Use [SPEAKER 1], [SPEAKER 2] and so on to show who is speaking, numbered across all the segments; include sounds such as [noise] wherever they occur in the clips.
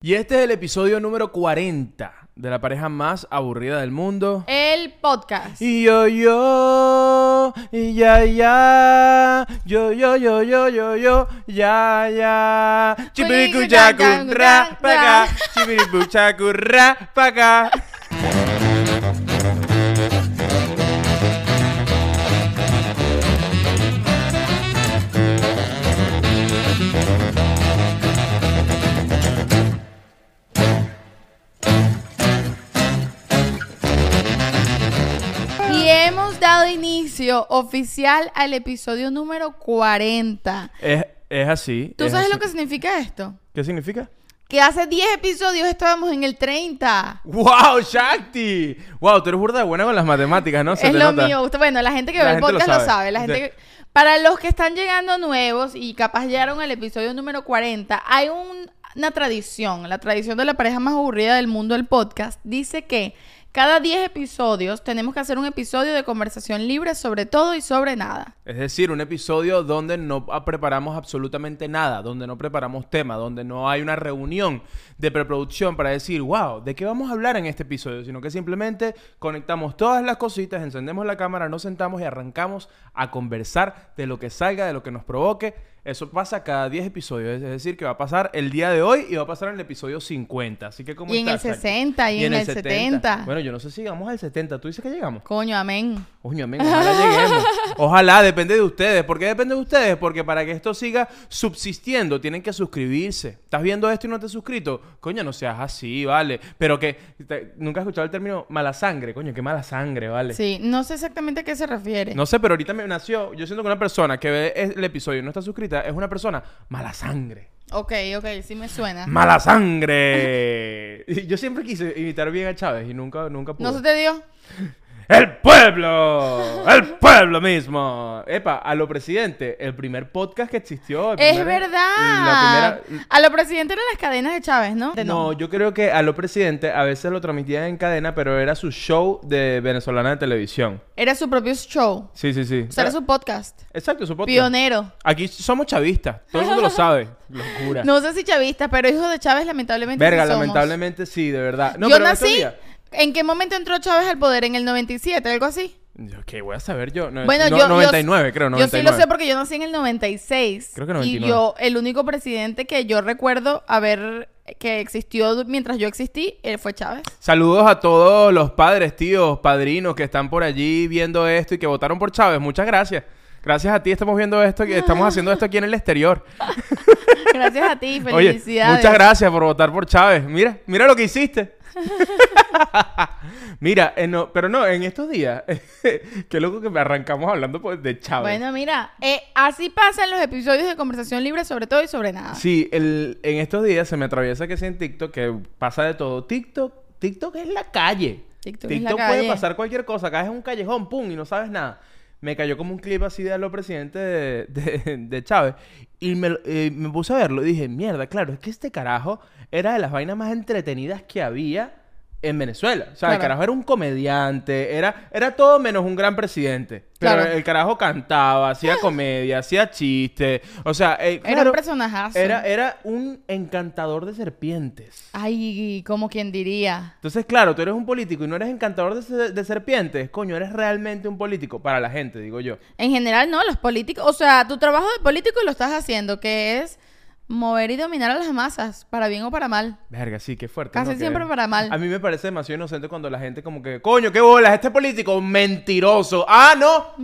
[SPEAKER 1] Y este es el episodio número 40 de la pareja más aburrida del mundo.
[SPEAKER 2] El podcast.
[SPEAKER 1] Y yo, yo, y ya, ya, yo, yo, yo, yo, yo, yo, ya, ya. Chipiricuchacurra, pa' acá, chipiricuchacurra, pa' acá.
[SPEAKER 2] Y hemos dado inicio oficial al episodio número 40.
[SPEAKER 1] Es, es así.
[SPEAKER 2] ¿Tú
[SPEAKER 1] es
[SPEAKER 2] sabes
[SPEAKER 1] así.
[SPEAKER 2] lo que significa esto?
[SPEAKER 1] ¿Qué significa?
[SPEAKER 2] Que hace 10 episodios estábamos en el 30.
[SPEAKER 1] ¡Wow, Shakti! ¡Wow, tú eres burda de buena con las matemáticas, ¿no? Se
[SPEAKER 2] es
[SPEAKER 1] te
[SPEAKER 2] lo
[SPEAKER 1] nota.
[SPEAKER 2] mío. Usted- Bueno, la gente que
[SPEAKER 1] La
[SPEAKER 2] ve el
[SPEAKER 1] gente lo
[SPEAKER 2] podcast lo sabe.
[SPEAKER 1] sabe.
[SPEAKER 2] La gente
[SPEAKER 1] Sí.
[SPEAKER 2] que- Para los que están llegando nuevos y capaz llegaron al episodio número 40, hay un- una tradición. La tradición de la pareja más aburrida del mundo del podcast dice que cada 10 episodios tenemos que hacer un episodio de conversación libre sobre todo y sobre nada.
[SPEAKER 1] Es decir, un episodio donde no a- preparamos absolutamente nada, donde no preparamos tema, donde no hay una reunión de preproducción para decir, wow, ¿de qué vamos a hablar en este episodio? Sino que simplemente conectamos todas las cositas, encendemos la cámara, nos sentamos y arrancamos a conversar de lo que salga, de lo que nos provoque. Eso pasa cada 10 episodios, es decir, que va a pasar el día de hoy y va a pasar en el episodio 50. Así que como
[SPEAKER 2] Y en el 60 y en el 70.
[SPEAKER 1] Bueno, yo no sé si llegamos al 70, tú dices que llegamos.
[SPEAKER 2] Coño, amén.
[SPEAKER 1] Coño, amén, ojalá
[SPEAKER 2] [laughs]
[SPEAKER 1] lleguemos. Ojalá, depende de ustedes. ¿Por qué depende de ustedes? Porque para que esto siga subsistiendo, tienen que suscribirse. ¿Estás viendo esto y no te has suscrito? Coño, no seas así, vale. Pero que te- nunca has escuchado el término mala sangre, coño, qué mala sangre, vale.
[SPEAKER 2] Sí, no sé exactamente a qué se refiere.
[SPEAKER 1] No sé, pero ahorita me nació. Yo siento que una persona que ve el episodio y no está suscrita es una persona mala sangre.
[SPEAKER 2] Ok, ok, sí me suena.
[SPEAKER 1] ¡Mala sangre! [laughs] Y Yo siempre quise imitar bien a Chávez y nunca, nunca pude.
[SPEAKER 2] ¿No se te dio?
[SPEAKER 1] ¡El pueblo! ¡El pueblo mismo! Epa, a lo presidente, el primer podcast que existió. el
[SPEAKER 2] Es
[SPEAKER 1] primer-
[SPEAKER 2] verdad.
[SPEAKER 1] La primera.
[SPEAKER 2] A lo presidente eran las cadenas de Chávez, ¿no?
[SPEAKER 1] No, yo creo que a lo presidente a veces lo transmitían en cadena, pero era su show de venezolana de televisión.
[SPEAKER 2] Era su propio show.
[SPEAKER 1] Sí, sí, sí.
[SPEAKER 2] O sea, era su podcast.
[SPEAKER 1] Exacto, su podcast.
[SPEAKER 2] Pionero.
[SPEAKER 1] Aquí somos chavistas, todo el mundo lo
[SPEAKER 2] [laughs]
[SPEAKER 1] sabe. Locura.
[SPEAKER 2] No sé si chavistas, pero hijos de Chávez lamentablemente
[SPEAKER 1] Verga,
[SPEAKER 2] sí somos.
[SPEAKER 1] lamentablemente sí, de verdad. No,
[SPEAKER 2] yo
[SPEAKER 1] pero en estos
[SPEAKER 2] nací...
[SPEAKER 1] días-
[SPEAKER 2] ¿En qué momento entró Chávez al poder? ¿En el 97? ¿Algo así?
[SPEAKER 1] Yo, ¿Qué voy a saber yo? No,
[SPEAKER 2] Bueno,
[SPEAKER 1] Eh, no,
[SPEAKER 2] yo... yo-
[SPEAKER 1] 99, creo, 99.
[SPEAKER 2] Yo sí lo sé porque yo nací en el 96.
[SPEAKER 1] Creo que
[SPEAKER 2] Y
[SPEAKER 1] 99.
[SPEAKER 2] yo, el único presidente que yo recuerdo haber... Que existió mientras yo existí, eh,
[SPEAKER 1] [laughs]
[SPEAKER 2] fue Chávez.
[SPEAKER 1] Saludos a todos los padres, tíos, padrinos que están por allí viendo esto y que votaron por Chávez. Muchas gracias. Gracias a ti estamos viendo esto, que estamos
[SPEAKER 2] [laughs]
[SPEAKER 1] haciendo esto aquí en el exterior.
[SPEAKER 2] Gracias a ti,
[SPEAKER 1] Oye,
[SPEAKER 2] felicidades.
[SPEAKER 1] muchas gracias por votar por Chávez. Mira, mira lo que
[SPEAKER 2] [laughs]
[SPEAKER 1] hiciste. mira, eh, no, pero no, en estos días, [laughs] qué loco que me arrancamos hablando pues, de Chávez.
[SPEAKER 2] Bueno, mira, eh, así pasan los episodios de conversación libre sobre todo y sobre nada.
[SPEAKER 1] Sí, el, en estos días se me atraviesa que sí en TikTok, que pasa de todo. TikTok, TikTok es la calle.
[SPEAKER 2] TikTok es la
[SPEAKER 1] puede
[SPEAKER 2] calle.
[SPEAKER 1] pasar cualquier cosa. Acá es un callejón, pum, y no sabes nada. Me cayó como un clip así de lo presidente de, de- [laughs] de Chávez. Y me, lo- eh, me puse a verlo y dije, mierda, claro, es que este carajo era de las vainas más entretenidas que había en Venezuela. O sea, el
[SPEAKER 2] Claro.
[SPEAKER 1] carajo era un comediante, era, era todo menos un gran presidente. Pero
[SPEAKER 2] Claro.
[SPEAKER 1] el carajo cantaba,
[SPEAKER 2] [laughs]
[SPEAKER 1] hacía comedia, hacía chistes. O sea, eh,
[SPEAKER 2] Era un
[SPEAKER 1] claro,
[SPEAKER 2] personajazo.
[SPEAKER 1] era, eh, era un encantador de serpientes.
[SPEAKER 2] Ay, como quien diría.
[SPEAKER 1] Entonces, claro, tú eres un político y no eres encantador de, se- de serpientes. Coño, eres realmente un político. Para la gente, digo yo.
[SPEAKER 2] En general, no, los políticos, o sea, tu trabajo de político lo estás haciendo, que es mover y dominar a las masas, para bien o para mal. [laughs]
[SPEAKER 1] Verga, sí, qué fuerte.
[SPEAKER 2] Casi
[SPEAKER 1] ¿no? Que-
[SPEAKER 2] siempre para mal.
[SPEAKER 1] A mí me parece demasiado inocente cuando la gente como que, coño, qué bolas, este político mentiroso. Ah,
[SPEAKER 2] [laughs]
[SPEAKER 1] no.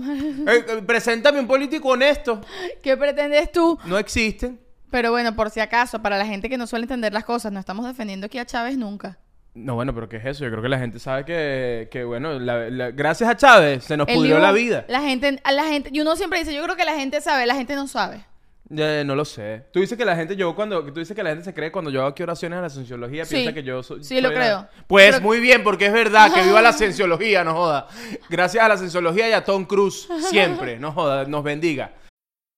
[SPEAKER 1] Eh, eh, preséntame un político honesto.
[SPEAKER 2] ¿Qué pretendes tú?
[SPEAKER 1] No existen.
[SPEAKER 2] Pero bueno, por si acaso, para la gente que no suele entender las cosas, no estamos defendiendo aquí a Chávez nunca.
[SPEAKER 1] No, bueno, pero ¿qué es eso? Yo creo que la gente sabe que, que bueno, la- la- gracias a Chávez se nos
[SPEAKER 2] Él
[SPEAKER 1] pudrió
[SPEAKER 2] dijo,
[SPEAKER 1] la vida.
[SPEAKER 2] La gente, a la gente, y uno siempre dice, yo creo que la gente sabe, la gente no sabe.
[SPEAKER 1] Eh, no lo sé. Tú dices que la gente, yo cuando, tú dices que la gente se cree cuando yo hago aquí oraciones a la cienciología,
[SPEAKER 2] Sí.
[SPEAKER 1] piensa que yo soy.
[SPEAKER 2] Sí, lo
[SPEAKER 1] soy
[SPEAKER 2] creo.
[SPEAKER 1] la- Pues
[SPEAKER 2] Pero-
[SPEAKER 1] muy bien, porque es verdad que
[SPEAKER 2] [laughs]
[SPEAKER 1] viva la cienciología, no joda. Gracias a la cienciología y a Tom Cruise, siempre, no joda, nos bendiga.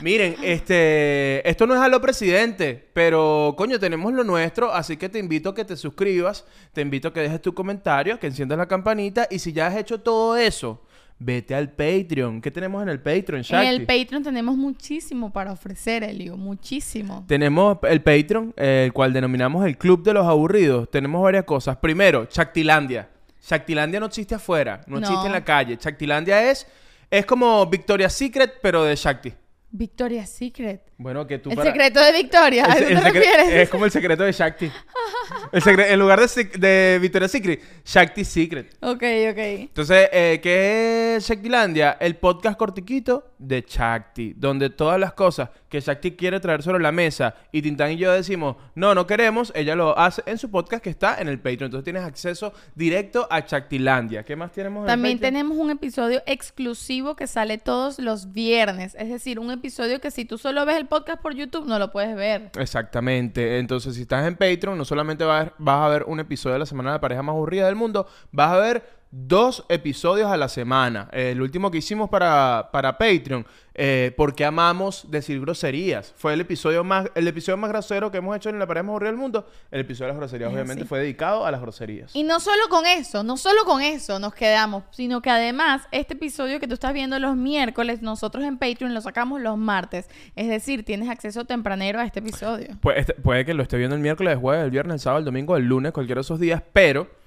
[SPEAKER 1] Miren, este, esto no es a lo presidente, pero coño, tenemos lo nuestro, así que te invito a que te suscribas, te invito a que dejes tu comentario, que enciendas la campanita y si ya has hecho todo eso, vete al Patreon. ¿Qué tenemos en el Patreon, Shakti?
[SPEAKER 2] En el Patreon tenemos muchísimo para ofrecer, Elio, muchísimo.
[SPEAKER 1] Tenemos el Patreon, eh, el cual denominamos el Club de los Aburridos. Tenemos varias cosas. Primero, Chactilandia. Chactilandia no existe afuera, no,
[SPEAKER 2] No.
[SPEAKER 1] existe en la calle. Chactilandia es, es como Victoria's Secret, pero de Shakti.
[SPEAKER 2] Victoria's Secret.
[SPEAKER 1] Bueno, que tú
[SPEAKER 2] El
[SPEAKER 1] para-
[SPEAKER 2] secreto de Victoria, ¿a
[SPEAKER 1] El
[SPEAKER 2] eso
[SPEAKER 1] se- el
[SPEAKER 2] te
[SPEAKER 1] secre-
[SPEAKER 2] refieres?
[SPEAKER 1] Es como el secreto de Shakti. El secre- en lugar de, sec- de Victoria's Secret, Shakti Secret.
[SPEAKER 2] Ok, ok.
[SPEAKER 1] Entonces, eh, ¿qué es Shaktilandia? El podcast cortiquito de Shakti, donde todas las cosas que Shakti quiere traer sobre la mesa y Tintán y yo decimos, no, no queremos, ella lo hace en su podcast que está en el Patreon. Entonces tienes acceso directo a Shaktilandia. ¿Qué más tenemos en el
[SPEAKER 2] También
[SPEAKER 1] Patreon?
[SPEAKER 2] tenemos un episodio exclusivo que sale todos los viernes. Es decir, un episodio que si tú solo ves el podcast por YouTube no lo puedes ver.
[SPEAKER 1] Exactamente. Entonces, si estás en Patreon, no solamente vas a, ver- vas a ver un episodio de la semana de la pareja más aburrida del mundo, vas a ver dos episodios a la semana. Eh, el último que hicimos para, para Patreon, eh, porque amamos decir groserías. Fue el episodio más, el episodio más grosero que hemos hecho en la pareja más aburrida del mundo. El episodio de las groserías, obviamente, fue dedicado a las groserías.
[SPEAKER 2] Y no solo con eso, no solo con eso nos quedamos, sino que además este episodio que tú estás viendo los miércoles, nosotros en Patreon lo sacamos los martes. Es decir, tienes acceso tempranero a este episodio.
[SPEAKER 1] Puede, este- puede que lo esté viendo el miércoles, el jueves, el viernes, el sábado, el domingo, el lunes, cualquiera de esos días, pero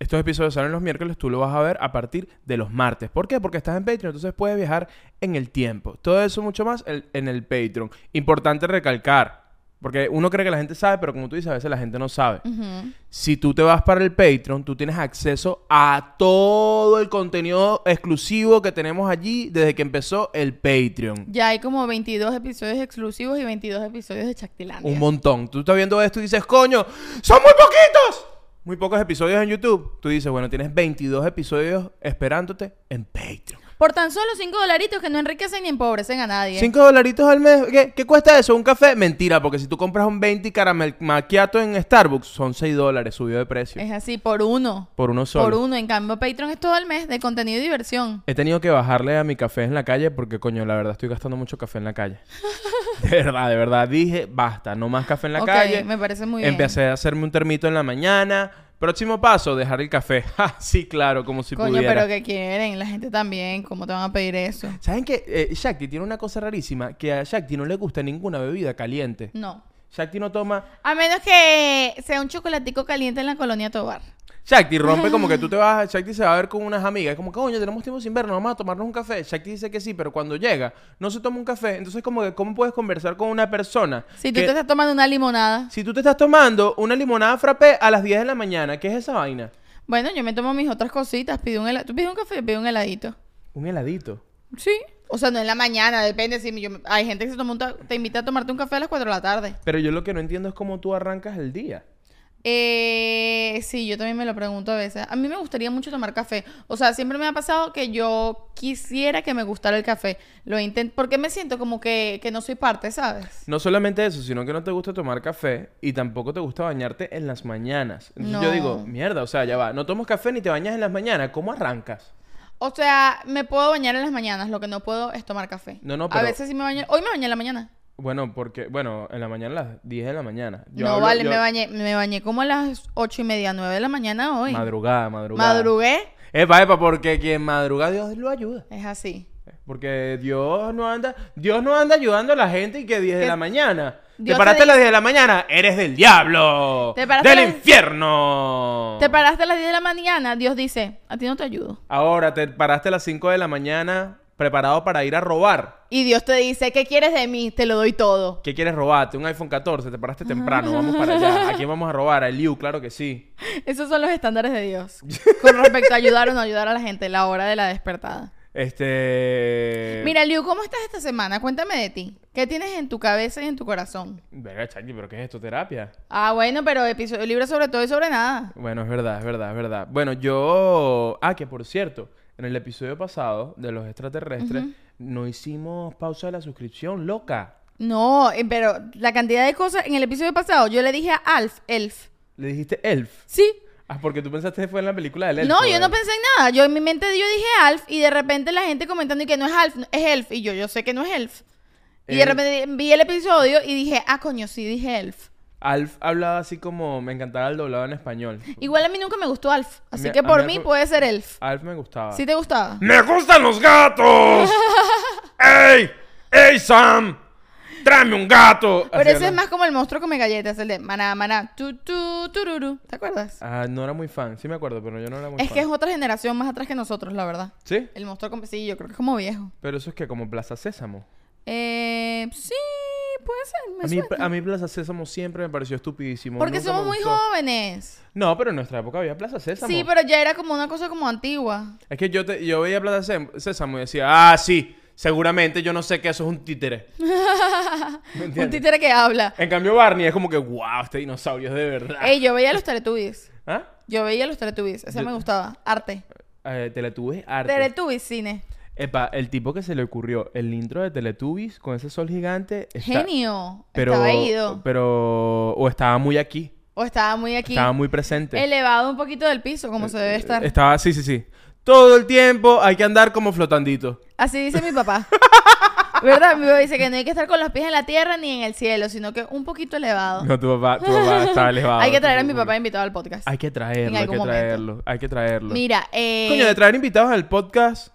[SPEAKER 1] estos episodios salen los miércoles, tú lo vas a ver a partir de los martes. ¿Por qué? Porque estás en Patreon, entonces puedes viajar en el tiempo. Todo eso mucho más el- en el Patreon. Importante recalcar, porque uno cree que la gente sabe, pero como tú dices, a veces la gente no sabe.
[SPEAKER 2] Ujú.
[SPEAKER 1] Si tú te vas para el Patreon, tú tienes acceso a todo el contenido exclusivo que tenemos allí desde que empezó el Patreon.
[SPEAKER 2] Ya hay como 22 episodios exclusivos y 22 episodios de Chactilandia.
[SPEAKER 1] Un montón. Tú estás viendo esto y dices, coño, son muy poquitos. Muy pocos episodios en YouTube. Tú dices, bueno, tienes 22 episodios esperándote en Patreon.
[SPEAKER 2] Por tan solo 5 dolaritos que no enriquecen ni empobrecen a nadie.
[SPEAKER 1] 5 dolaritos al mes. ¿Qué, qué cuesta eso? ¿Un café? Mentira, porque si tú compras un 20 caramel macchiato en Starbucks, son 6 dólares, subió de precio.
[SPEAKER 2] Es así, por uno.
[SPEAKER 1] Por uno solo.
[SPEAKER 2] Por uno. En cambio, Patreon es todo el mes de contenido y diversión.
[SPEAKER 1] He tenido que bajarle a mi café en la calle porque, coño, la verdad estoy gastando mucho café en la
[SPEAKER 2] [laughs]
[SPEAKER 1] calle. de verdad, de verdad. Dije, basta, no más café en la
[SPEAKER 2] Ok,
[SPEAKER 1] calle.
[SPEAKER 2] me parece muy bien.
[SPEAKER 1] Empecé a hacerme un termito en la mañana. Próximo paso, dejar el café. [laughs] Ja, sí, claro, como si
[SPEAKER 2] Coño,
[SPEAKER 1] pudiera.
[SPEAKER 2] pero que quieren, la gente también, ¿cómo te van a pedir eso?
[SPEAKER 1] ¿Saben qué? Eh, Shakti tiene una cosa rarísima, que a Shakti no le gusta ninguna bebida caliente.
[SPEAKER 2] No.
[SPEAKER 1] Shakti no toma...
[SPEAKER 2] A menos que sea un chocolatico caliente en la colonia Tobar.
[SPEAKER 1] Shakti rompe como que tú te vas... Shakti se va a ver con unas amigas. Como, coño, tenemos tiempo sin vernos, vamos a tomarnos un café. Shakti dice que sí, pero cuando llega, no se toma un café. Entonces, como que, ¿cómo puedes conversar con una persona
[SPEAKER 2] Si tú
[SPEAKER 1] que-
[SPEAKER 2] te estás tomando una limonada.
[SPEAKER 1] Si tú te estás tomando una limonada frappé a las 10 de la mañana, ¿qué es esa vaina?
[SPEAKER 2] Bueno, yo me tomo mis otras cositas. Pido un helado. ¿Tú pides un café? Yo pido un heladito.
[SPEAKER 1] Un heladito. Sí.
[SPEAKER 2] O sea, no en la mañana, depende. Si yo- hay gente que se toma un ta- te invita a tomarte un café a las 4 de la tarde.
[SPEAKER 1] Pero yo lo que no entiendo es cómo tú arrancas el día.
[SPEAKER 2] Eh, sí, yo también me lo pregunto a veces. A mí me gustaría mucho tomar café. O sea, siempre me ha pasado que yo quisiera que me gustara el café. Lo intento. Porque me siento como que, que no soy parte, ¿sabes?
[SPEAKER 1] No solamente eso, sino que no te gusta tomar café y tampoco te gusta bañarte en las mañanas. Entonces
[SPEAKER 2] No.
[SPEAKER 1] yo digo, mierda, o sea, ya va, no tomas café ni te bañas en las mañanas, ¿cómo arrancas?
[SPEAKER 2] O sea, me puedo bañar en las mañanas. Lo que no puedo es tomar café.
[SPEAKER 1] No, no,
[SPEAKER 2] A
[SPEAKER 1] pero-
[SPEAKER 2] veces sí me baño. Hoy me bañé en la mañana.
[SPEAKER 1] Bueno, porque, bueno, en la mañana a las 10 de la mañana. Yo
[SPEAKER 2] no
[SPEAKER 1] hablo-
[SPEAKER 2] vale,
[SPEAKER 1] yo-
[SPEAKER 2] me bañé, me bañé como a las ocho y media, nueve de la mañana hoy.
[SPEAKER 1] Madrugada, madrugada.
[SPEAKER 2] Madrugué.
[SPEAKER 1] Epa, epa, porque quien madruga Dios lo ayuda. Eh,
[SPEAKER 2] Es así.
[SPEAKER 1] Porque Dios no anda, Dios no anda ayudando a la gente y que 10 de
[SPEAKER 2] Que-
[SPEAKER 1] la mañana.
[SPEAKER 2] Dios
[SPEAKER 1] te paraste
[SPEAKER 2] te
[SPEAKER 1] a las 10 de la mañana, eres del diablo.
[SPEAKER 2] Te paraste a
[SPEAKER 1] del
[SPEAKER 2] las-
[SPEAKER 1] infierno.
[SPEAKER 2] Te paraste a las 10 de la mañana, Dios dice, a ti no te ayudo.
[SPEAKER 1] Ahora te paraste a las 5 de la mañana preparado para ir a robar.
[SPEAKER 2] Y Dios te dice, ¿qué quieres de mí? Te lo doy todo. [laughs]
[SPEAKER 1] ¿Qué quieres robarte? Un iPhone 14, te paraste temprano, vamos para allá. ¿A quién vamos a robar? A Liu, claro que sí. [laughs]
[SPEAKER 2] Esos son los estándares de Dios. Con respecto a ayudar o no ayudar a la gente, la hora de la despertada.
[SPEAKER 1] Este.
[SPEAKER 2] Mira, Liu, ¿cómo estás esta semana? Cuéntame de ti. ¿Qué tienes en tu cabeza y en tu corazón?
[SPEAKER 1] Verga, Changi, ¿pero qué es esto? ¿Terapia?
[SPEAKER 2] Ah, bueno, pero episodio libre sobre todo y sobre nada.
[SPEAKER 1] Bueno, es verdad, es verdad, es verdad. Bueno, yo. Ah, que por cierto, en el episodio pasado de los extraterrestres, no hicimos pausa de la suscripción, loca.
[SPEAKER 2] No, eh, pero la cantidad de cosas en el episodio pasado, yo le dije a Alf, Elf.
[SPEAKER 1] Le dijiste Elf.
[SPEAKER 2] Sí.
[SPEAKER 1] Ah, porque tú pensaste que fue en la película del Elf.
[SPEAKER 2] no, yo no pensé en nada. Yo en mi mente yo dije Alf y de repente la gente comentando y que no es Alf, no- es Elf. Y yo, yo sé que no es Elf. Y de
[SPEAKER 1] Elf.
[SPEAKER 2] repente vi el episodio y dije, ah, coño, sí dije Elf.
[SPEAKER 1] Alf hablaba así como me encantaba el doblado en español.
[SPEAKER 2] Igual a mí nunca me gustó Alf, así
[SPEAKER 1] Me-
[SPEAKER 2] que
[SPEAKER 1] a
[SPEAKER 2] por
[SPEAKER 1] mí
[SPEAKER 2] mí
[SPEAKER 1] algo-
[SPEAKER 2] puede ser Elf.
[SPEAKER 1] Alf me gustaba.
[SPEAKER 2] ¿Sí te gustaba?
[SPEAKER 1] ¡Me gustan los
[SPEAKER 2] [laughs]
[SPEAKER 1] gatos! ¡Ey! ¡Ey, Sam! ¡Tráeme un gato!
[SPEAKER 2] Pero
[SPEAKER 1] Así
[SPEAKER 2] ese es
[SPEAKER 1] hablaba.
[SPEAKER 2] más como el monstruo come galletas, el de maná, maná, tu, tu, tururú. ¿Te acuerdas?
[SPEAKER 1] Ah, no era muy fan. Sí me acuerdo, pero yo no era muy
[SPEAKER 2] es
[SPEAKER 1] fan.
[SPEAKER 2] que es otra generación más atrás que nosotros, la verdad.
[SPEAKER 1] ¿Sí?
[SPEAKER 2] El monstruo come, sí, yo creo que es como viejo.
[SPEAKER 1] Pero eso es que como Plaza Sésamo.
[SPEAKER 2] Eh, sí, puede ser, me
[SPEAKER 1] A mí,
[SPEAKER 2] Pues suena.
[SPEAKER 1] a mí Plaza Sésamo siempre me pareció estupidísimo.
[SPEAKER 2] Porque
[SPEAKER 1] Nunca
[SPEAKER 2] somos
[SPEAKER 1] me
[SPEAKER 2] muy
[SPEAKER 1] gustó.
[SPEAKER 2] jóvenes.
[SPEAKER 1] No, pero en nuestra época había Plaza Sésamo.
[SPEAKER 2] Sí, pero ya era como una cosa como antigua.
[SPEAKER 1] Es que yo, te- yo veía Plaza Sésamo- Sésamo y decía, ah, sí, seguramente yo no sé que eso es un
[SPEAKER 2] [laughs]
[SPEAKER 1] títere. ¿Me
[SPEAKER 2] Un
[SPEAKER 1] entiendes?
[SPEAKER 2] títere que habla.
[SPEAKER 1] En cambio Barney es como que, wow, este dinosaurio es de verdad.
[SPEAKER 2] Ey, yo veía los Teletubbies.
[SPEAKER 1] ¿Ah?
[SPEAKER 2] Yo veía los Teletubbies. Ese
[SPEAKER 1] Yo-
[SPEAKER 2] me gustaba. Arte.
[SPEAKER 1] Eh, Teletubbies arte.
[SPEAKER 2] Teletubbies cine.
[SPEAKER 1] Epa, el tipo que se le ocurrió el intro de Teletubbies con ese sol gigante. está-
[SPEAKER 2] Genio.
[SPEAKER 1] Pero,
[SPEAKER 2] estaba ido.
[SPEAKER 1] Pero. O estaba muy aquí.
[SPEAKER 2] o estaba muy aquí.
[SPEAKER 1] Estaba muy Eh, presente.
[SPEAKER 2] Elevado un poquito del piso, como se debe estar.
[SPEAKER 1] Estaba, sí, sí, sí. Todo el tiempo hay que andar como flotandito.
[SPEAKER 2] Así dice
[SPEAKER 1] [laughs]
[SPEAKER 2] mi papá. ¿Verdad? Mi papá dice que no hay que estar con los pies en la tierra ni en el cielo, sino que un poquito elevado.
[SPEAKER 1] No, tu papá, tu papá
[SPEAKER 2] [laughs]
[SPEAKER 1] estaba elevado.
[SPEAKER 2] Oh. hay que traer a
[SPEAKER 1] Tú-
[SPEAKER 2] mi papá invitado al podcast.
[SPEAKER 1] Hay que
[SPEAKER 2] en
[SPEAKER 1] traerlo, hay
[SPEAKER 2] algún
[SPEAKER 1] que
[SPEAKER 2] momento.
[SPEAKER 1] traerlo, hay que traerlo.
[SPEAKER 2] Mira, eh...
[SPEAKER 1] Coño, de traer invitados al podcast.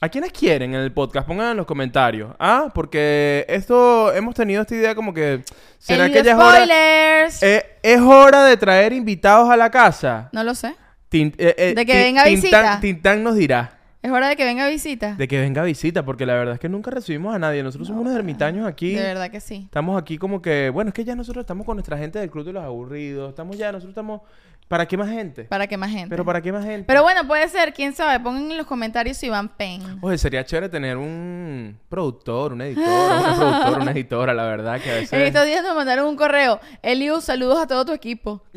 [SPEAKER 1] ¿A quiénes quieren en el podcast? Pongan en los comentarios. Ah, porque esto hemos tenido esta idea como que. ¿Será
[SPEAKER 2] el
[SPEAKER 1] que ya es hora?
[SPEAKER 2] spoilers.
[SPEAKER 1] Eh, es hora de traer invitados a la casa.
[SPEAKER 2] No lo sé.
[SPEAKER 1] Tin- eh, eh,
[SPEAKER 2] De que
[SPEAKER 1] Tin-
[SPEAKER 2] venga
[SPEAKER 1] Tintán-
[SPEAKER 2] visita.
[SPEAKER 1] Tintán nos dirá.
[SPEAKER 2] Es hora de que venga visita.
[SPEAKER 1] De que venga visita, porque la verdad es que nunca recibimos a nadie. Nosotros somos unos ermitaños aquí.
[SPEAKER 2] De verdad que sí.
[SPEAKER 1] Estamos aquí como que, bueno, es que ya nosotros estamos con nuestra gente del Club de los Aburridos. Estamos ya, nosotros estamos... ¿Para qué más gente?
[SPEAKER 2] Para que más gente.
[SPEAKER 1] Pero ¿para qué más gente?
[SPEAKER 2] Pero bueno, puede ser, quién sabe. Pongan en los comentarios si van pen.
[SPEAKER 1] Oye, sería chévere tener un productor, un editor, una productora,
[SPEAKER 2] [laughs]
[SPEAKER 1] una editora, la verdad, que a
[SPEAKER 2] En
[SPEAKER 1] veces...
[SPEAKER 2] estos días nos mandaron un correo. Eliu, saludos a todo tu equipo.
[SPEAKER 1] [laughs]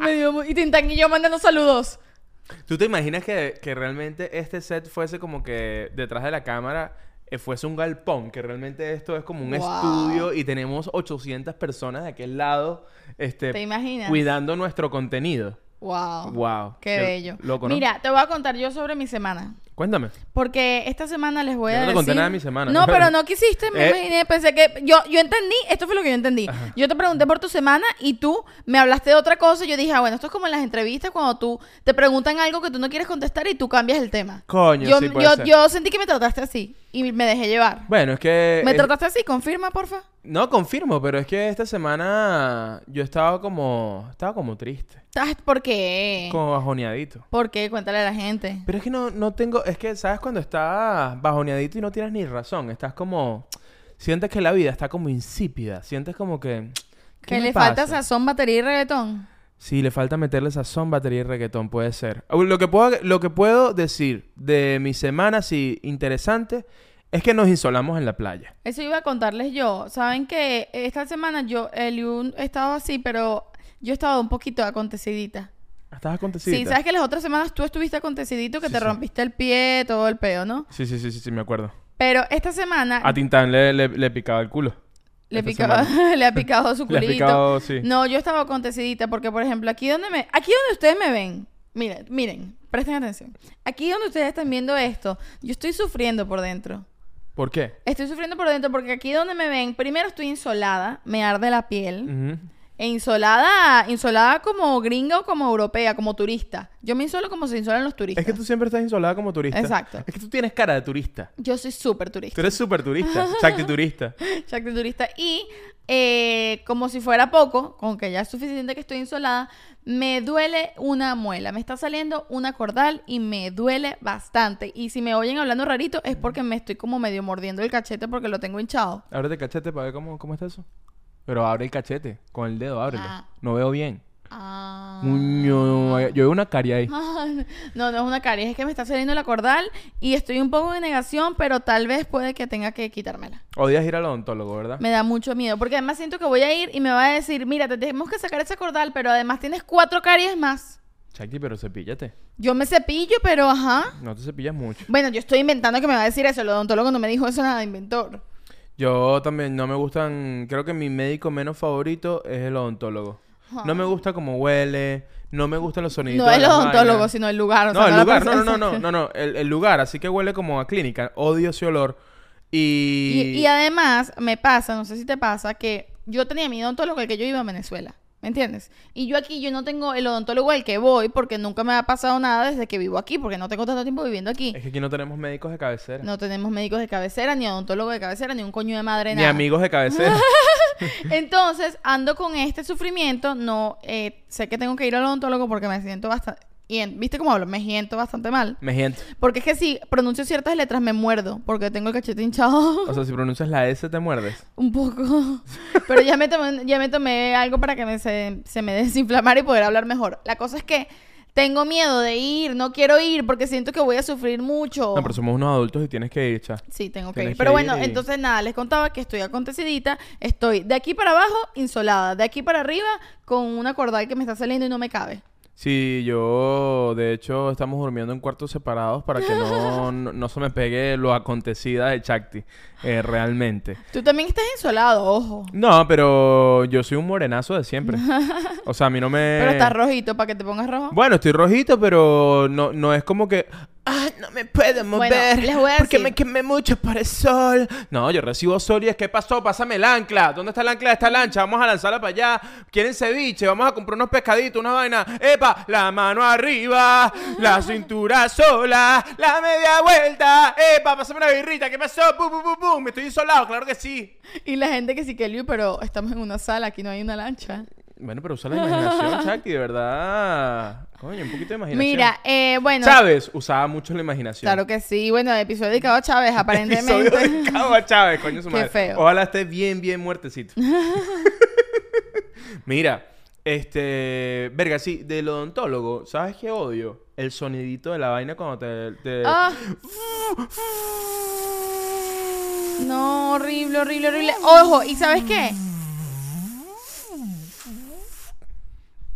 [SPEAKER 2] Me dio mu- Y Tintán y yo mandando saludos.
[SPEAKER 1] ¿Tú te imaginas que, que realmente este set fuese como que detrás de la cámara eh, fuese un galpón? Que realmente esto es como un
[SPEAKER 2] Wow.
[SPEAKER 1] estudio y tenemos 800 personas de aquel lado este,
[SPEAKER 2] ¿Te imaginas?
[SPEAKER 1] cuidando nuestro contenido.
[SPEAKER 2] Wow.
[SPEAKER 1] Wow.
[SPEAKER 2] Qué,
[SPEAKER 1] Qué
[SPEAKER 2] bello.
[SPEAKER 1] loco, ¿no?
[SPEAKER 2] Mira, te voy a contar yo sobre mi semana.
[SPEAKER 1] Cuéntame.
[SPEAKER 2] Porque esta semana les voy
[SPEAKER 1] Yo
[SPEAKER 2] a
[SPEAKER 1] no te
[SPEAKER 2] decir...
[SPEAKER 1] conté nada de mi semana.
[SPEAKER 2] No, pero no quisiste, me
[SPEAKER 1] Eh.
[SPEAKER 2] imaginé, pensé que... Yo, yo entendí, esto fue lo que yo entendí. Yo te pregunté por tu semana y tú me hablaste de otra cosa y yo dije, ah, bueno, esto es como en las entrevistas cuando tú te preguntan algo que tú no quieres contestar y tú cambias el tema.
[SPEAKER 1] Coño,
[SPEAKER 2] yo,
[SPEAKER 1] sí puede
[SPEAKER 2] yo,
[SPEAKER 1] ser.
[SPEAKER 2] yo sentí que me trataste así y me dejé llevar.
[SPEAKER 1] Bueno, es que...
[SPEAKER 2] ¿Me
[SPEAKER 1] es-
[SPEAKER 2] trataste así? Confirma, porfa.
[SPEAKER 1] No, confirmo, pero es que esta semana yo estaba como... Estaba como triste.
[SPEAKER 2] Ay, Ah, ¿Por qué?
[SPEAKER 1] Como bajoneadito.
[SPEAKER 2] ¿Por qué? Cuéntale a la gente.
[SPEAKER 1] Pero es que no, no tengo, es que sabes cuando estás bajoneadito y no tienes ni razón, estás como, sientes que la vida está como insípida, sientes como que... ¿qué
[SPEAKER 2] ¿Que
[SPEAKER 1] me
[SPEAKER 2] le
[SPEAKER 1] pasa?
[SPEAKER 2] falta sazón, batería y reggaetón?
[SPEAKER 1] Sí, le falta meterle sazón, batería y reggaetón, puede ser. Ah, Lo que puedo, lo que puedo decir de mi semana, sí, interesante, es que nos insolamos en la playa.
[SPEAKER 2] Eso iba a contarles yo. Saben que esta semana yo, Eliu estaba así, pero yo estaba un poquito acontecidita.
[SPEAKER 1] ¿Estás acontecido?
[SPEAKER 2] Sí, sabes que las otras semanas tú estuviste acontecidito, que
[SPEAKER 1] Sí,
[SPEAKER 2] te
[SPEAKER 1] sí.
[SPEAKER 2] rompiste el pie, todo el peo, ¿no?
[SPEAKER 1] Sí, sí, sí, sí, sí, me acuerdo.
[SPEAKER 2] Pero esta semana
[SPEAKER 1] A Tintán le, le, le picaba el culo.
[SPEAKER 2] Ah. le,
[SPEAKER 1] esta
[SPEAKER 2] picaba- [laughs] le ha picado su
[SPEAKER 1] [laughs] Le ha
[SPEAKER 2] culito.
[SPEAKER 1] picado, sí.
[SPEAKER 2] No, yo estaba acontecidita porque, por ejemplo, aquí donde me, aquí donde ustedes me ven, miren, miren, presten atención. Aquí donde ustedes están viendo esto, yo estoy sufriendo por dentro.
[SPEAKER 1] ¿Por
[SPEAKER 2] [laughs]
[SPEAKER 1] qué?
[SPEAKER 2] Estoy sufriendo por dentro porque aquí donde me ven, primero estoy insolada, me arde la piel.
[SPEAKER 1] Ujú.
[SPEAKER 2] E insolada, insolada como gringa o como europea, como turista. Yo me insolo como se insolan los turistas.
[SPEAKER 1] Es que tú siempre estás insolada como turista.
[SPEAKER 2] Exacto.
[SPEAKER 1] Es que tú tienes cara de turista.
[SPEAKER 2] Yo soy súper turista.
[SPEAKER 1] Tú eres súper
[SPEAKER 2] [laughs]
[SPEAKER 1] turista, exacto, turista.
[SPEAKER 2] Exacto, turista. Y eh, como si fuera poco, con que ya es suficiente que estoy insolada, me duele una muela. Me está saliendo una cordal y me duele bastante. Y si me oyen hablando rarito es porque me estoy como medio mordiendo el cachete porque lo tengo hinchado.
[SPEAKER 1] Ábrete el cachete para ver cómo, cómo está eso. Pero abre el cachete, con el dedo, ábrelo.
[SPEAKER 2] Ah.
[SPEAKER 1] No veo bien.
[SPEAKER 2] Ah.
[SPEAKER 1] Muño, yo veo una caria ahí.
[SPEAKER 2] [laughs] No, no es una caries, es que me está saliendo la cordal y estoy un poco en negación, pero tal vez puede que tenga que quitármela.
[SPEAKER 1] Odias ir al odontólogo, ¿verdad?
[SPEAKER 2] Me da mucho miedo, porque además siento que voy a ir y me va a decir, mira, te tenemos que sacar esa cordal, pero además tienes cuatro caries más.
[SPEAKER 1] Chucky, pero cepíllate.
[SPEAKER 2] Yo me cepillo, pero ajá.
[SPEAKER 1] No te cepillas mucho.
[SPEAKER 2] Bueno, yo estoy inventando que me va a decir eso, el odontólogo no me dijo eso nada, inventor.
[SPEAKER 1] Yo también no me gustan. Creo que mi médico menos favorito es el odontólogo. No me gusta cómo huele. No me gustan los sonidos.
[SPEAKER 2] No es el odontólogo, sino el lugar. o
[SPEAKER 1] No,
[SPEAKER 2] sea,
[SPEAKER 1] el
[SPEAKER 2] la
[SPEAKER 1] lugar. No, no,
[SPEAKER 2] [laughs] persona.
[SPEAKER 1] no, no, no, no, El, el lugar. Así que huele como a clínica. Odio ese olor. Y.
[SPEAKER 2] Y, y además me pasa, no sé si te pasa, que yo tenía mi odontólogo el que yo iba a Venezuela. ¿Me entiendes? Y yo aquí, yo no tengo el odontólogo al que voy porque nunca me ha pasado nada desde que vivo aquí, porque no tengo tanto tiempo viviendo aquí.
[SPEAKER 1] Es que aquí no tenemos médicos de cabecera.
[SPEAKER 2] No tenemos médicos de cabecera, ni odontólogo de cabecera, ni un coño de madre,
[SPEAKER 1] Ni
[SPEAKER 2] nada.
[SPEAKER 1] amigos de cabecera.
[SPEAKER 2] [laughs] Entonces, ando con este sufrimiento. No, eh, sé que tengo que ir al odontólogo porque me siento bastante... ¿Viste cómo hablo? Me siento bastante mal.
[SPEAKER 1] Me siento.
[SPEAKER 2] Porque es que si pronuncio ciertas letras me muerdo porque tengo el cachete hinchado. [laughs]
[SPEAKER 1] O sea, si pronuncias la S, te muerdes.
[SPEAKER 2] Un poco. [laughs] Pero ya me tomé, ya me tomé algo para que me se, se me desinflamara y poder hablar mejor. La cosa es que tengo miedo de ir, no quiero ir porque siento que voy a sufrir mucho.
[SPEAKER 1] No, pero somos unos adultos y tienes que ir, cha.
[SPEAKER 2] Sí, tengo que
[SPEAKER 1] Tienes
[SPEAKER 2] ir. Pero
[SPEAKER 1] que
[SPEAKER 2] bueno,
[SPEAKER 1] ir y-
[SPEAKER 2] entonces nada, les contaba que estoy acontecidita. Estoy de aquí para abajo insolada, de aquí para arriba con una cordal que me está saliendo y no me cabe.
[SPEAKER 1] Sí, yo, de hecho, estamos durmiendo en cuartos separados para que
[SPEAKER 2] [laughs]
[SPEAKER 1] no, no, no se me pegue lo acontecida de Chakti, eh, realmente.
[SPEAKER 2] Tú también estás insolado, ojo.
[SPEAKER 1] No, pero yo soy un morenazo de
[SPEAKER 2] [laughs]
[SPEAKER 1] siempre. O sea, a mí no me...
[SPEAKER 2] Pero estás rojito para que te pongas rojo.
[SPEAKER 1] Bueno, estoy rojito, pero no, no es como que... Ah, no me puedo mover.
[SPEAKER 2] les voy a
[SPEAKER 1] porque
[SPEAKER 2] decir.
[SPEAKER 1] me quemé mucho por el sol. No, yo recibo sol y es que pasó, pásame el ancla. ¿Dónde está el ancla de esta lancha? Vamos a lanzarla para allá. ¿Quieren ceviche? Vamos a comprar unos pescaditos, una vaina. ¡Epa! La mano arriba,
[SPEAKER 2] Ah.
[SPEAKER 1] la cintura sola, la media vuelta. ¡Epa! Pásame una birrita. ¿Qué pasó? ¡Pum, pum, pum, pum! Me estoy insolado, claro que sí.
[SPEAKER 2] Y la gente que sí que Liu, pero estamos en una sala, aquí no hay una lancha.
[SPEAKER 1] Bueno, pero usa la
[SPEAKER 2] [laughs]
[SPEAKER 1] imaginación, Chakti, de verdad. Coño, un poquito de imaginación.
[SPEAKER 2] Mira, eh, bueno.
[SPEAKER 1] Chávez usaba mucho la imaginación.
[SPEAKER 2] Claro que sí. Bueno, episodio dedicado a Chávez, aparentemente.
[SPEAKER 1] [laughs] Episodio dedicado a Chávez, coño su
[SPEAKER 2] Qué
[SPEAKER 1] madre.
[SPEAKER 2] feo.
[SPEAKER 1] Ojalá esté bien, bien
[SPEAKER 2] [laughs]
[SPEAKER 1] muertecito. Mira, este. Verga, sí, del odontólogo, ¿sabes qué odio? El sonidito de la vaina cuando te. te-
[SPEAKER 2] [laughs] Ah. No, horrible, horrible, horrible. Ojo, ¿y sabes qué?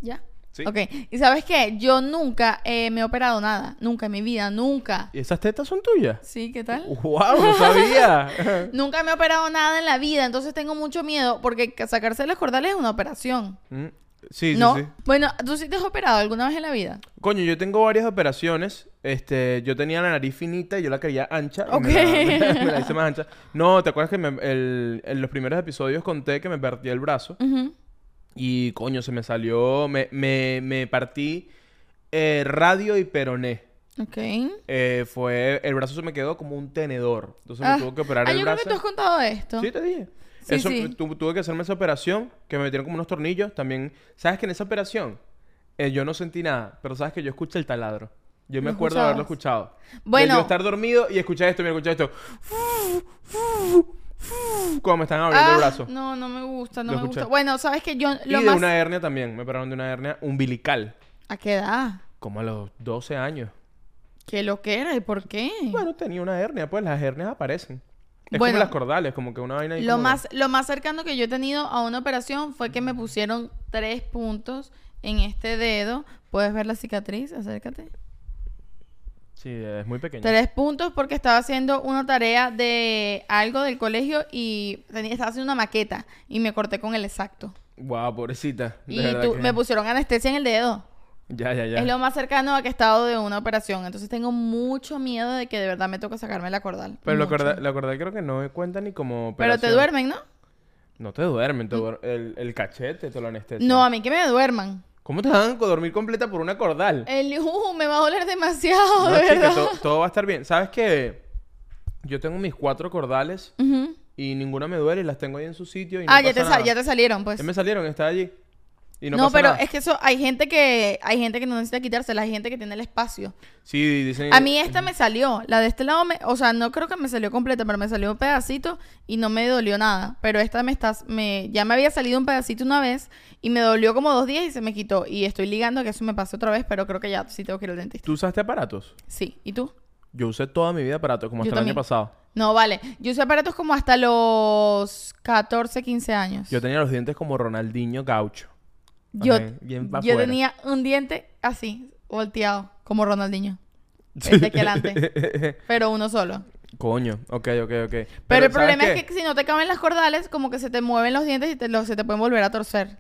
[SPEAKER 2] ¿Ya?
[SPEAKER 1] Sí.
[SPEAKER 2] Ok, ¿y sabes qué? Yo nunca eh, me he operado nada. Nunca en mi vida, nunca.
[SPEAKER 1] ¿Y esas tetas son tuyas?
[SPEAKER 2] ¿Sí? ¿Qué tal?
[SPEAKER 1] ¡Wow!
[SPEAKER 2] [laughs]
[SPEAKER 1] No sabía.
[SPEAKER 2] Nunca me he operado nada en la vida, entonces tengo mucho miedo porque ca- sacarse las cordales es una operación.
[SPEAKER 1] Mm, sí, sí,
[SPEAKER 2] ¿No?
[SPEAKER 1] sí.
[SPEAKER 2] Bueno, ¿tú sí te has operado alguna vez en la vida?
[SPEAKER 1] Coño, yo tengo varias operaciones. Este, yo tenía la nariz finita y yo la quería ancha. y Me la, [laughs]
[SPEAKER 2] Ok.
[SPEAKER 1] me la hice más ancha. No, ¿te acuerdas que me- el- en los primeros episodios conté que me partí el brazo?
[SPEAKER 2] Ujú.
[SPEAKER 1] Y coño, se me salió. Me, me, me partí eh, radio y peroné.
[SPEAKER 2] Ok.
[SPEAKER 1] Eh, fue. El brazo se me quedó como un tenedor. Entonces
[SPEAKER 2] Ah.
[SPEAKER 1] me tuvo que operar
[SPEAKER 2] Ah,
[SPEAKER 1] el
[SPEAKER 2] yo creo
[SPEAKER 1] brazo.
[SPEAKER 2] que tú has contado esto.
[SPEAKER 1] Sí, te dije.
[SPEAKER 2] Sí,
[SPEAKER 1] Eso,
[SPEAKER 2] sí.
[SPEAKER 1] tu- tuve que hacerme esa operación, que me metieron como unos tornillos. También, ¿sabes que en esa operación eh, yo no sentí nada? Pero sabes que yo escuché el taladro. Yo me
[SPEAKER 2] ¿Lo
[SPEAKER 1] acuerdo de haberlo escuchado. De
[SPEAKER 2] Bueno.
[SPEAKER 1] yo estar dormido y escuchar esto, mira, escuchar esto. Como me están abriendo
[SPEAKER 2] Ah,
[SPEAKER 1] el brazo.
[SPEAKER 2] No, no me gusta, no
[SPEAKER 1] Lo
[SPEAKER 2] me gusta.
[SPEAKER 1] escuché.
[SPEAKER 2] Bueno, sabes que yo
[SPEAKER 1] Y
[SPEAKER 2] lo
[SPEAKER 1] de
[SPEAKER 2] más.
[SPEAKER 1] una hernia también. Me operaron de una hernia umbilical.
[SPEAKER 2] ¿A qué edad?
[SPEAKER 1] Como a los 12 años.
[SPEAKER 2] ¿Qué lo que era y por qué?
[SPEAKER 1] Bueno, tenía una hernia, pues las hernias aparecen. Es
[SPEAKER 2] Bueno.
[SPEAKER 1] como las cordales, como que una vaina ahí
[SPEAKER 2] lo
[SPEAKER 1] como-
[SPEAKER 2] más, lo más cercano que yo he tenido a una operación fue que me pusieron tres puntos en este dedo. ¿Puedes ver la cicatriz? Acércate.
[SPEAKER 1] Sí, es muy pequeño.
[SPEAKER 2] Tres puntos porque estaba haciendo una tarea de algo del colegio y tenía- estaba haciendo una maqueta y me corté con el exacto.
[SPEAKER 1] Guau, pobrecita. De
[SPEAKER 2] Y
[SPEAKER 1] verdad
[SPEAKER 2] tú-
[SPEAKER 1] que-
[SPEAKER 2] me pusieron anestesia en el dedo.
[SPEAKER 1] Ya, ya, ya.
[SPEAKER 2] Es lo más cercano a que he estado de una operación. Entonces tengo mucho miedo de que de verdad me toque sacarme la cordal.
[SPEAKER 1] Pero la
[SPEAKER 2] Mucho.
[SPEAKER 1] corda- la cordal creo que no cuenta ni como
[SPEAKER 2] Pero te
[SPEAKER 1] operación.
[SPEAKER 2] duermen, ¿no?
[SPEAKER 1] No te duermen, te duer- el, el cachete te lo anestesia.
[SPEAKER 2] No, a mí que me duerman.
[SPEAKER 1] ¿Cómo te van a dormir completa por una cordal?
[SPEAKER 2] El uh, me va a doler
[SPEAKER 1] no,
[SPEAKER 2] demasiado, de
[SPEAKER 1] chica,
[SPEAKER 2] verdad.
[SPEAKER 1] to- todo va a estar bien. ¿Sabes qué? Yo tengo mis cuatro cordales
[SPEAKER 2] Ujú.
[SPEAKER 1] y ninguna me duele y las tengo ahí en su sitio y no
[SPEAKER 2] ah, ya te,
[SPEAKER 1] pasa
[SPEAKER 2] sal-
[SPEAKER 1] nada.
[SPEAKER 2] ya te salieron, pues.
[SPEAKER 1] Ya me salieron, está allí. Y no,
[SPEAKER 2] No,
[SPEAKER 1] pasa
[SPEAKER 2] pero
[SPEAKER 1] nada.
[SPEAKER 2] es que eso, hay gente que, hay gente que no necesita quitársela, hay gente que tiene el espacio.
[SPEAKER 1] Sí, dicen...
[SPEAKER 2] A mí esta me salió, la de este lado, me, o sea, no creo que me salió completa, pero me salió un pedacito y no me dolió nada. Pero esta me estás, me, ya me había salido un pedacito una vez y me dolió como dos días y se me quitó. Y estoy ligando que eso me pase otra vez, pero creo que ya sí tengo que ir al dentista.
[SPEAKER 1] ¿Tú usaste aparatos?
[SPEAKER 2] Sí, ¿y tú?
[SPEAKER 1] Yo usé toda mi vida aparatos, como
[SPEAKER 2] Yo
[SPEAKER 1] hasta el
[SPEAKER 2] también.
[SPEAKER 1] año pasado.
[SPEAKER 2] No, vale. Yo usé aparatos como hasta los 14, 15 años.
[SPEAKER 1] Yo tenía los dientes como Ronaldinho Gaucho.
[SPEAKER 2] Yo,
[SPEAKER 1] Ajá, bien pa'
[SPEAKER 2] yo
[SPEAKER 1] afuera.
[SPEAKER 2] tenía un diente así, volteado,
[SPEAKER 1] [laughs]
[SPEAKER 2] como Ronaldinho. Este El de aquí adelante. Pero uno solo.
[SPEAKER 1] Coño, ok, ok, ok. Pero,
[SPEAKER 2] Pero, el
[SPEAKER 1] ¿sabes
[SPEAKER 2] problema es
[SPEAKER 1] qué?
[SPEAKER 2] que si no te caben las cordales, como que se te mueven los dientes y te, los- se te pueden volver a torcer.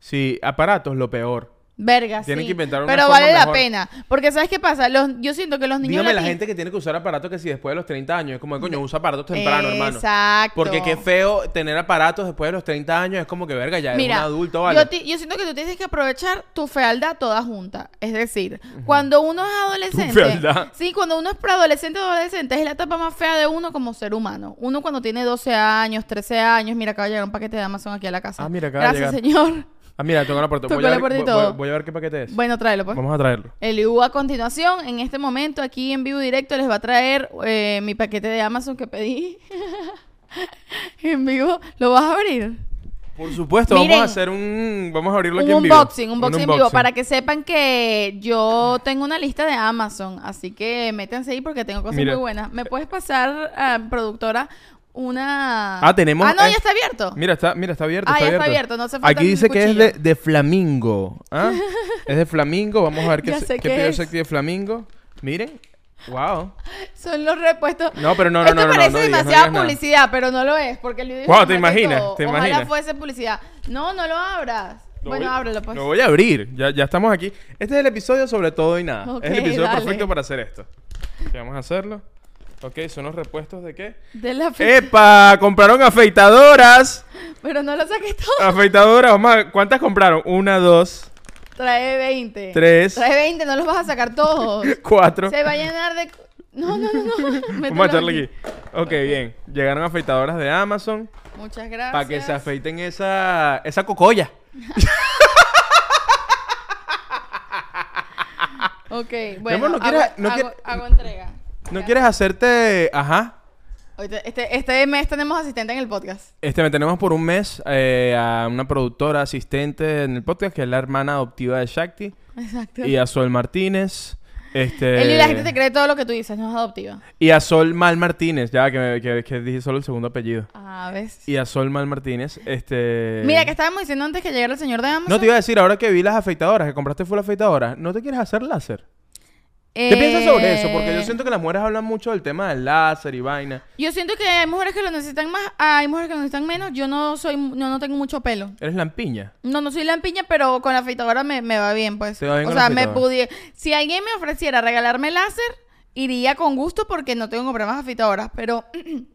[SPEAKER 1] Sí, aparatos, lo peor.
[SPEAKER 2] Verga,
[SPEAKER 1] Tienen
[SPEAKER 2] sí.
[SPEAKER 1] que inventar una
[SPEAKER 2] Pero
[SPEAKER 1] forma
[SPEAKER 2] vale la
[SPEAKER 1] mejor.
[SPEAKER 2] pena. Porque ¿sabes qué pasa? Los, yo siento que los niños
[SPEAKER 1] Dígame la
[SPEAKER 2] lati-
[SPEAKER 1] gente que tiene que usar aparatos que si después de los 30 años es como, coño, usa aparatos temprano, hermano.
[SPEAKER 2] Exacto.
[SPEAKER 1] Porque qué feo tener aparatos después de los 30 años. Es como que, verga, ya eres
[SPEAKER 2] Mira,
[SPEAKER 1] un adulto,
[SPEAKER 2] yo,
[SPEAKER 1] ¿vale?
[SPEAKER 2] ti- yo siento que tú tienes que aprovechar tu fealdad toda junta. Es decir, cuando uno es adolescente.
[SPEAKER 1] fealdad.
[SPEAKER 2] Sí, cuando uno es preadolescente o adolescente, es la etapa más fea de uno como ser humano. Uno cuando tiene 12 años, 13 años. Mira, acaba de llegar un paquete de Amazon aquí a la casa.
[SPEAKER 1] Ah, mira, acaba de
[SPEAKER 2] Gracias, señor. [laughs]
[SPEAKER 1] Ah, mira, tengo la puerta.
[SPEAKER 2] Tocó
[SPEAKER 1] Voy a,
[SPEAKER 2] la
[SPEAKER 1] ver,
[SPEAKER 2] puerta y
[SPEAKER 1] voy-
[SPEAKER 2] todo.
[SPEAKER 1] voy- voy a ver qué paquete es.
[SPEAKER 2] Bueno, tráelo, pues.
[SPEAKER 1] Vamos a traerlo.
[SPEAKER 2] El IU a continuación, en este momento, aquí en vivo directo, les va a traer eh, mi paquete de Amazon que pedí. [laughs] en vivo, ¿lo vas a abrir?
[SPEAKER 1] Por supuesto,
[SPEAKER 2] Miren.
[SPEAKER 1] vamos a hacer un... Vamos a abrirlo
[SPEAKER 2] Un
[SPEAKER 1] aquí en vivo.
[SPEAKER 2] unboxing, un unboxing en vivo, para que sepan que yo tengo una lista de Amazon, así que métanse ahí porque tengo cosas
[SPEAKER 1] Mira.
[SPEAKER 2] muy buenas. ¿Me puedes pasar, ah, productora, una...
[SPEAKER 1] Ah, tenemos...
[SPEAKER 2] Ah, no,
[SPEAKER 1] eh,
[SPEAKER 2] ya está abierto.
[SPEAKER 1] Mira, está, mira, está abierto.
[SPEAKER 2] Ah,
[SPEAKER 1] está
[SPEAKER 2] ya está
[SPEAKER 1] abierto.
[SPEAKER 2] abierto, no hace falta
[SPEAKER 1] Aquí
[SPEAKER 2] un
[SPEAKER 1] dice que es de,
[SPEAKER 2] cuchillo.
[SPEAKER 1] de flamingo.
[SPEAKER 2] [laughs]
[SPEAKER 1] ¿ah? es de flamingo. Vamos a ver qué,
[SPEAKER 2] Ya
[SPEAKER 1] se-
[SPEAKER 2] sé
[SPEAKER 1] qué
[SPEAKER 2] qué
[SPEAKER 1] pidió
[SPEAKER 2] es.
[SPEAKER 1] ese de flamingo. Miren. Wow.
[SPEAKER 2] Son los repuestos.
[SPEAKER 1] No, pero no, no,
[SPEAKER 2] Esto
[SPEAKER 1] no, no, no
[SPEAKER 2] parece
[SPEAKER 1] digas, no
[SPEAKER 2] demasiada
[SPEAKER 1] digas nada.
[SPEAKER 2] publicidad, pero no lo es, porque el video
[SPEAKER 1] Guau,
[SPEAKER 2] es
[SPEAKER 1] ¿te
[SPEAKER 2] mejor que
[SPEAKER 1] imaginas?
[SPEAKER 2] todo.
[SPEAKER 1] ¿Te
[SPEAKER 2] Ojalá
[SPEAKER 1] imaginas?
[SPEAKER 2] fuese publicidad. No, no lo abras.
[SPEAKER 1] Lo
[SPEAKER 2] bueno,
[SPEAKER 1] voy-
[SPEAKER 2] ábrelo pues.
[SPEAKER 1] Lo voy a abrir. Ya, ya estamos aquí. Este es el episodio sobre todo y nada.
[SPEAKER 2] Ok,
[SPEAKER 1] es el episodio
[SPEAKER 2] dale.
[SPEAKER 1] perfecto para hacer esto. Ok, vamos a hacerlo. Ok, son los repuestos de qué.
[SPEAKER 2] De la fe-
[SPEAKER 1] Eh. ¡Epa! Compraron
[SPEAKER 2] [laughs]
[SPEAKER 1] afeitadoras.
[SPEAKER 2] Pero no lo saques todo.
[SPEAKER 1] Afeitadoras, vamos a- ¿Cuántas compraron? Una, dos,
[SPEAKER 2] Trae 20.
[SPEAKER 1] Tres.
[SPEAKER 2] Trae 20, no los vas a sacar
[SPEAKER 1] [laughs]
[SPEAKER 2] todos.
[SPEAKER 1] cuatro.
[SPEAKER 2] Se va a llenar de... No, no, no, no. Mételo
[SPEAKER 1] [laughs] Vamos a echarle aquí. Ok, bien. Llegaron afeitadoras de Amazon.
[SPEAKER 2] Muchas gracias.
[SPEAKER 1] Para que se afeiten esa, esa cocoya.
[SPEAKER 2] Ok, bueno.
[SPEAKER 1] amor, no
[SPEAKER 2] hago,
[SPEAKER 1] quieres- no
[SPEAKER 2] hago-
[SPEAKER 1] quieres-
[SPEAKER 2] hago entrega.
[SPEAKER 1] ¿No
[SPEAKER 2] Ya.
[SPEAKER 1] quieres hacerte... Ajá.
[SPEAKER 2] Ahorita- Este, este mes tenemos asistente en el podcast.
[SPEAKER 1] Este, me tenemos por un mes eh, a una productora asistente en el podcast, que es la hermana adoptiva de Shakti,
[SPEAKER 2] Exacto.
[SPEAKER 1] y a Sol Martínez. Este,
[SPEAKER 2] Eli, la gente te cree todo lo que tú dices, no es adoptiva.
[SPEAKER 1] y a Sol Mal Martínez, ya que, me- que- que dije solo el segundo apellido.
[SPEAKER 2] A ver.
[SPEAKER 1] Y a Sol Mal Martínez, este...
[SPEAKER 2] Mira, que estábamos diciendo antes que llegara el señor de Amazon.
[SPEAKER 1] No te iba a decir, ahora que vi las afeitadoras, que compraste full afeitadoras, ¿no te quieres hacer láser?
[SPEAKER 2] eh,
[SPEAKER 1] ¿Qué piensas sobre eso? Porque yo siento que las mujeres hablan mucho del tema del láser y vaina.
[SPEAKER 2] Yo siento que hay mujeres que lo necesitan más, hay mujeres que lo necesitan menos. Yo no soy, no, no tengo mucho pelo.
[SPEAKER 1] Eres lampiña.
[SPEAKER 2] No, no soy lampiña, pero con la afeitadora me, me va bien, pues.
[SPEAKER 1] Te va bien
[SPEAKER 2] o
[SPEAKER 1] con la
[SPEAKER 2] sea, me
[SPEAKER 1] afeitadora.
[SPEAKER 2] pudiera... Si alguien me ofreciera regalarme láser, iría con gusto porque no tengo que comprar más afeitadoras. Pero [clears throat]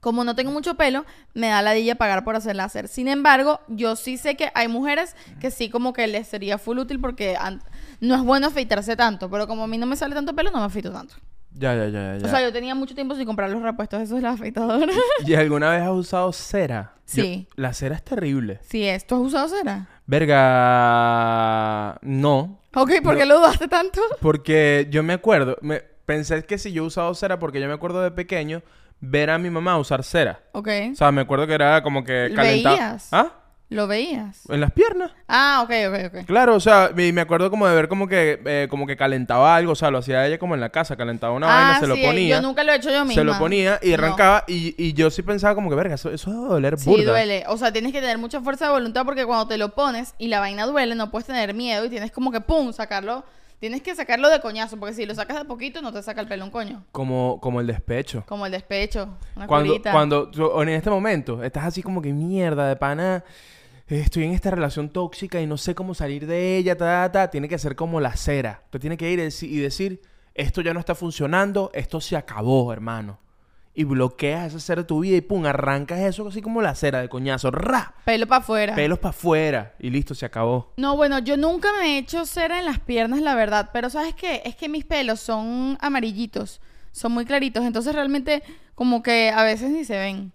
[SPEAKER 2] como no tengo mucho pelo, me da la dilla pagar por hacer láser. Sin embargo, yo sí sé que hay mujeres que sí como que les sería full útil porque an- no es bueno afeitarse tanto. Pero como a mí no me sale tanto pelo, no me afeito tanto.
[SPEAKER 1] Ya, ya, ya, ya. ya.
[SPEAKER 2] O sea, yo tenía mucho tiempo sin comprar los repuestos esos de la afeitadora. [laughs]
[SPEAKER 1] ¿Y alguna vez has usado cera? Yo-
[SPEAKER 2] Sí.
[SPEAKER 1] la cera es terrible.
[SPEAKER 2] sí, es. ¿Tú has usado cera?
[SPEAKER 1] Verga. No.
[SPEAKER 2] Ok, ¿por qué lo dudaste tanto?
[SPEAKER 1] Porque yo me acuerdo. Me, pensé que si yo he usado cera, porque yo me acuerdo de pequeño ver a mi mamá usar cera.
[SPEAKER 2] Ok.
[SPEAKER 1] O sea, me acuerdo que era como que
[SPEAKER 2] ¿Lo
[SPEAKER 1] calentado.
[SPEAKER 2] veías?
[SPEAKER 1] ¿Ah?
[SPEAKER 2] ¿Lo veías?
[SPEAKER 1] En las piernas.
[SPEAKER 2] Ah, ok, ok, ok.
[SPEAKER 1] Claro, o sea, y me acuerdo como de ver como que eh, como que calentaba algo, o sea, lo hacía ella como en la casa, calentaba una vaina,
[SPEAKER 2] ah,
[SPEAKER 1] se lo
[SPEAKER 2] sí,
[SPEAKER 1] ponía.
[SPEAKER 2] yo nunca lo he hecho yo misma.
[SPEAKER 1] se lo ponía y
[SPEAKER 2] No.
[SPEAKER 1] arrancaba y, y yo sí pensaba como que, verga, eso, eso debe doler
[SPEAKER 2] Sí,
[SPEAKER 1] burda.
[SPEAKER 2] duele. O sea, tienes que tener mucha fuerza de voluntad porque cuando te lo pones y la vaina duele, no puedes tener miedo y tienes como que, pum, sacarlo. Tienes que sacarlo de coñazo porque si lo sacas de poquito no te saca el pelo un coño.
[SPEAKER 1] Como, como el despecho.
[SPEAKER 2] Como el despecho, una
[SPEAKER 1] Cuando,
[SPEAKER 2] curita.
[SPEAKER 1] cuando tú- o en este momento estás así como que mierda de pana, eh, estoy en esta relación tóxica y no sé cómo salir de ella, ta, ta, ta", tiene que ser como la cera. Tú tienes que ir y deci- y decir, esto ya no está funcionando, esto se acabó, hermano. Y bloqueas esa cera de tu vida y pum, arrancas eso así como la cera de coñazo, ra,
[SPEAKER 2] Pelo para afuera.
[SPEAKER 1] pelos para afuera y listo, se acabó.
[SPEAKER 2] No, bueno, yo nunca me he hecho cera en las piernas, la verdad. Pero ¿sabes qué? Es que mis pelos son amarillitos. Son muy claritos. Entonces realmente como que a veces ni se ven.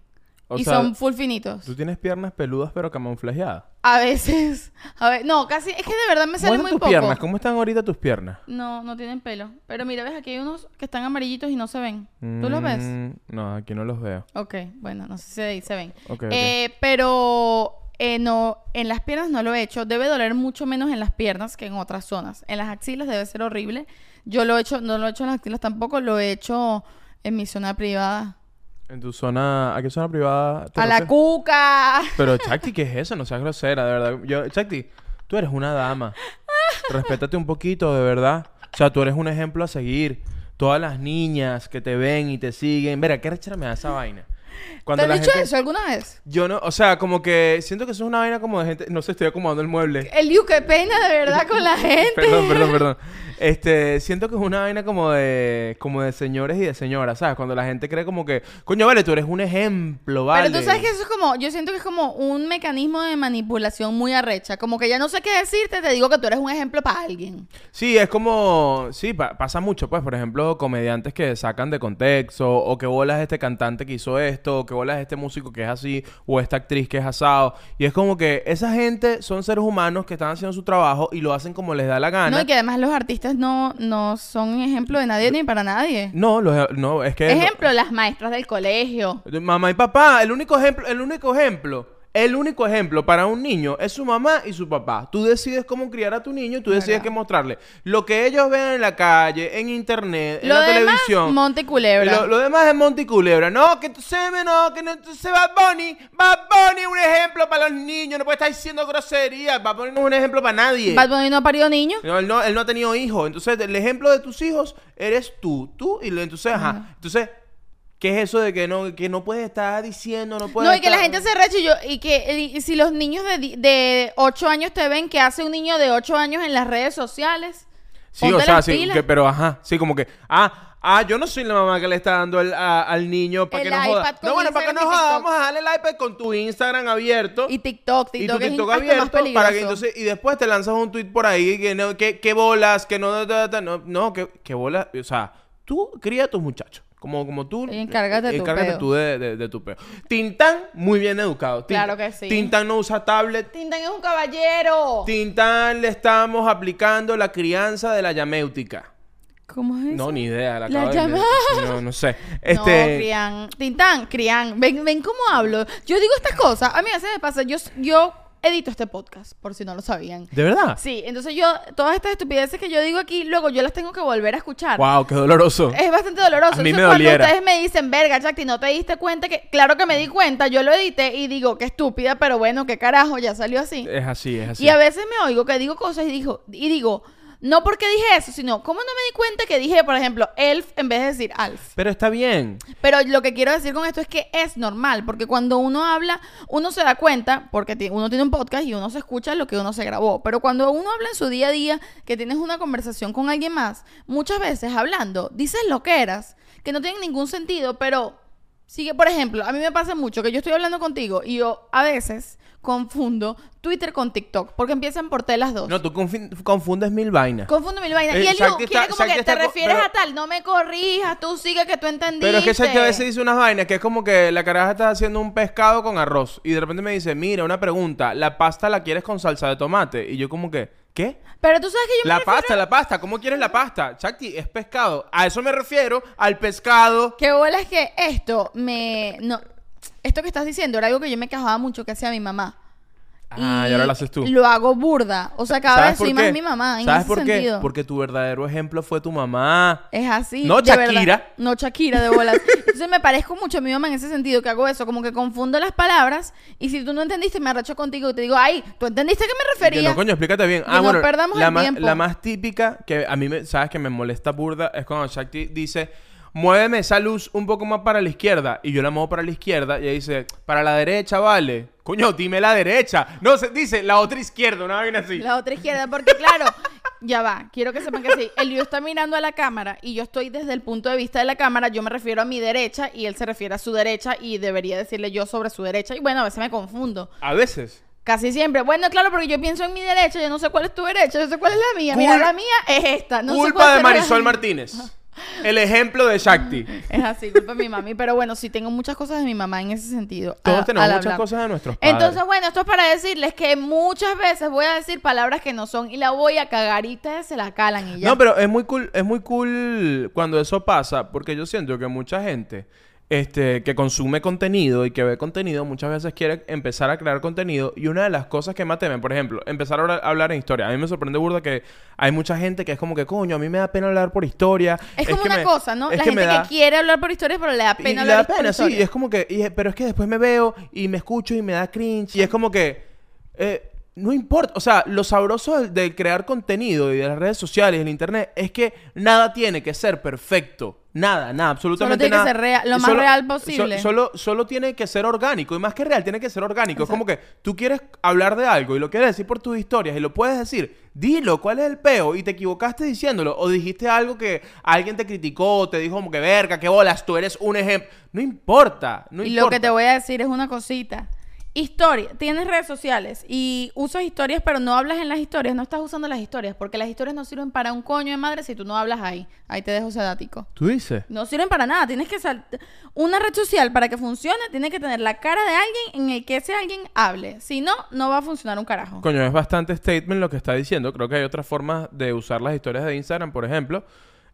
[SPEAKER 1] O
[SPEAKER 2] y
[SPEAKER 1] sea,
[SPEAKER 2] son full finitos.
[SPEAKER 1] Tú tienes piernas peludas pero camuflajeadas.
[SPEAKER 2] A veces. A ver, no, casi. Es que de verdad me sale
[SPEAKER 1] ¿Cómo
[SPEAKER 2] muy
[SPEAKER 1] tus
[SPEAKER 2] poco.
[SPEAKER 1] piernas? ¿Cómo están ahorita tus piernas?
[SPEAKER 2] No, no tienen pelo. Pero mira, ves, aquí hay unos que están amarillitos y no se ven. ¿Tú los ves?
[SPEAKER 1] Mm, No, aquí no los veo.
[SPEAKER 2] Ok, bueno, no sé si ahí se ven.
[SPEAKER 1] Ok, ok.
[SPEAKER 2] Eh, pero eh, no, en las piernas no lo he hecho. Debe doler mucho menos en las piernas que en otras zonas. En las axilas debe ser horrible. Yo lo he hecho, no lo he hecho en las axilas tampoco, lo he hecho en mi zona privada.
[SPEAKER 1] En tu zona... ¿A qué zona privada? te
[SPEAKER 2] A la
[SPEAKER 1] refieres?
[SPEAKER 2] cuca.
[SPEAKER 1] Pero Chakti, ¿qué es eso? No seas grosera, de verdad. Yo, Chakti, tú eres una dama. Respétate un poquito, de verdad. O sea, tú eres un ejemplo a seguir. Todas las niñas que te ven y te siguen. Mira, qué rechera me da esa vaina.
[SPEAKER 2] ¿Te
[SPEAKER 1] Cuando
[SPEAKER 2] han
[SPEAKER 1] la
[SPEAKER 2] hecho
[SPEAKER 1] gente-
[SPEAKER 2] eso alguna vez?
[SPEAKER 1] Yo no, o sea, como que siento que eso es una vaina como de gente. No sé, estoy acomodando el mueble.
[SPEAKER 2] El Liu que peina de verdad con la gente.
[SPEAKER 1] [laughs] Perdón, perdón, perdón. Este, siento que es una vaina como de como de señores y de señoras, ¿sabes? Cuando la gente cree como que, coño, vale, tú eres un ejemplo, vale.
[SPEAKER 2] Pero tú sabes que eso es como, yo siento que es como un mecanismo de manipulación muy arrecha. Como que ya no sé qué decirte, te digo que tú eres un ejemplo para alguien.
[SPEAKER 1] Sí, es como. Sí, pa- pasa mucho, pues. Por ejemplo, comediantes que sacan de contexto, o que bolas este cantante que hizo esto, o que bolas este músico que es así, o esta actriz que es asado. Y es como que esa gente son seres humanos que están haciendo su trabajo y lo hacen como les da la gana.
[SPEAKER 2] No, y que además los artistas no, no son ejemplo de nadie ni para nadie.
[SPEAKER 1] No, los- no, es que.
[SPEAKER 2] Ejemplo, las maestras del colegio.
[SPEAKER 1] Mamá y papá, el único ejemplo, el único ejemplo. El único ejemplo para un niño es su mamá y su papá. Tú decides cómo criar a tu niño y tú decides
[SPEAKER 2] Verdad.
[SPEAKER 1] qué mostrarle. Lo que ellos vean en la calle, en internet, en
[SPEAKER 2] Lo
[SPEAKER 1] la
[SPEAKER 2] demás,
[SPEAKER 1] televisión.
[SPEAKER 2] monte y culebra.
[SPEAKER 1] Lo, lo demás es Monte y Culebra. No, que tú se me- no, que no, tú se Bad Bunny. Bad Bunny es un ejemplo para los niños. No puede estar diciendo groserías. Bad Bunny no es un ejemplo para nadie.
[SPEAKER 2] Bad Bunny no ha parido niños.
[SPEAKER 1] No, él, no, él no ha tenido hijos. Entonces, el ejemplo de tus hijos eres tú. Tú y lo- entonces, ajá. Entonces, ¿qué es eso de que no, que no puedes estar diciendo, no puedes
[SPEAKER 2] No, y que la
[SPEAKER 1] estar-
[SPEAKER 2] gente se arrecha y yo, y que y si los niños de, di- de 8 años te ven, que hace un niño de 8 años en las redes sociales?
[SPEAKER 1] Sí, o
[SPEAKER 2] Ponte
[SPEAKER 1] sea,
[SPEAKER 2] las
[SPEAKER 1] sí,
[SPEAKER 2] pilas.
[SPEAKER 1] que- pero ajá, sí, como que, ah, ah, yo no soy la mamá que le está dando el- a- al niño para
[SPEAKER 2] El
[SPEAKER 1] que no joda.
[SPEAKER 2] iPad con
[SPEAKER 1] No, bueno, para que
[SPEAKER 2] Instagram
[SPEAKER 1] no
[SPEAKER 2] y
[SPEAKER 1] joda,
[SPEAKER 2] TikTok.
[SPEAKER 1] vamos a darle el iPad con tu Instagram abierto.
[SPEAKER 2] Y TikTok,
[SPEAKER 1] y tu
[SPEAKER 2] TikTok,
[SPEAKER 1] TikTok
[SPEAKER 2] es hasta más
[SPEAKER 1] abierto
[SPEAKER 2] peligroso.
[SPEAKER 1] para que entonces y después te lanzas un tweet por ahí que no que, que bolas que no da, da, da, no, no que, que bolas o sea tú cría a tus muchachos como como tú
[SPEAKER 2] Y encárgate de tu
[SPEAKER 1] encárgate
[SPEAKER 2] peo.
[SPEAKER 1] tú de, de- de tu peo Tintán muy bien educado Tin-
[SPEAKER 2] Claro que sí.
[SPEAKER 1] Tintán no usa tablet
[SPEAKER 2] Tintán es un caballero.
[SPEAKER 1] Tintán le estamos aplicando la crianza de la llaméutica
[SPEAKER 2] ¿Cómo es
[SPEAKER 1] no
[SPEAKER 2] eso?
[SPEAKER 1] ni idea la,
[SPEAKER 2] La
[SPEAKER 1] acabo de
[SPEAKER 2] llama-
[SPEAKER 1] inventar. no no sé
[SPEAKER 2] [laughs] No,
[SPEAKER 1] este
[SPEAKER 2] Crian. Tintán, Crian. Ven, ven cómo hablo. Yo digo estas cosas. A mí a veces me pasa. Yo, yo edito este podcast, por si no lo sabían.
[SPEAKER 1] de verdad
[SPEAKER 2] Sí, entonces yo, todas estas estupideces que yo digo aquí, luego yo las tengo que volver a escuchar.
[SPEAKER 1] wow qué doloroso
[SPEAKER 2] [laughs] Es bastante doloroso.
[SPEAKER 1] A mí
[SPEAKER 2] Entonces,
[SPEAKER 1] me
[SPEAKER 2] cuando
[SPEAKER 1] doliera.
[SPEAKER 2] ustedes me dicen, verga, Chakti, no te diste cuenta que. Claro que me di cuenta, yo lo edité y digo, qué estúpida, pero bueno, qué carajo, ya salió así.
[SPEAKER 1] es así es así
[SPEAKER 2] Y a veces me oigo que digo cosas y, digo, y digo, no porque dije eso, sino, ¿cómo no me di cuenta que dije, por ejemplo, elf en vez de decir alf?
[SPEAKER 1] pero está bien
[SPEAKER 2] Pero lo que quiero decir con esto es que es normal, porque cuando uno habla, uno se da cuenta, porque ti- uno tiene un podcast y uno se escucha lo que uno se grabó, pero cuando uno habla en su día a día, que tienes una conversación con alguien más, muchas veces hablando, dices lo que eras, que no tienen ningún sentido, pero sigue, por ejemplo, a mí me pasa mucho que yo estoy hablando contigo y yo a veces confundo Twitter con TikTok, porque empiezan por T las dos.
[SPEAKER 1] no tú confin- confundes mil vainas
[SPEAKER 2] Confundo mil vainas.
[SPEAKER 1] Eh,
[SPEAKER 2] y él
[SPEAKER 1] Shakti
[SPEAKER 2] quiere
[SPEAKER 1] está-
[SPEAKER 2] como
[SPEAKER 1] Shakti
[SPEAKER 2] que
[SPEAKER 1] está
[SPEAKER 2] te
[SPEAKER 1] co-
[SPEAKER 2] refieres
[SPEAKER 1] pero-
[SPEAKER 2] a tal, no me corrijas, tú sigue que tú entendiste.
[SPEAKER 1] Pero es que Shakti a veces dice unas vainas que es como que la caraja está haciendo un pescado con arroz y de repente me dice, mira, una pregunta, ¿la pasta la quieres con salsa de tomate? Y yo como que, ¿qué?
[SPEAKER 2] Pero tú sabes que yo me
[SPEAKER 1] La
[SPEAKER 2] refiero-
[SPEAKER 1] pasta, la pasta, ¿cómo quieres la pasta? Chakti, es pescado. A eso me refiero, al pescado.
[SPEAKER 2] Qué bola es que esto me... No, esto que estás diciendo era algo que yo me quejaba mucho que hacía mi mamá.
[SPEAKER 1] Ah, y ahora lo haces tú.
[SPEAKER 2] Lo hago burda. O sea, cada vez soy más mi mamá. En
[SPEAKER 1] ¿Sabes
[SPEAKER 2] ese
[SPEAKER 1] por qué?
[SPEAKER 2] sentido.
[SPEAKER 1] Porque tu verdadero ejemplo fue tu mamá.
[SPEAKER 2] Es así.
[SPEAKER 1] No
[SPEAKER 2] de verdad.
[SPEAKER 1] Shakira.
[SPEAKER 2] No Shakira de bolas. Entonces me parezco mucho a mi mamá en ese sentido que hago eso, como que confundo las palabras y si tú no entendiste me arracho contigo y te digo, ay, tú entendiste a qué me
[SPEAKER 1] Que
[SPEAKER 2] refería.
[SPEAKER 1] no, coño, explícate bien.
[SPEAKER 2] Que
[SPEAKER 1] Ah,
[SPEAKER 2] no
[SPEAKER 1] bueno,
[SPEAKER 2] perdamos
[SPEAKER 1] la,
[SPEAKER 2] el
[SPEAKER 1] más,
[SPEAKER 2] tiempo.
[SPEAKER 1] la más típica que a mí, me, sabes, que me molesta burda es cuando Shakti dice, muéveme esa luz un poco más para la izquierda. Y yo la muevo para la izquierda y ella dice, para la derecha, vale. Coño, dime la derecha. No, se dice la otra izquierda, una vaina así.
[SPEAKER 2] La otra izquierda, porque claro, ya va, quiero que sepan que sí. El yo está mirando a la cámara y yo estoy desde el punto de vista de la cámara, yo me refiero a mi derecha y él se refiere a su derecha y debería decirle yo sobre su derecha. Y bueno, a veces me confundo.
[SPEAKER 1] A veces.
[SPEAKER 2] Casi siempre. Bueno, claro, porque yo pienso en mi derecha, yo no sé cuál es tu derecha, yo sé cuál es la mía. Mira,
[SPEAKER 1] Cul-
[SPEAKER 2] la mía es esta. No sé
[SPEAKER 1] Culpa
[SPEAKER 2] cuál
[SPEAKER 1] de
[SPEAKER 2] será la
[SPEAKER 1] Marisol
[SPEAKER 2] mía. [laughs]
[SPEAKER 1] Martínez. El ejemplo de Shakti.
[SPEAKER 2] Es así, culpa de mi mami. Pero bueno, sí tengo muchas cosas de mi mamá en ese sentido.
[SPEAKER 1] Todos
[SPEAKER 2] a-
[SPEAKER 1] tenemos
[SPEAKER 2] al
[SPEAKER 1] muchas
[SPEAKER 2] hablar.
[SPEAKER 1] cosas de nuestros padres.
[SPEAKER 2] Entonces, bueno, esto es para decirles que muchas veces voy a decir palabras que no son y la voy a cagar y ustedes se la calan y ya.
[SPEAKER 1] No, pero es muy cool, es muy cool cuando eso pasa, porque yo siento que mucha gente este, que consume contenido y que ve contenido muchas veces quiere empezar a crear contenido y una de las cosas que más temen, por ejemplo, empezar a hablar- a hablar en historia. A mí me sorprende burda que hay mucha gente que es como que, coño, a mí me da pena hablar por historia.
[SPEAKER 2] es como
[SPEAKER 1] que
[SPEAKER 2] una
[SPEAKER 1] me-
[SPEAKER 2] cosa, ¿no?
[SPEAKER 1] es
[SPEAKER 2] La
[SPEAKER 1] que
[SPEAKER 2] gente
[SPEAKER 1] me da-
[SPEAKER 2] que quiere hablar por historias, pero le da
[SPEAKER 1] y- y
[SPEAKER 2] pena
[SPEAKER 1] le
[SPEAKER 2] hablar
[SPEAKER 1] da
[SPEAKER 2] por
[SPEAKER 1] pena, sí.
[SPEAKER 2] historias.
[SPEAKER 1] y es como que, y- pero es que después me veo y me escucho y me da cringe. Y es como que, eh, no importa. O sea, lo sabroso del, del crear contenido y de las redes sociales y el internet es que nada tiene que ser perfecto. Nada, nada, absolutamente
[SPEAKER 2] tiene que
[SPEAKER 1] nada.
[SPEAKER 2] ser real- lo
[SPEAKER 1] Y
[SPEAKER 2] más real posible.
[SPEAKER 1] so- solo, solo tiene que ser orgánico. Y más que real, tiene que ser orgánico. Es como que tú quieres hablar de algo y lo quieres decir por tus historias y lo puedes decir. Dilo, ¿cuál es el peo? Y te equivocaste diciéndolo. O dijiste algo que alguien te criticó, te dijo como que verga, qué bolas, tú eres un ejemplo. No importa, no
[SPEAKER 2] y
[SPEAKER 1] importa.
[SPEAKER 2] lo que te voy a decir es una cosita. Historia, tienes redes sociales y usas historias, pero no hablas en las historias, no estás usando las historias, porque las historias no sirven para un coño de madre si tú no hablas ahí. Ahí te dejo sedático.
[SPEAKER 1] ¿Tú dices?
[SPEAKER 2] No sirven para nada. Tienes que salt- una red social para que funcione tiene que tener la cara de alguien en el que ese alguien hable. Si no, no va a funcionar un carajo.
[SPEAKER 1] Coño, es bastante statement lo que está diciendo. Creo que hay otras formas de usar las historias de Instagram, por ejemplo.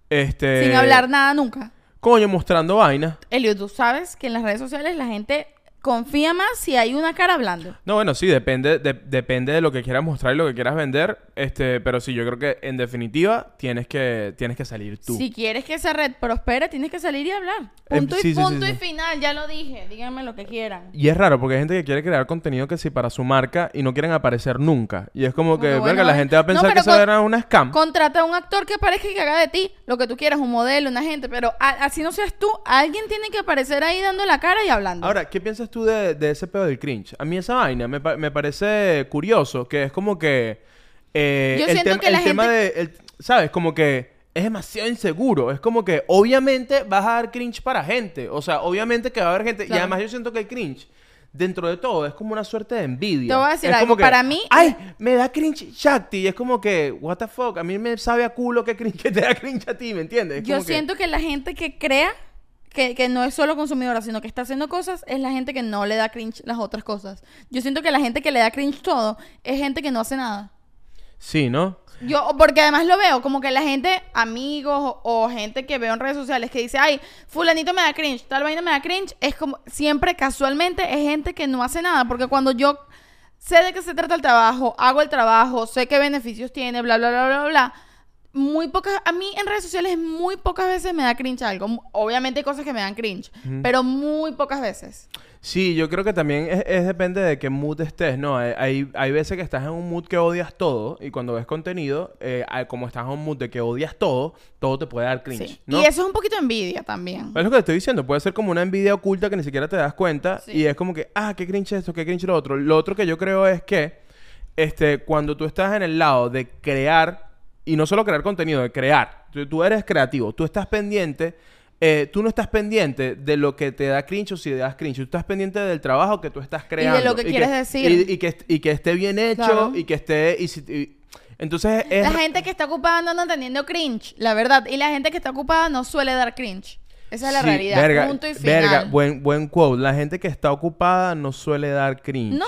[SPEAKER 1] Este...
[SPEAKER 2] Sin hablar nada nunca.
[SPEAKER 1] Coño, mostrando vainas.
[SPEAKER 2] Elio, tú sabes que en las redes sociales la gente confía más si hay una cara hablando.
[SPEAKER 1] No, bueno, sí, depende, de, depende de lo que quieras mostrar y lo que quieras vender. Este, pero sí, yo creo que en definitiva tienes que, tienes que salir tú.
[SPEAKER 2] Si quieres que esa red prospere, tienes que salir y hablar.
[SPEAKER 1] Eh,
[SPEAKER 2] Punto
[SPEAKER 1] sí, sí,
[SPEAKER 2] y
[SPEAKER 1] sí,
[SPEAKER 2] punto
[SPEAKER 1] sí.
[SPEAKER 2] y final, ya lo dije. Díganme lo que quieran.
[SPEAKER 1] Y es raro porque hay gente que quiere crear contenido que sí para su marca y no quieren aparecer nunca. Y es como que,
[SPEAKER 2] Bueno,
[SPEAKER 1] verga, la
[SPEAKER 2] bueno, bueno.
[SPEAKER 1] gente va a
[SPEAKER 2] No,
[SPEAKER 1] pensar que
[SPEAKER 2] pero
[SPEAKER 1] eso
[SPEAKER 2] con-
[SPEAKER 1] era una scam.
[SPEAKER 2] Contrata a un actor que parezca que haga de ti lo que tú quieras, un modelo, una gente, pero a- así no seas tú, alguien tiene que aparecer ahí dando la cara y hablando.
[SPEAKER 1] Ahora, ¿qué piensas tú de, de ese pedo del cringe? A mí esa vaina me, pa- me parece curioso, que es como que... eh,
[SPEAKER 2] Yo
[SPEAKER 1] el
[SPEAKER 2] siento
[SPEAKER 1] tema-
[SPEAKER 2] que la
[SPEAKER 1] el tema de... el- ¿Sabes? Como que es demasiado inseguro. Es como que obviamente vas a dar cringe para gente. O sea, obviamente que va a haber gente... Y
[SPEAKER 2] Claro.
[SPEAKER 1] además yo siento que el cringe... Dentro de todo, es como una suerte de envidia.
[SPEAKER 2] Te voy a decir
[SPEAKER 1] Es
[SPEAKER 2] algo,
[SPEAKER 1] como que,
[SPEAKER 2] para mí-
[SPEAKER 1] ¡Ay! Me da cringe Shakti. Y es como que, ¿What the fuck? A mí me sabe a culo que, cringe, [laughs] que te da cringe a ti, ¿me entiendes? Es
[SPEAKER 2] Yo
[SPEAKER 1] como que-
[SPEAKER 2] siento que la gente que crea que, que no es solo consumidora, sino que está haciendo cosas, es la gente que no le da cringe las otras cosas. Yo siento que la gente que le da cringe todo es gente que no hace nada.
[SPEAKER 1] Sí, ¿no?
[SPEAKER 2] Yo, porque además lo veo, como que la gente, amigos o, o gente que veo en redes sociales que dice, ay, fulanito me da cringe, tal vaina me da cringe, es como, siempre casualmente es gente que no hace nada, porque cuando yo sé de qué se trata el trabajo, hago el trabajo, sé qué beneficios tiene, bla, bla, bla, bla, bla, muy pocas, a mí en redes sociales muy pocas veces me da cringe algo, M- obviamente hay cosas que me dan cringe, pero muy pocas veces.
[SPEAKER 1] Sí, yo creo que también es, es depende de qué mood estés, ¿no? Hay, hay, hay veces que estás en un mood que odias todo y cuando ves contenido, eh, ah, como estás en un mood de que odias todo, todo te puede dar cringe,
[SPEAKER 2] Sí.
[SPEAKER 1] ¿no?
[SPEAKER 2] Y eso es un poquito envidia también.
[SPEAKER 1] Es lo que te estoy diciendo, puede ser como una envidia oculta que ni siquiera te das cuenta
[SPEAKER 2] Sí.
[SPEAKER 1] y es como que, ah, qué cringe esto, qué cringe lo otro. Lo otro que yo creo es que este, cuando tú estás en el lado de crear, y no solo crear contenido, de crear, tú, tú eres creativo, tú estás pendiente, eh, tú no estás pendiente de lo que te da cringe o si te das cringe, tú estás pendiente del trabajo que tú estás creando.
[SPEAKER 2] lo que quieres decir.
[SPEAKER 1] Y, y que, est- y que esté bien hecho
[SPEAKER 2] Claro.
[SPEAKER 1] y que esté... y si- y- entonces es...
[SPEAKER 2] La gente que está ocupada no anda teniendo cringe, la verdad. Y la gente que está ocupada no suele dar cringe. Esa es la
[SPEAKER 1] Sí,
[SPEAKER 2] realidad.
[SPEAKER 1] Verga,
[SPEAKER 2] Punto y final.
[SPEAKER 1] verga, buen, buen quote. La gente que está ocupada no suele dar cringe.
[SPEAKER 2] No.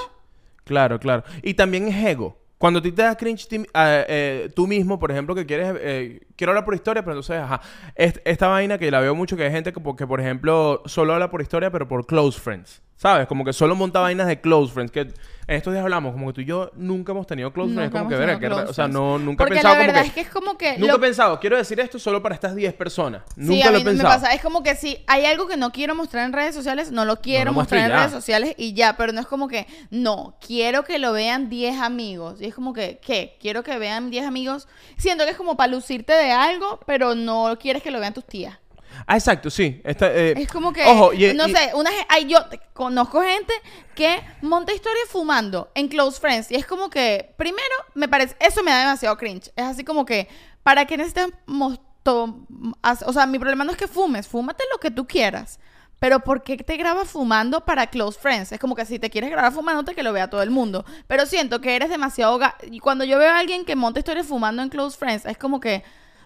[SPEAKER 1] Claro, claro. Y también es ego. Cuando a ti te das cringe ti- eh, eh, tú mismo, por ejemplo, que quieres... eh, quiero hablar por historia, pero entonces, ajá. Est- esta vaina que la veo mucho, que hay gente que, por- que, por ejemplo, solo habla por historia, pero por close friends. ¿Sabes? Como que solo monta vainas de close friends. Que en estos días hablamos, como que tú y yo nunca hemos tenido close
[SPEAKER 2] Nunca
[SPEAKER 1] friends. Como
[SPEAKER 2] hemos
[SPEAKER 1] que, verga,
[SPEAKER 2] tenido
[SPEAKER 1] qué ra-
[SPEAKER 2] close
[SPEAKER 1] O sea,
[SPEAKER 2] friends.
[SPEAKER 1] no, nunca he
[SPEAKER 2] Porque
[SPEAKER 1] pensado
[SPEAKER 2] la
[SPEAKER 1] como
[SPEAKER 2] verdad
[SPEAKER 1] que...
[SPEAKER 2] es que es como que...
[SPEAKER 1] Nunca
[SPEAKER 2] lo-
[SPEAKER 1] he pensado, quiero decir esto solo para estas 10 personas. Nunca
[SPEAKER 2] sí, a
[SPEAKER 1] lo
[SPEAKER 2] mí
[SPEAKER 1] he
[SPEAKER 2] no me
[SPEAKER 1] pensado.
[SPEAKER 2] pasa. Es como que si hay algo que no quiero mostrar en redes sociales, no lo quiero
[SPEAKER 1] lo muestro y
[SPEAKER 2] mostrar en
[SPEAKER 1] ya.
[SPEAKER 2] redes sociales y ya. Pero no es como que, no, quiero que lo vean 10 amigos. Y es como que, ¿qué? Quiero que vean 10 amigos. Siento que es como para lucirte de algo, pero no quieres que lo vean tus tías.
[SPEAKER 1] Ah, exacto, sí. Esta, eh,
[SPEAKER 2] Es como que,
[SPEAKER 1] Ojo, y-
[SPEAKER 2] no
[SPEAKER 1] y-
[SPEAKER 2] sé, una, ge- ay, yo conozco gente que monta historias fumando en Close Friends. Y es como que, primero, me parece, eso me da demasiado cringe. Es así como que, ¿para qué necesitas mosto- as- O sea, mi problema no es que fumes, fúmate lo que tú quieras. Pero ¿por qué te grabas fumando para Close Friends? Es como que si te quieres grabar fumándote, que lo vea todo el mundo. Pero siento que eres demasiado... ga- Y cuando yo veo a alguien que monta historias fumando en Close Friends, es como que...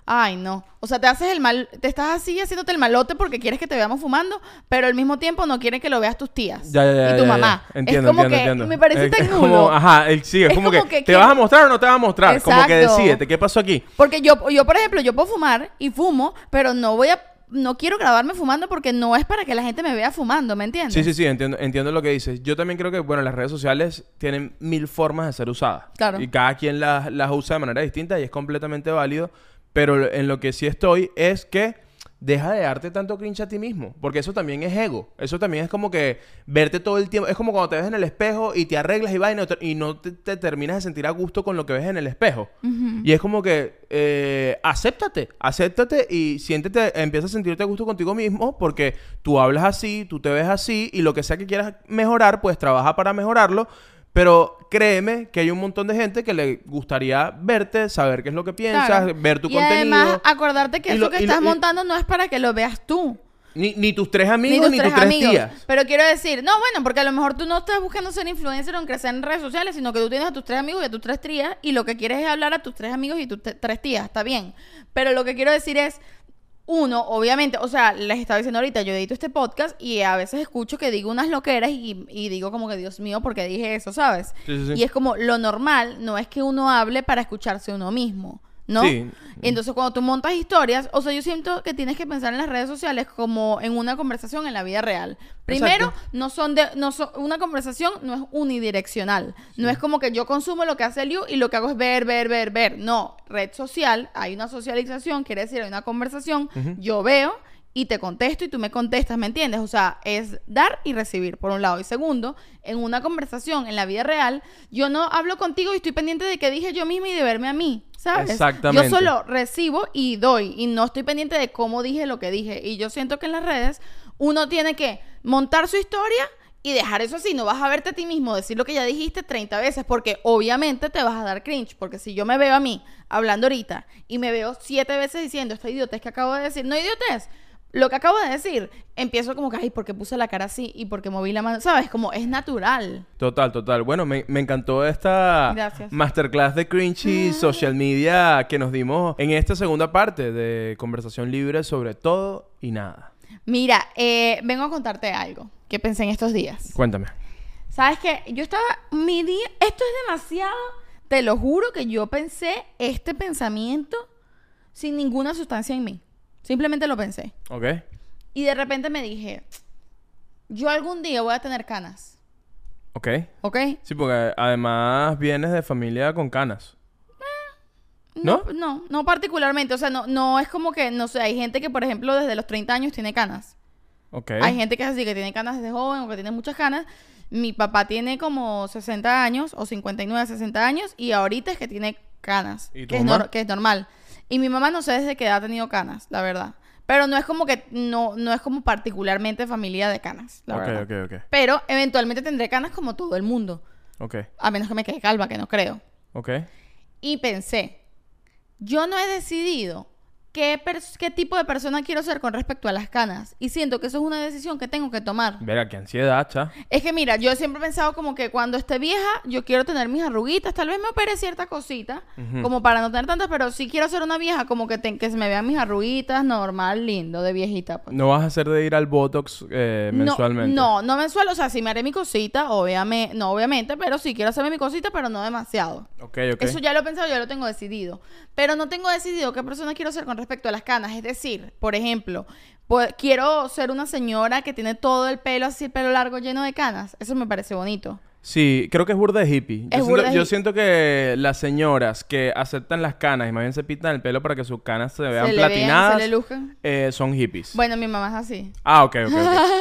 [SPEAKER 2] Ay, no. O sea, te haces el mal, te estás así haciéndote el malote porque quieres que te veamos fumando, pero al mismo tiempo no quieren que lo veas tus tías
[SPEAKER 1] Ya, ya, ya.
[SPEAKER 2] y
[SPEAKER 1] ya, ya.
[SPEAKER 2] tu mamá.
[SPEAKER 1] Entiendo,
[SPEAKER 2] es como
[SPEAKER 1] entiendo,
[SPEAKER 2] que
[SPEAKER 1] entiendo.
[SPEAKER 2] me parece
[SPEAKER 1] Es
[SPEAKER 2] tan
[SPEAKER 1] como-
[SPEAKER 2] nulo.
[SPEAKER 1] Ajá, el- sí, es, como, que, ¿te
[SPEAKER 2] quiero-
[SPEAKER 1] vas a mostrar o no te vas a mostrar? Como que
[SPEAKER 2] Exacto.
[SPEAKER 1] decídete, ¿qué pasó aquí?
[SPEAKER 2] Porque yo, yo, por ejemplo, yo puedo fumar y fumo, pero no voy a, no quiero grabarme fumando porque no es para que la gente me vea fumando, ¿me entiendes?
[SPEAKER 1] Sí, sí, sí, entiendo, entiendo lo que dices. Yo también creo que, bueno, las redes sociales tienen mil formas de ser usadas.
[SPEAKER 2] Claro.
[SPEAKER 1] Y cada quien las, las usa de manera distinta y es completamente válido. Pero en lo que sí estoy es que deja de darte tanto cringe a ti mismo. Porque eso también es ego. Eso también es como que verte todo el tiempo. Es como cuando te ves en el espejo y te arreglas y vainas y no te, te terminas de sentir a gusto con lo que ves en el espejo. Y es como que eh, acéptate, acéptate y siéntete, empieza a sentirte a gusto contigo mismo porque tú hablas así, tú te ves así y lo que sea que quieras mejorar, pues trabaja para mejorarlo. Pero créeme que hay un montón de gente que le gustaría verte, saber qué es lo que piensas,
[SPEAKER 2] Claro.
[SPEAKER 1] ver tu
[SPEAKER 2] y
[SPEAKER 1] contenido.
[SPEAKER 2] además, acordarte
[SPEAKER 1] Y
[SPEAKER 2] que eso
[SPEAKER 1] lo-
[SPEAKER 2] que
[SPEAKER 1] y lo-
[SPEAKER 2] estás
[SPEAKER 1] y-
[SPEAKER 2] montando no es para que lo veas tú.
[SPEAKER 1] Ni, ni tus tres amigos, ni tus tres, tías.
[SPEAKER 2] Pero quiero decir, no, bueno, porque a lo mejor tú no estás buscando ser influencer o crecer en redes sociales, sino que tú tienes a tus tres amigos y a tus tres tías, y lo que quieres es hablar a tus tres amigos y tus te- tres tías, está bien. Pero lo que quiero decir es, uno, obviamente, o sea, les estaba diciendo ahorita, yo edito este podcast y a veces escucho que digo unas loqueras y, y digo como que, Dios mío, ¿por qué dije eso, sabes?
[SPEAKER 1] Sí, sí, sí.
[SPEAKER 2] Y es como, lo normal no es que uno hable para escucharse uno mismo. ¿no?
[SPEAKER 1] Sí.
[SPEAKER 2] Entonces, cuando tú montas historias, o sea, yo siento que tienes que pensar en las redes sociales como en una conversación en la vida real. Primero, no son de no son, una conversación no es unidireccional. No es como que yo consumo lo que hace Liu y lo que hago es ver, ver, ver, ver. No, red social, hay una socialización, quiere decir, hay una conversación, yo veo y te contesto y tú me contestas, ¿me entiendes? O sea, es dar y recibir, por un lado. Y segundo, en una conversación, en la vida real, yo no hablo contigo y estoy pendiente de qué dije yo misma y de verme a mí, ¿sabes?
[SPEAKER 1] Exactamente.
[SPEAKER 2] Yo solo recibo y doy y no estoy pendiente de cómo dije lo que dije. Y yo siento que en las redes uno tiene que montar su historia y dejar eso así. No vas a verte a ti mismo decir lo que ya dijiste 30 veces porque obviamente te vas a dar cringe. Porque si yo me veo a mí hablando ahorita y me veo siete veces diciendo esta idiotez que acabo de decir, no idiotez. Lo que acabo de decir, empiezo como que, ay, porque puse la cara así y porque moví la mano, ¿sabes? Como es natural.
[SPEAKER 1] Total, total. Bueno, me, me encantó esta
[SPEAKER 2] Gracias. Ah.
[SPEAKER 1] masterclass de Cringy Social Media que nos dimos en esta segunda parte de conversación libre sobre todo y nada.
[SPEAKER 2] Mira, eh, vengo a contarte algo que pensé en estos días.
[SPEAKER 1] Cuéntame.
[SPEAKER 2] ¿Sabes qué? Yo estaba, mi día, esto es demasiado, te lo juro que yo pensé este pensamiento sin ninguna sustancia en mí. Simplemente lo pensé.
[SPEAKER 1] ¿Ok?
[SPEAKER 2] Y de repente me dije, yo algún día voy a tener canas,
[SPEAKER 1] ¿Ok?
[SPEAKER 2] ¿ok?
[SPEAKER 1] Sí, porque además vienes de familia con canas. ¿No?
[SPEAKER 2] No, no, no particularmente. O sea, no, no es como que, no sé, hay gente que, por ejemplo, desde los 30 años tiene canas.
[SPEAKER 1] ¿Ok?
[SPEAKER 2] Hay gente que es así, que tiene canas desde joven o que tiene muchas canas. Mi papá tiene como 60 años o 59, 60 años y ahorita es que tiene canas,
[SPEAKER 1] ¿Y tu
[SPEAKER 2] que, es
[SPEAKER 1] mamá?
[SPEAKER 2] nor- que es normal. Y mi mamá no sé desde qué edad ha tenido canas, la verdad. Pero no es como que, no, no es como particularmente familia de canas, la
[SPEAKER 1] ok,
[SPEAKER 2] verdad.
[SPEAKER 1] ok, ok.
[SPEAKER 2] Pero eventualmente tendré canas como todo el mundo,
[SPEAKER 1] Ok.
[SPEAKER 2] a menos que me quede calva, que no creo.
[SPEAKER 1] Ok.
[SPEAKER 2] Y pensé, yo no he decidido qué, pers- qué tipo de persona quiero ser con respecto a las canas. Y siento que eso es una decisión que tengo que tomar.
[SPEAKER 1] Verá, qué ansiedad, cha.
[SPEAKER 2] Es que mira, yo siempre he pensado como que cuando esté vieja, yo quiero tener mis arruguitas, tal vez me opere ciertas cositas, como para no tener tantas, pero sí quiero ser una vieja como que, te- que se me vean mis arruguitas, normal, lindo, de viejita. pues.
[SPEAKER 1] No vas a hacer de ir al Botox eh, mensualmente.
[SPEAKER 2] No, no, no mensual, o sea, sí me haré mi cosita, obviamente, no obviamente, pero sí quiero hacerme mi cosita, pero no demasiado.
[SPEAKER 1] Ok, ok.
[SPEAKER 2] Eso ya lo he pensado, ya lo tengo decidido. Pero no tengo decidido qué persona quiero ser con respecto a las canas. Es decir, por ejemplo, po- quiero ser una señora que tiene todo el pelo así, el pelo largo lleno de canas. Eso me parece bonito.
[SPEAKER 1] Sí, creo que es burda de hippie.
[SPEAKER 2] Es
[SPEAKER 1] yo,
[SPEAKER 2] burda
[SPEAKER 1] siento,
[SPEAKER 2] de
[SPEAKER 1] yo
[SPEAKER 2] hippie.
[SPEAKER 1] siento que las señoras que aceptan las canas y más bien se pintan el pelo para que sus canas se vean
[SPEAKER 2] le vean,
[SPEAKER 1] platinadas
[SPEAKER 2] se le luzcan.
[SPEAKER 1] eh, son hippies.
[SPEAKER 2] Bueno, mi mamá es así.
[SPEAKER 1] Ah, ok, ok,
[SPEAKER 2] [laughs]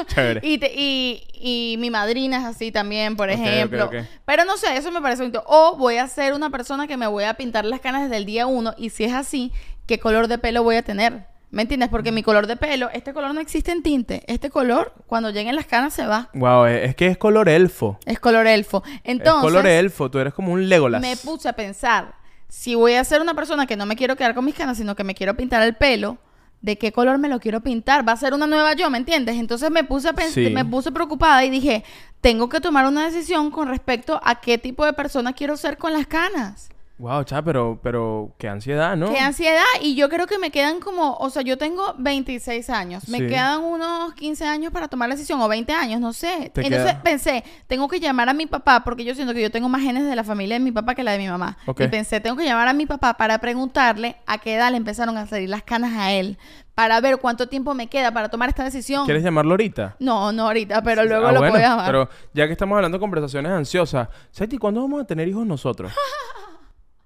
[SPEAKER 1] ok. Chévere.
[SPEAKER 2] Y, te- y, y mi madrina es así también, por
[SPEAKER 1] Ok, ok,
[SPEAKER 2] ejemplo.
[SPEAKER 1] ok.
[SPEAKER 2] Pero no sé, eso me parece bonito. O voy a ser una persona que me voy a pintar las canas desde el día uno. Y si es así, ¿qué color de pelo voy a tener? ¿Me entiendes? Porque mi color de pelo, este color no existe en tinte. Este color, cuando lleguen las canas, se va.
[SPEAKER 1] Wow, eh, es, es que es color elfo.
[SPEAKER 2] Es color elfo. Entonces,
[SPEAKER 1] es color elfo, tú eres como un Legolas.
[SPEAKER 2] me puse a pensar, si voy a ser una persona que no me quiero quedar con mis canas, sino que me quiero pintar el pelo, ¿de qué color me lo quiero pintar? Va a ser una nueva yo, ¿me entiendes? Entonces me puse a pens-
[SPEAKER 1] Sí.
[SPEAKER 2] me puse preocupada y dije, tengo que tomar una decisión con respecto a qué tipo de persona quiero ser con las canas.
[SPEAKER 1] Wow, cha, pero, pero qué ansiedad, ¿no?
[SPEAKER 2] Qué ansiedad. Y yo creo que me quedan como, o sea, yo tengo 26 años. Me
[SPEAKER 1] Sí.
[SPEAKER 2] quedan unos 15 años para tomar la decisión, o 20 años, no sé.
[SPEAKER 1] Te
[SPEAKER 2] Entonces
[SPEAKER 1] queda-
[SPEAKER 2] pensé, tengo que llamar a mi papá, porque yo siento que yo tengo más genes de la familia de mi papá que la de mi mamá.
[SPEAKER 1] Ok.
[SPEAKER 2] Y pensé, tengo que llamar a mi papá para preguntarle a qué edad le empezaron a salir las canas a él, para ver cuánto tiempo me queda para tomar esta decisión.
[SPEAKER 1] ¿Quieres llamarlo ahorita?
[SPEAKER 2] No, no ahorita, pero luego
[SPEAKER 1] Ah,
[SPEAKER 2] lo
[SPEAKER 1] bueno,
[SPEAKER 2] puedo llamar.
[SPEAKER 1] Pero ya que estamos hablando de conversaciones ansiosas, Seti, ¿cuándo vamos a tener hijos
[SPEAKER 2] [laughs]
[SPEAKER 1] nosotros?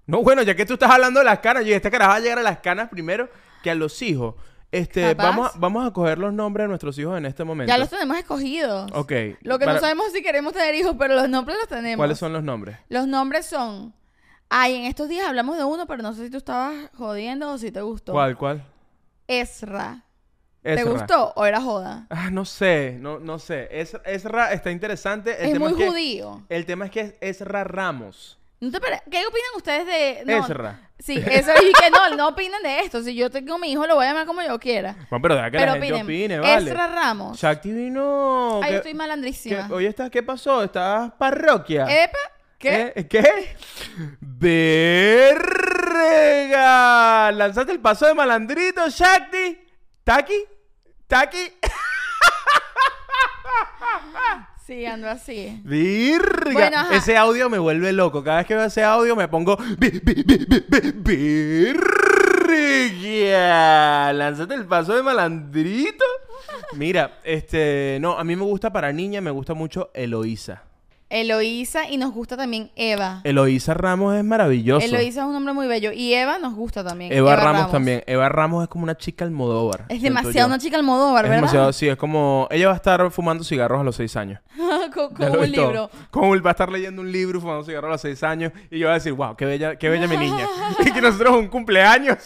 [SPEAKER 1] no, bueno, ya que tú estás hablando de las canas, y esta caraja va a llegar a las canas primero que a los hijos. Este,
[SPEAKER 2] Capaz.
[SPEAKER 1] vamos a, vamos a coger los nombres de nuestros hijos en este momento.
[SPEAKER 2] Ya los tenemos escogidos.
[SPEAKER 1] Ok.
[SPEAKER 2] Lo que
[SPEAKER 1] Para-
[SPEAKER 2] no sabemos es si queremos tener hijos, pero los nombres los tenemos.
[SPEAKER 1] ¿Cuáles son los nombres?
[SPEAKER 2] Los nombres son. Ay, en estos días hablamos de uno, pero no sé si tú estabas jodiendo o si te gustó.
[SPEAKER 1] ¿Cuál, cuál?
[SPEAKER 2] Ezra. ¿Te
[SPEAKER 1] Ezra.
[SPEAKER 2] gustó o era joda?
[SPEAKER 1] Ah, no sé, no, no sé. Es- Ezra está interesante. El
[SPEAKER 2] es
[SPEAKER 1] tema
[SPEAKER 2] muy
[SPEAKER 1] que-
[SPEAKER 2] judío.
[SPEAKER 1] El tema es que es Ezra Ramos.
[SPEAKER 2] ¿No te pare- ¿Qué opinan ustedes de.? no,
[SPEAKER 1] Ezra.
[SPEAKER 2] Sí, Ezra. Y que no, no opinan de esto. Si yo tengo mi hijo, lo voy a llamar como yo quiera.
[SPEAKER 1] Bueno, pero deja que
[SPEAKER 2] pero
[SPEAKER 1] la gente opine,
[SPEAKER 2] opinen.
[SPEAKER 1] vale.
[SPEAKER 2] Ezra Ramos.
[SPEAKER 1] Shakti vino.
[SPEAKER 2] Ay,
[SPEAKER 1] ¿qué-
[SPEAKER 2] yo estoy
[SPEAKER 1] qué-
[SPEAKER 2] malandrísima.
[SPEAKER 1] hoy estás, ¿qué pasó? ¿Estás parroquia?
[SPEAKER 2] Epa, ¿qué?
[SPEAKER 1] ¿Eh? ¿Qué? ¡Verga! Lanzaste el paso de malandrito, Shakti. ¿Taki? ¿Taki?
[SPEAKER 2] Sí, ando así.
[SPEAKER 1] ¡Virga!
[SPEAKER 2] Bueno, ajá.
[SPEAKER 1] ese audio me vuelve loco. Cada vez que veo ese audio me pongo. "Vi- vi- vi- vi- vi- ¡Virga! Lánzate el paso de malandrito. Mira, este. No, a mí me gusta para niña, me gusta mucho Eloísa.
[SPEAKER 2] Eloísa y nos gusta también Eva.
[SPEAKER 1] Eloísa Ramos es maravilloso.
[SPEAKER 2] Eloísa es un nombre muy bello. Y Eva nos gusta también.
[SPEAKER 1] Eva, Ramos, también. Eva Ramos es como una chica almodóvar.
[SPEAKER 2] Es
[SPEAKER 1] siento yo.
[SPEAKER 2] demasiado una chica almodóvar,
[SPEAKER 1] Es
[SPEAKER 2] ¿verdad? [laughs]
[SPEAKER 1] demasiado, sí, es como. Ella va a estar fumando cigarros a los seis años.
[SPEAKER 2] con
[SPEAKER 1] Ya
[SPEAKER 2] con
[SPEAKER 1] lo
[SPEAKER 2] un
[SPEAKER 1] ves todo.
[SPEAKER 2] libro.
[SPEAKER 1] Como él va a estar leyendo un libro, fumando cigarro a los seis años, y yo voy a decir, wow, qué bella, qué bella mi
[SPEAKER 2] [laughs]
[SPEAKER 1] niña. y que nosotros un cumpleaños.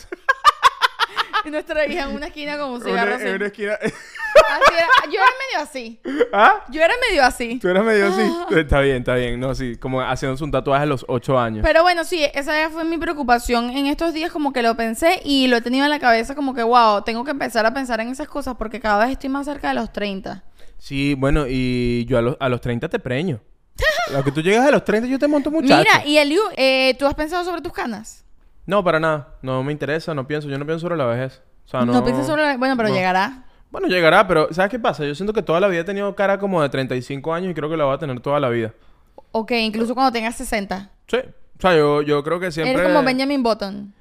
[SPEAKER 2] Y nuestra hija en una esquina con [laughs] un cigarro
[SPEAKER 1] una-
[SPEAKER 2] así.
[SPEAKER 1] en una esquina. [laughs]
[SPEAKER 2] Así era. Yo era medio así.
[SPEAKER 1] ¿Ah?
[SPEAKER 2] Yo era medio así.
[SPEAKER 1] Tú eras medio
[SPEAKER 2] [laughs]
[SPEAKER 1] así. está bien, está bien. No, sí, como haciéndose un tatuaje a los ocho años.
[SPEAKER 2] Pero bueno, sí, esa ya fue mi preocupación en estos días, como que lo pensé y lo he tenido en la cabeza como que, wow, tengo que empezar a pensar en esas cosas porque cada vez estoy más cerca de los 30.
[SPEAKER 1] Sí, bueno, y yo a los, a los 30 te preño. Lo que tú llegas a los 30, yo te monto muchacho.
[SPEAKER 2] Mira, y Eliu, eh, ¿tú has pensado sobre tus canas?
[SPEAKER 1] No, para nada. No me interesa, no pienso. Yo no pienso sobre la vejez. O sea, Ah, no.
[SPEAKER 2] no, piensas sobre... la- Bueno, pero
[SPEAKER 1] no.
[SPEAKER 2] llegará.
[SPEAKER 1] Bueno, llegará, pero ¿sabes qué pasa? Yo siento que toda la vida he tenido cara como de 35 años y creo que la voy a tener toda la vida.
[SPEAKER 2] Ok, incluso cuando tengas 60.
[SPEAKER 1] Sí. O sea, yo, yo creo que siempre...
[SPEAKER 2] Eres como Benjamin Button.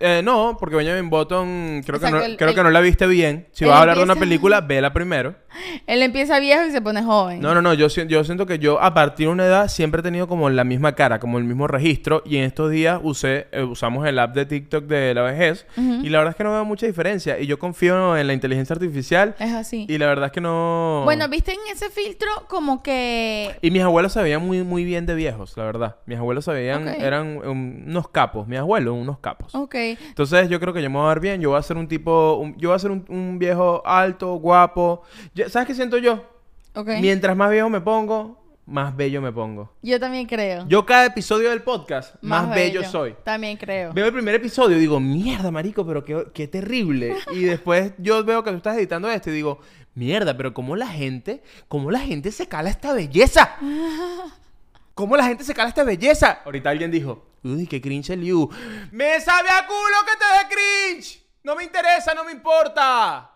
[SPEAKER 1] Eh, no, porque Benjamin Button creo, que
[SPEAKER 2] Exacto,
[SPEAKER 1] no,
[SPEAKER 2] el-
[SPEAKER 1] creo
[SPEAKER 2] el-
[SPEAKER 1] que no la viste bien. Si
[SPEAKER 2] Él
[SPEAKER 1] vas a hablar de una
[SPEAKER 2] empieza-
[SPEAKER 1] película, vela primero.
[SPEAKER 2] Él empieza viejo y se pone joven.
[SPEAKER 1] No, no, no. Yo, si- yo siento que yo a partir de una edad siempre he tenido como la misma cara, como el mismo registro. Y en estos días usé, eh, usamos el app de TikTok de la vejez. Y la verdad es que no veo mucha diferencia. Y yo confío en la inteligencia artificial.
[SPEAKER 2] Es así.
[SPEAKER 1] Y la verdad es que no...
[SPEAKER 2] Bueno, viste en ese filtro como que
[SPEAKER 1] Y mis abuelos se veían muy, muy bien de viejos, la verdad. Mis abuelos se veían,
[SPEAKER 2] Ok.
[SPEAKER 1] eran um, unos capos. Mis abuelos, unos capos.
[SPEAKER 2] Ok.
[SPEAKER 1] Entonces yo creo que yo me voy a ver bien. Yo voy a ser un tipo, un- yo voy a ser un, un viejo alto, guapo. Yo- ¿Sabes qué siento yo?
[SPEAKER 2] Ok.
[SPEAKER 1] Mientras más viejo me pongo, más bello me pongo.
[SPEAKER 2] Yo también creo.
[SPEAKER 1] Yo cada episodio del podcast, más, bello. soy.
[SPEAKER 2] También creo.
[SPEAKER 1] Veo el primer episodio y digo, mierda, marico, pero qué, qué terrible. Y después yo veo que tú estás editando esto y digo, mierda, pero cómo la gente, cómo la gente se cala esta [laughs] belleza. ¿Cómo la gente se cala esta belleza? Ahorita alguien dijo, uy, qué cringe el you. ¡Me sabe a culo que te dé cringe! ¡No me interesa, no me importa!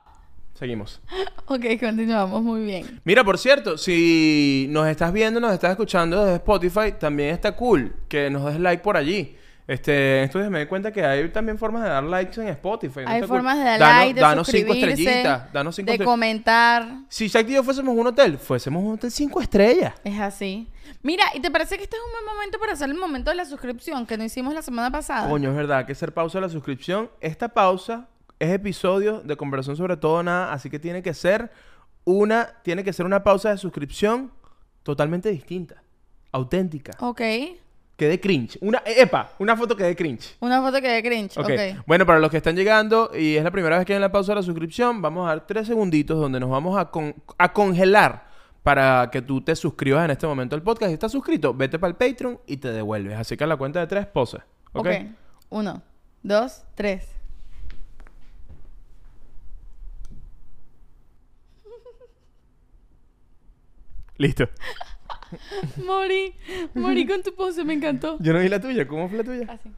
[SPEAKER 1] Seguimos.
[SPEAKER 2] Ok, continuamos muy bien.
[SPEAKER 1] Mira, por cierto, si nos estás viendo, nos estás escuchando desde Spotify, también está cool que nos des like por allí. Este, en estos días me di cuenta que hay también formas de dar likes en Spotify. ¿no?
[SPEAKER 2] Hay
[SPEAKER 1] Está cool.
[SPEAKER 2] formas de dar
[SPEAKER 1] Danos-
[SPEAKER 2] like, de
[SPEAKER 1] danos cinco
[SPEAKER 2] suscribirse,
[SPEAKER 1] estrellitas, danos cinco
[SPEAKER 2] de
[SPEAKER 1] estrellitas.
[SPEAKER 2] comentar.
[SPEAKER 1] Si Shakti y yo fuésemos un hotel, fuésemos un hotel cinco estrellas.
[SPEAKER 2] Es así. Mira, ¿y te parece que este es un buen momento para hacer el momento de la suscripción que no hicimos la semana pasada?
[SPEAKER 1] Coño, es verdad, hay que hacer pausa de la suscripción. Esta pausa es episodio de conversación sobre todo nada, así que tiene que ser una, tiene que ser una pausa de suscripción totalmente distinta, auténtica,
[SPEAKER 2] Ok.
[SPEAKER 1] que dé cringe. Una, eh, epa, una foto que dé cringe.
[SPEAKER 2] Una foto que de cringe. Ok.
[SPEAKER 1] ok. Bueno, para los que están llegando y es la primera vez que ven la pausa de la suscripción, vamos a dar tres segunditos donde nos vamos a, con- a congelar para que tú te suscribas en este momento al podcast. Si estás suscrito, vete para el Patreon y te devuelves. Así que a la cuenta de tres poses. ¿Ok?
[SPEAKER 2] ok. Uno, dos, tres. [laughs]
[SPEAKER 1] Listo.
[SPEAKER 2] Morí. Morí con tu pose,
[SPEAKER 1] [laughs]
[SPEAKER 2] me encantó.
[SPEAKER 1] Yo no vi la tuya. ¿Cómo fue la tuya?
[SPEAKER 2] Así.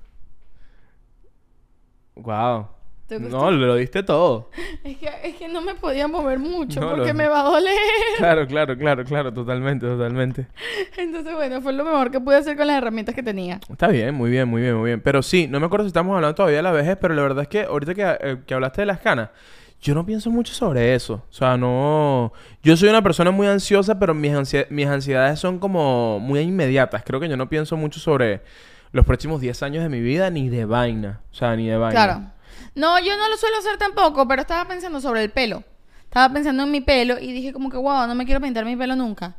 [SPEAKER 1] Wow.
[SPEAKER 2] ¿Te gustó?
[SPEAKER 1] No, lo diste todo.
[SPEAKER 2] Es que, es que no me podía mover mucho
[SPEAKER 1] No,
[SPEAKER 2] porque
[SPEAKER 1] lo-
[SPEAKER 2] me va a doler. [laughs]
[SPEAKER 1] Claro, claro, claro, claro. Totalmente, totalmente.
[SPEAKER 2] Entonces, bueno, fue lo mejor que pude hacer con las herramientas que tenía.
[SPEAKER 1] Está bien, muy bien, muy bien, muy bien. Pero sí, no me acuerdo si estamos hablando todavía de la vejez, pero la verdad es que ahorita que, eh, que hablaste de las canas, yo no pienso mucho sobre eso. O sea, no... Yo soy una persona muy ansiosa, pero mis, ansi- mis ansiedades son como muy inmediatas. Creo que yo no pienso mucho sobre los próximos 10 años de mi vida, ni de vaina. O sea, ni de vaina.
[SPEAKER 2] Claro. No, yo no lo suelo hacer tampoco, pero estaba pensando sobre el pelo. Estaba pensando en mi pelo y dije como que, wow, no me quiero pintar mi pelo nunca.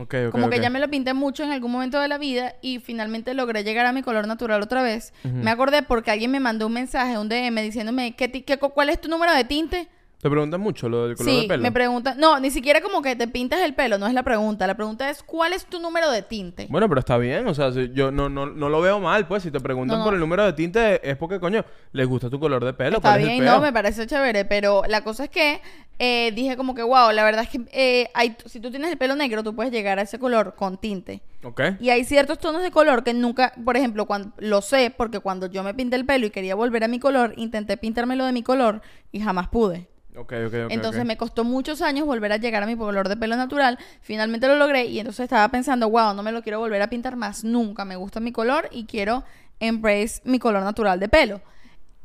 [SPEAKER 1] Ok, ok,
[SPEAKER 2] Como
[SPEAKER 1] ok.
[SPEAKER 2] que ya me lo pinté mucho en algún momento de la vida y finalmente logré llegar a mi color natural otra vez. Me acordé porque alguien me mandó un mensaje, un DM, diciéndome, ¿qué, ti- qué, co- ¿cuál es tu número de tinte?
[SPEAKER 1] Te preguntan mucho lo del color
[SPEAKER 2] Sí,
[SPEAKER 1] del pelo.
[SPEAKER 2] me pregunta, no, ni siquiera como que te pintas el pelo, no es la pregunta. La pregunta es, ¿cuál es tu número de tinte?
[SPEAKER 1] Bueno, pero está bien, o sea, si- yo no, no, no lo veo mal, pues si te preguntan
[SPEAKER 2] No, no.
[SPEAKER 1] por el número de tinte es porque, coño, les gusta tu color de pelo.
[SPEAKER 2] Está
[SPEAKER 1] ¿cuál es el
[SPEAKER 2] bien,
[SPEAKER 1] peo?
[SPEAKER 2] no, me parece chévere, pero la cosa es que eh, dije como que, wow, la verdad es que eh, hay, si tú tienes el pelo negro, tú puedes llegar a ese color con tinte.
[SPEAKER 1] Ok.
[SPEAKER 2] Y hay ciertos tonos de color que nunca, por ejemplo, cuando, lo sé porque cuando yo me pinté el pelo y quería volver a mi color, intenté pintármelo de mi color y jamás pude.
[SPEAKER 1] Ok, ok, ok.
[SPEAKER 2] Entonces
[SPEAKER 1] ok.
[SPEAKER 2] me costó muchos años volver a llegar a mi color de pelo natural. Finalmente lo logré y entonces estaba pensando, wow, no me lo quiero volver a pintar más nunca. Me gusta mi color y quiero embrace mi color natural de pelo.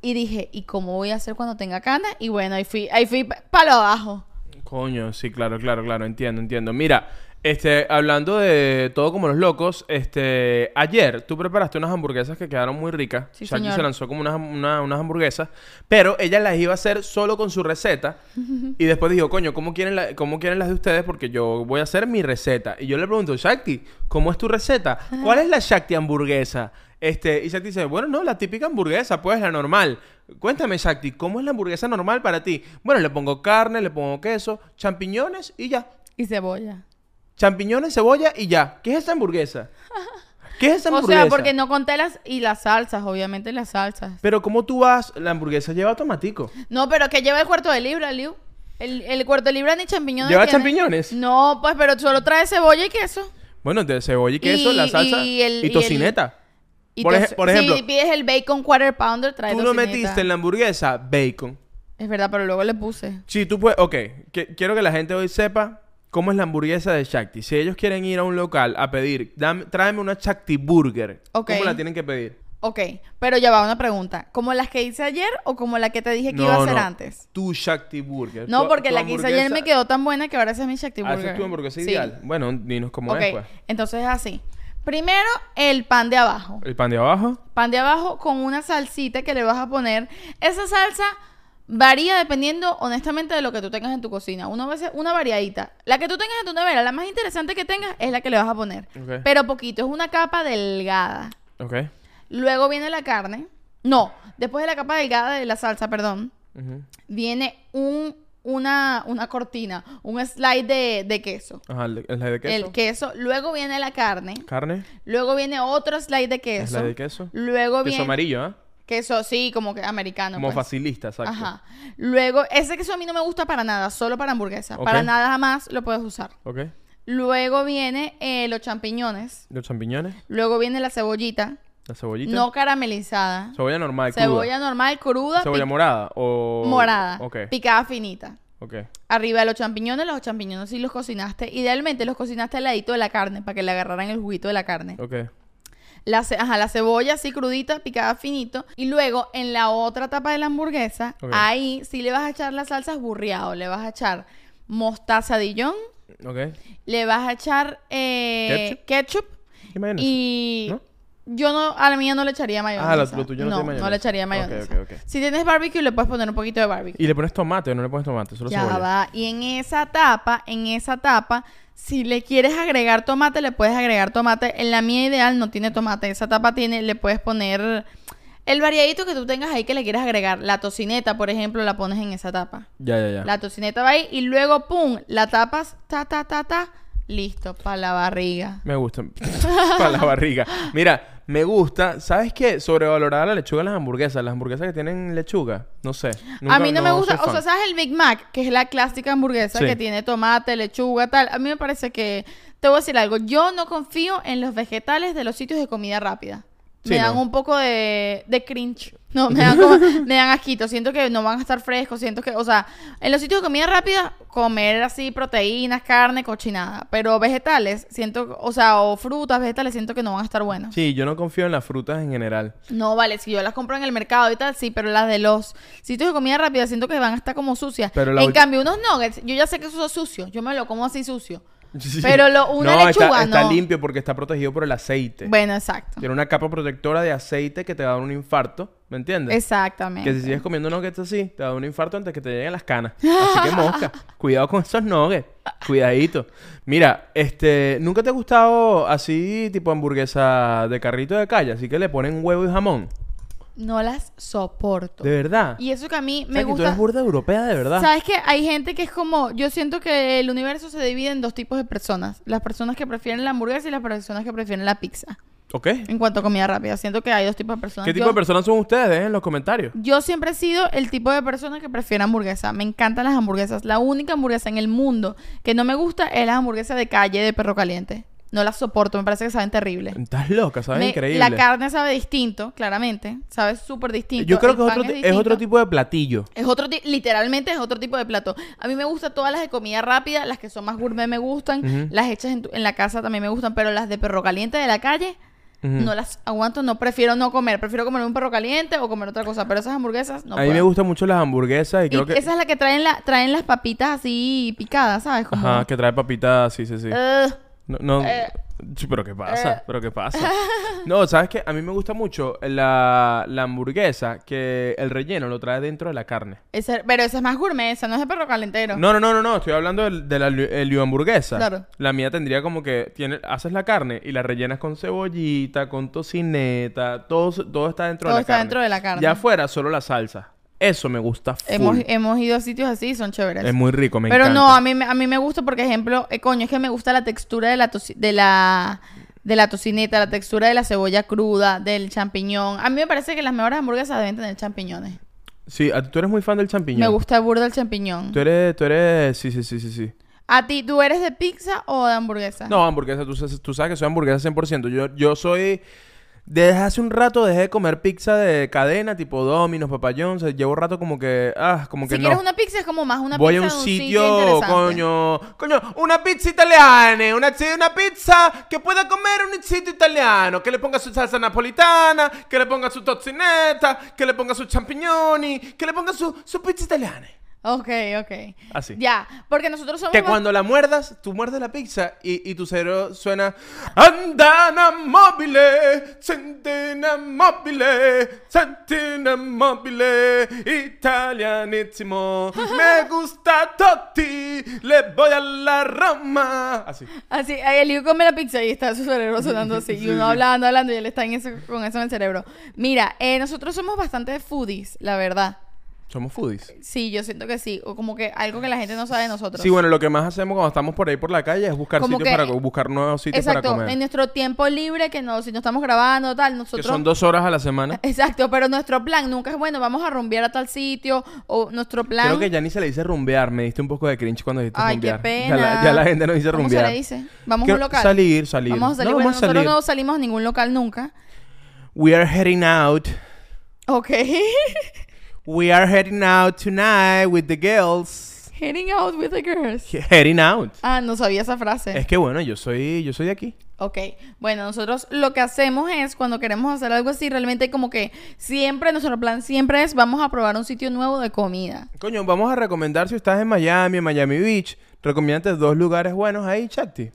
[SPEAKER 2] Y dije, ¿y cómo voy a hacer cuando tenga canas? Y bueno, ahí fui, ahí fui para abajo.
[SPEAKER 1] Coño, sí, claro, claro, claro, entiendo, entiendo. Mira, este, hablando de todo como los locos, este, ayer tú preparaste unas hamburguesas que quedaron muy ricas.
[SPEAKER 2] Sí,
[SPEAKER 1] Shakira
[SPEAKER 2] señor.
[SPEAKER 1] se lanzó como unas, una- unas hamburguesas, pero ella las iba a hacer solo con su
[SPEAKER 2] [laughs]
[SPEAKER 1] receta. y después dijo, coño, ¿cómo quieren, la- ¿cómo quieren las de ustedes? Porque yo voy a hacer mi receta. Y yo le pregunto, Shakti, ¿cómo es tu receta? ¿Cuál es la Shakti hamburguesa? Este, y Shakti dice, bueno, no, la típica hamburguesa, pues, la normal. Cuéntame, Shakti, ¿cómo es la hamburguesa normal para ti? Bueno, le pongo carne, le pongo queso, champiñones y ya.
[SPEAKER 2] Y cebolla.
[SPEAKER 1] Champiñones, cebolla y ya. ¿Qué es esa hamburguesa? ¿Qué es esa
[SPEAKER 2] [laughs] O
[SPEAKER 1] hamburguesa?
[SPEAKER 2] sea, porque no conté las... Y las salsas, obviamente las salsas.
[SPEAKER 1] Pero ¿cómo tú vas? La hamburguesa lleva tomatico.
[SPEAKER 2] No, pero que lleva el cuarto de libra, Liu. El, el cuarto de libra ni champiñones.
[SPEAKER 1] ¿Lleva
[SPEAKER 2] tiene.
[SPEAKER 1] champiñones?
[SPEAKER 2] No, pues, pero solo trae cebolla y queso.
[SPEAKER 1] Bueno, de cebolla y queso,
[SPEAKER 2] Y-
[SPEAKER 1] la salsa
[SPEAKER 2] y
[SPEAKER 1] y,
[SPEAKER 2] el- y el-
[SPEAKER 1] tocineta.
[SPEAKER 2] Y
[SPEAKER 1] Por
[SPEAKER 2] te-
[SPEAKER 1] ej- por ejemplo,
[SPEAKER 2] si pides el bacon quarter pounder, trae
[SPEAKER 1] Tú no
[SPEAKER 2] tocineta.
[SPEAKER 1] metiste en la hamburguesa bacon.
[SPEAKER 2] Es verdad, pero luego le puse.
[SPEAKER 1] Si tú puedes... Ok, que- quiero que la gente hoy sepa cómo es la hamburguesa de Shakti. Si ellos quieren ir a un local a pedir, dame- tráeme una Shakti Burger.
[SPEAKER 2] Ok.
[SPEAKER 1] ¿Cómo la tienen que pedir?
[SPEAKER 2] Ok, pero ya va una pregunta. ¿Como las que hice ayer o como la que te dije que iba a hacer antes?
[SPEAKER 1] Tu Shakti Burger.
[SPEAKER 2] No,
[SPEAKER 1] Tu-
[SPEAKER 2] porque
[SPEAKER 1] tu
[SPEAKER 2] la que hice ayer
[SPEAKER 1] hamburguesa-
[SPEAKER 2] me quedó tan buena que ahora esa es mi Shakti
[SPEAKER 1] Ah, esa
[SPEAKER 2] Burger.
[SPEAKER 1] es tu hamburguesa
[SPEAKER 2] Sí.
[SPEAKER 1] ideal. Bueno, dinos cómo
[SPEAKER 2] Ok,
[SPEAKER 1] es, pues.
[SPEAKER 2] entonces es así. Primero, el pan de abajo.
[SPEAKER 1] El pan de abajo.
[SPEAKER 2] pan de abajo con una salsita que le vas a poner. Esa salsa varía dependiendo, honestamente, de lo que tú tengas en tu cocina. Una, veces, una variadita. La que tú tengas en tu nevera, la más interesante que tengas, es la que le vas a poner.
[SPEAKER 1] Ok.
[SPEAKER 2] Pero poquito, es una capa delgada.
[SPEAKER 1] Ok.
[SPEAKER 2] Luego viene la carne. No, después de la capa delgada de la salsa, perdón,
[SPEAKER 1] Ujú.
[SPEAKER 2] viene un, una, una cortina, un slide de, de queso.
[SPEAKER 1] Ajá, el el slide de queso.
[SPEAKER 2] El queso. Luego viene la carne.
[SPEAKER 1] Carne.
[SPEAKER 2] Luego viene otro slide de queso.
[SPEAKER 1] Slide de queso.
[SPEAKER 2] Luego
[SPEAKER 1] Queso
[SPEAKER 2] viene...
[SPEAKER 1] amarillo, ¿ah?
[SPEAKER 2] Queso, sí, como que americano.
[SPEAKER 1] Como
[SPEAKER 2] pues.
[SPEAKER 1] facilista, exacto.
[SPEAKER 2] Ajá. Luego, ese queso a mí no me gusta para nada, solo para hamburguesa.
[SPEAKER 1] Ok.
[SPEAKER 2] Para nada jamás lo puedes usar.
[SPEAKER 1] Ok.
[SPEAKER 2] Luego viene eh, los champiñones.
[SPEAKER 1] Los champiñones.
[SPEAKER 2] Luego viene la cebollita,
[SPEAKER 1] La cebollita.
[SPEAKER 2] no caramelizada.
[SPEAKER 1] Cebolla normal, cruda.
[SPEAKER 2] Cebolla normal, cruda,
[SPEAKER 1] Cebolla
[SPEAKER 2] pic-
[SPEAKER 1] morada o...
[SPEAKER 2] morada,
[SPEAKER 1] Ok,
[SPEAKER 2] picada finita.
[SPEAKER 1] ok.
[SPEAKER 2] Arriba de los champiñones, los champiñones sí los cocinaste. Idealmente los cocinaste al ladito de la carne para que le agarraran el juguito de la carne.
[SPEAKER 1] Ok.
[SPEAKER 2] La, ce- ajá, la cebolla así crudita, picada finito. Y luego en la otra tapa de la hamburguesa,
[SPEAKER 1] Ok.
[SPEAKER 2] ahí sí le vas a echar las salsas burriado. Le vas a echar mostaza Dijon,
[SPEAKER 1] Ok.
[SPEAKER 2] le vas a echar eh, ketchup,
[SPEAKER 1] ¿Qué mayonesa?
[SPEAKER 2] y
[SPEAKER 1] ¿No?
[SPEAKER 2] yo no, a la mía no le echaría mayonesa.
[SPEAKER 1] Ah, lo- lo tuyo no tiene
[SPEAKER 2] No
[SPEAKER 1] mayonesa.
[SPEAKER 2] le echaría
[SPEAKER 1] Ok,
[SPEAKER 2] mayonesa.
[SPEAKER 1] ok, ok.
[SPEAKER 2] Si tienes barbecue, le puedes poner un poquito de barbecue.
[SPEAKER 1] ¿Y le pones tomate o no le pones tomate? Solo
[SPEAKER 2] Ya
[SPEAKER 1] cebolla.
[SPEAKER 2] va. Y en esa tapa, en esa tapa, si le quieres agregar tomate, le puedes agregar tomate. En la mía ideal no tiene tomate. Esa tapa tiene, le puedes poner el variadito que tú tengas ahí que le quieres agregar. La tocineta, por ejemplo, la pones en esa tapa.
[SPEAKER 1] Ya, ya, ya.
[SPEAKER 2] La tocineta va ahí y luego, pum, la tapas, ta, ta, ta, ta. Listo, para la barriga. [laughs]
[SPEAKER 1] [laughs] Me gusta. Para la barriga. Mira, Me gusta. ¿Sabes qué? Sobrevalorada la lechuga en las hamburguesas. Las hamburguesas que tienen lechuga. No sé.
[SPEAKER 2] a mí no, me gusta,
[SPEAKER 1] soy
[SPEAKER 2] o sea,
[SPEAKER 1] fan.
[SPEAKER 2] ¿sabes el Big Mac? Que es la clásica hamburguesa
[SPEAKER 1] Sí.
[SPEAKER 2] que tiene tomate, lechuga, tal. A mí me parece que, te voy a decir algo, yo no confío en los vegetales de los sitios de comida rápida.
[SPEAKER 1] Sí,
[SPEAKER 2] me dan
[SPEAKER 1] no.
[SPEAKER 2] un poco de, de cringe. No, me dan
[SPEAKER 1] [laughs]
[SPEAKER 2] como, me dan asquito. Siento que no van a estar frescos. Siento que, o sea, en los sitios de comida rápida, comer así proteínas, carne, cochinada. Pero vegetales, siento, o sea, o frutas, vegetales, siento que no van a estar buenos.
[SPEAKER 1] Sí, yo no confío en las frutas en general. [laughs]
[SPEAKER 2] No, vale, si yo las compro en el mercado y tal, sí, pero las de los sitios de comida rápida siento que van a estar como sucias.
[SPEAKER 1] Pero la
[SPEAKER 2] en
[SPEAKER 1] ulti-
[SPEAKER 2] cambio, unos nuggets, yo ya sé que eso es sucio, yo me lo como así sucio. Pero lo- una
[SPEAKER 1] está-
[SPEAKER 2] lechuga,
[SPEAKER 1] está,
[SPEAKER 2] no.
[SPEAKER 1] limpio porque está protegido por el aceite.
[SPEAKER 2] Bueno, exacto.
[SPEAKER 1] Tiene una capa protectora de aceite que te va a dar un infarto. ¿Me entiendes?
[SPEAKER 2] Exactamente.
[SPEAKER 1] Que si sigues comiendo nuggets así, te va a dar un infarto antes que te lleguen las canas. Así que
[SPEAKER 2] [laughs]
[SPEAKER 1] mosca, cuidado con esos nuggets. Cuidadito. Mira, este, nunca te ha gustado así tipo hamburguesa de carrito de calle, así que le ponen huevo y jamón.
[SPEAKER 2] No las soporto.
[SPEAKER 1] De verdad.
[SPEAKER 2] Y eso que a mí
[SPEAKER 1] O sea,
[SPEAKER 2] me
[SPEAKER 1] que tú eres
[SPEAKER 2] gusta.
[SPEAKER 1] burda europea de verdad.
[SPEAKER 2] ¿Sabes que hay gente que es como, yo siento que el universo se divide en dos tipos de personas, las personas que prefieren la hamburguesa y las personas que prefieren la pizza.
[SPEAKER 1] ¿Ok?
[SPEAKER 2] En cuanto a comida rápida, siento que hay dos tipos de personas.
[SPEAKER 1] ¿Qué tipo
[SPEAKER 2] Yo-
[SPEAKER 1] de personas son ustedes? Dejen en los comentarios.
[SPEAKER 2] Yo siempre he sido el tipo de persona que prefiere hamburguesa. Me encantan las hamburguesas. La única hamburguesa en el mundo que no me gusta es la hamburguesa de calle de perro caliente. No las soporto, me parece que saben terrible.
[SPEAKER 1] Estás loca, sabes
[SPEAKER 2] Me-
[SPEAKER 1] increíble.
[SPEAKER 2] La carne sabe distinto, claramente. Sabe súper distinto.
[SPEAKER 1] Yo creo
[SPEAKER 2] El
[SPEAKER 1] que es
[SPEAKER 2] pan
[SPEAKER 1] otro, ti- es
[SPEAKER 2] distinto.
[SPEAKER 1] otro tipo de platillo.
[SPEAKER 2] Es otro ti- literalmente es otro tipo de plato. A mí me gustan todas las de comida rápida, las que son más gourmet me gustan, las hechas en, tu- en la casa también me gustan, pero las de perro caliente de la calle
[SPEAKER 1] Ujú.
[SPEAKER 2] no las aguanto, no prefiero no comer, prefiero comer un perro caliente o comer otra cosa, pero esas hamburguesas no
[SPEAKER 1] a mí me
[SPEAKER 2] puedo.
[SPEAKER 1] gustan mucho las hamburguesas y creo
[SPEAKER 2] Y
[SPEAKER 1] que.
[SPEAKER 2] Esa es la que traen, la, traen las papitas así picadas, ¿sabes? Como,
[SPEAKER 1] Ajá, que trae papitas, sí, sí, sí.
[SPEAKER 2] Ugh.
[SPEAKER 1] No, no.
[SPEAKER 2] Eh.
[SPEAKER 1] sí, pero ¿qué pasa? ¿Pero qué pasa?
[SPEAKER 2] [laughs]
[SPEAKER 1] no, ¿sabes qué? A mí me gusta mucho la, la hamburguesa que el relleno lo trae dentro de la carne.
[SPEAKER 2] Esa- pero esa es más gourmet, esa no es de perro calentero.
[SPEAKER 1] No, no, no, no, no. Estoy hablando del- de, la liu- helio hamburguesa.
[SPEAKER 2] Claro.
[SPEAKER 1] La mía tendría como que tiene, haces la carne y la rellenas con cebollita, con tocineta, todo, todo está dentro
[SPEAKER 2] Todo
[SPEAKER 1] de la
[SPEAKER 2] está
[SPEAKER 1] carne.
[SPEAKER 2] dentro de la carne.
[SPEAKER 1] Ya afuera, solo la salsa. Eso me gusta full.
[SPEAKER 2] Hemos, hemos ido a sitios así, y son chéveres.
[SPEAKER 1] Es muy rico, me
[SPEAKER 2] pero
[SPEAKER 1] encanta.
[SPEAKER 2] no, a mí, me- a mí me gusta, por ejemplo, eh, coño, es que me gusta la textura de la, toci- de la de la tocineta, la textura de la cebolla cruda, del champiñón. A mí me parece que las mejores hamburguesas deben tener champiñones.
[SPEAKER 1] Sí, a- tú eres muy fan del champiñón.
[SPEAKER 2] Me gusta burda el champiñón.
[SPEAKER 1] Tú eres, tú eres... Sí, sí, sí, sí, sí.
[SPEAKER 2] ¿A ti, tú eres de pizza o de hamburguesa?
[SPEAKER 1] No, hamburguesa, tú, sa- tú sabes que soy hamburguesa 100%. Yo, yo soy. Desde hace un rato dejé de comer pizza de cadena, tipo Domino's, Papayón. O sea, llevo rato como que. Ah, como que
[SPEAKER 2] si
[SPEAKER 1] no.
[SPEAKER 2] quieres una pizza es como más una
[SPEAKER 1] Voy a
[SPEAKER 2] pizza
[SPEAKER 1] un
[SPEAKER 2] de
[SPEAKER 1] sitio,
[SPEAKER 2] interesante.
[SPEAKER 1] coño. Coño, una pizza italiana. Una, sí, una pizza que pueda comer en un sitio italiano. Que le ponga su salsa napolitana, que le ponga su tocineta, que le ponga sus champiñones, que le ponga su, su pizza italiana.
[SPEAKER 2] Ok, ok.
[SPEAKER 1] Así.
[SPEAKER 2] Ya, porque nosotros somos...
[SPEAKER 1] Que
[SPEAKER 2] más-
[SPEAKER 1] cuando la muerdas, tú muerdes la pizza y, y tu cerebro suena Andana mobile, centena mobile, centena mobile, italianissimo, me gusta Totti, le voy a la Roma. Así.
[SPEAKER 2] Así, Ah, ahí el hijo come la pizza y está su cerebro sonando así. Y uno hablando, hablando, y él está en eso, con eso en el cerebro. Mira, eh, nosotros somos bastante foodies, la verdad.
[SPEAKER 1] Somos foodies.
[SPEAKER 2] Sí, yo siento que sí. O como que algo que la gente no sabe de nosotros.
[SPEAKER 1] Sí, bueno, lo que más hacemos cuando estamos por ahí por la calle es buscar
[SPEAKER 2] Como
[SPEAKER 1] sitios
[SPEAKER 2] que-
[SPEAKER 1] para co- buscar nuevos sitios para
[SPEAKER 2] Exacto,
[SPEAKER 1] comer.
[SPEAKER 2] en nuestro tiempo libre, que no, si no estamos grabando, tal,
[SPEAKER 1] Que
[SPEAKER 2] nosotros...
[SPEAKER 1] son dos horas a la semana.
[SPEAKER 2] Exacto, pero nuestro plan nunca es, bueno, vamos a rumbear a tal sitio, o nuestro plan...
[SPEAKER 1] Creo que ya ni se le dice rumbear, me diste un poco de cringe cuando dijiste
[SPEAKER 2] Ay,
[SPEAKER 1] rumbear.
[SPEAKER 2] qué pena.
[SPEAKER 1] Ya la, ya la gente no dice rumbear.
[SPEAKER 2] ¿Cómo se le dice? Vamos a
[SPEAKER 1] Creo-
[SPEAKER 2] un local.
[SPEAKER 1] Salir, salir.
[SPEAKER 2] Vamos a salir.
[SPEAKER 1] No,
[SPEAKER 2] bueno,
[SPEAKER 1] vamos a
[SPEAKER 2] nosotros
[SPEAKER 1] salir.
[SPEAKER 2] no salimos a ningún local nunca.
[SPEAKER 1] We are heading out.
[SPEAKER 2] Ok. [laughs]
[SPEAKER 1] We are heading out tonight with the girls.
[SPEAKER 2] Heading out with the girls.
[SPEAKER 1] He- Heading out.
[SPEAKER 2] Ah, no sabía esa frase.
[SPEAKER 1] Es que bueno, yo soy, yo soy de aquí.
[SPEAKER 2] Ok, bueno, nosotros lo que hacemos es cuando queremos hacer algo así, realmente como que siempre, nuestro plan siempre es vamos a probar un sitio nuevo de comida.
[SPEAKER 1] Coño, vamos a recomendar si estás en Miami, en Miami Beach, recomiéndate dos lugares buenos ahí, Chatti.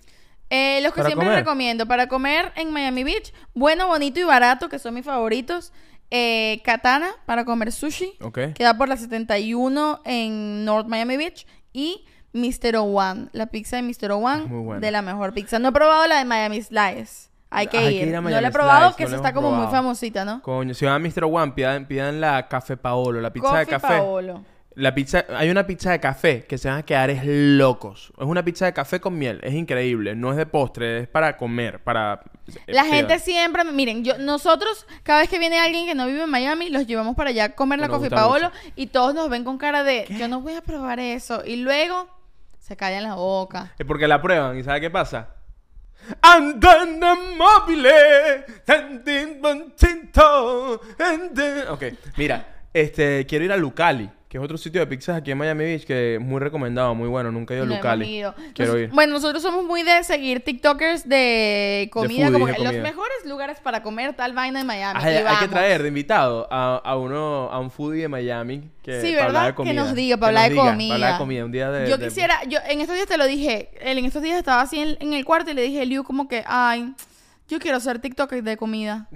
[SPEAKER 2] Eh, los que
[SPEAKER 1] Para
[SPEAKER 2] siempre
[SPEAKER 1] comer.
[SPEAKER 2] recomiendo para comer en Miami Beach, bueno, bonito y barato, que son mis favoritos. Eh, Katana para comer sushi,
[SPEAKER 1] Ok.
[SPEAKER 2] queda por la 71 en North Miami Beach. Y Mr. One, la pizza de Mr. One,
[SPEAKER 1] Muy buena.
[SPEAKER 2] de la mejor pizza. No he probado la de Miami Slice. Hay que
[SPEAKER 1] Hay
[SPEAKER 2] ir.
[SPEAKER 1] que ir a
[SPEAKER 2] no
[SPEAKER 1] Miami
[SPEAKER 2] la he probado,
[SPEAKER 1] Slice,
[SPEAKER 2] que
[SPEAKER 1] no la
[SPEAKER 2] esa está
[SPEAKER 1] hemos
[SPEAKER 2] como muy
[SPEAKER 1] probado.
[SPEAKER 2] Ah. famosita, ¿no?
[SPEAKER 1] Coño, si van a Mr. One, pidan, pidan la Café Paolo, la pizza de
[SPEAKER 2] Coffee
[SPEAKER 1] café.
[SPEAKER 2] Paolo.
[SPEAKER 1] La pizza, hay una pizza de café que se van a quedar es locos. Es una pizza de café con miel, es increíble, no es de postre, es para comer, para eh,
[SPEAKER 2] La
[SPEAKER 1] Sí,
[SPEAKER 2] gente siempre, miren, yo nosotros cada vez que viene alguien que no vive en Miami, los llevamos para allá a comer la
[SPEAKER 1] Nos
[SPEAKER 2] coffee
[SPEAKER 1] gusta
[SPEAKER 2] Paolo y todos nos ven con cara de yo no voy a probar eso y luego se callan la boca.
[SPEAKER 1] Es porque la prueban y ¿sabe qué pasa? Andando móvil. Ok, mira, este, quiero ir a Lucali, que es otro sitio de pizzas aquí en Miami Beach que es muy recomendado, muy bueno. Nunca he ido a
[SPEAKER 2] No
[SPEAKER 1] Lucali.
[SPEAKER 2] hemos ido.
[SPEAKER 1] Quiero
[SPEAKER 2] Nos-
[SPEAKER 1] ir.
[SPEAKER 2] Bueno, nosotros somos muy de seguir TikTokers de comida,
[SPEAKER 1] foodies,
[SPEAKER 2] como
[SPEAKER 1] de
[SPEAKER 2] que
[SPEAKER 1] comida.
[SPEAKER 2] los mejores lugares para comer tal vaina en Miami.
[SPEAKER 1] Hay,
[SPEAKER 2] y
[SPEAKER 1] hay que
[SPEAKER 2] vamos.
[SPEAKER 1] traer de invitado a, a uno, a un foodie de Miami que
[SPEAKER 2] Sí,
[SPEAKER 1] para hablar
[SPEAKER 2] ¿verdad?
[SPEAKER 1] de comida.
[SPEAKER 2] Que nos diga, para hablar de
[SPEAKER 1] diga,
[SPEAKER 2] comida.
[SPEAKER 1] Para hablar de comida, un día de.
[SPEAKER 2] Yo
[SPEAKER 1] de-
[SPEAKER 2] quisiera, yo en estos días te lo dije, él en estos días estaba así en, en el cuarto y le dije a Liu como que, ay, yo quiero ser TikToker
[SPEAKER 1] [laughs]
[SPEAKER 2] de comida.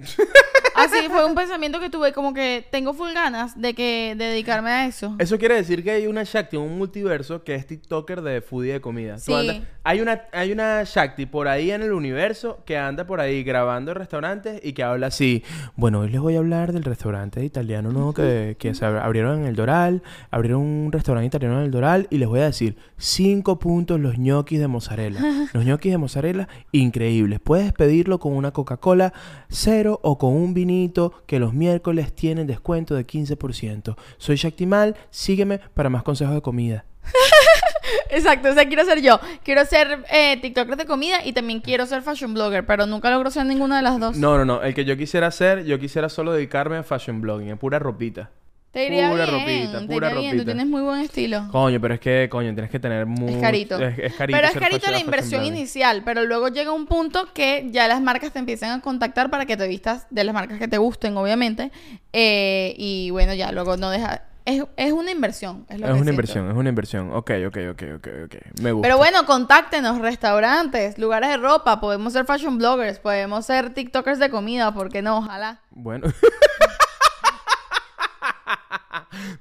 [SPEAKER 2] así fue un pensamiento que tuve, como que tengo full ganas de que de dedicarme a eso.
[SPEAKER 1] Eso quiere decir que hay una Shakti, un multiverso que es TikToker de foodie de comida. Tú
[SPEAKER 2] Sí.
[SPEAKER 1] andas- hay una hay una Shakti por ahí en el universo que anda por ahí grabando restaurantes y que habla así. Bueno, hoy les voy a hablar del restaurante italiano nuevo que, que se ab- abrieron en el Doral, abrieron un restaurante italiano en el Doral y les voy a decir cinco puntos los ñoquis de mozzarella. Los ñoquis de mozzarella increíbles. Puedes pedirlo con una Coca-Cola cero o con un vinito que los miércoles tienen descuento de 15%. Soy Shaktimal, sígueme para más consejos de comida.
[SPEAKER 2] [laughs] Exacto, o sea, quiero ser yo. Quiero ser eh, TikToker de comida y también quiero ser fashion blogger, pero nunca logro ser ninguna de las dos.
[SPEAKER 1] No, no, no. El que yo quisiera hacer, yo quisiera solo dedicarme a fashion blogging, a pura ropita.
[SPEAKER 2] te iría
[SPEAKER 1] pura
[SPEAKER 2] bien,
[SPEAKER 1] ropita,
[SPEAKER 2] te
[SPEAKER 1] pura
[SPEAKER 2] iría bien, tú
[SPEAKER 1] ropita.
[SPEAKER 2] tienes muy buen estilo.
[SPEAKER 1] Coño, pero es que, coño, tienes que tener muy...
[SPEAKER 2] Es carito.
[SPEAKER 1] Mm, Es, es carito
[SPEAKER 2] Pero es
[SPEAKER 1] ser
[SPEAKER 2] carito
[SPEAKER 1] fashion-
[SPEAKER 2] la
[SPEAKER 1] fashion
[SPEAKER 2] inversión
[SPEAKER 1] blogger.
[SPEAKER 2] inicial, pero luego llega un punto que ya las marcas te empiezan a contactar para que te vistas de las marcas que te gusten, obviamente. Eh, y bueno, ya luego no deja... Es, es una inversión. Es,
[SPEAKER 1] Es
[SPEAKER 2] lo que
[SPEAKER 1] una
[SPEAKER 2] siento.
[SPEAKER 1] inversión, es una inversión. Ok, ok, ok, ok, ok. Me gusta.
[SPEAKER 2] Pero bueno, contáctenos, restaurantes, lugares de ropa, podemos ser fashion bloggers, podemos ser TikTokers de comida, ¿por qué no? Ojalá.
[SPEAKER 1] Bueno. [laughs]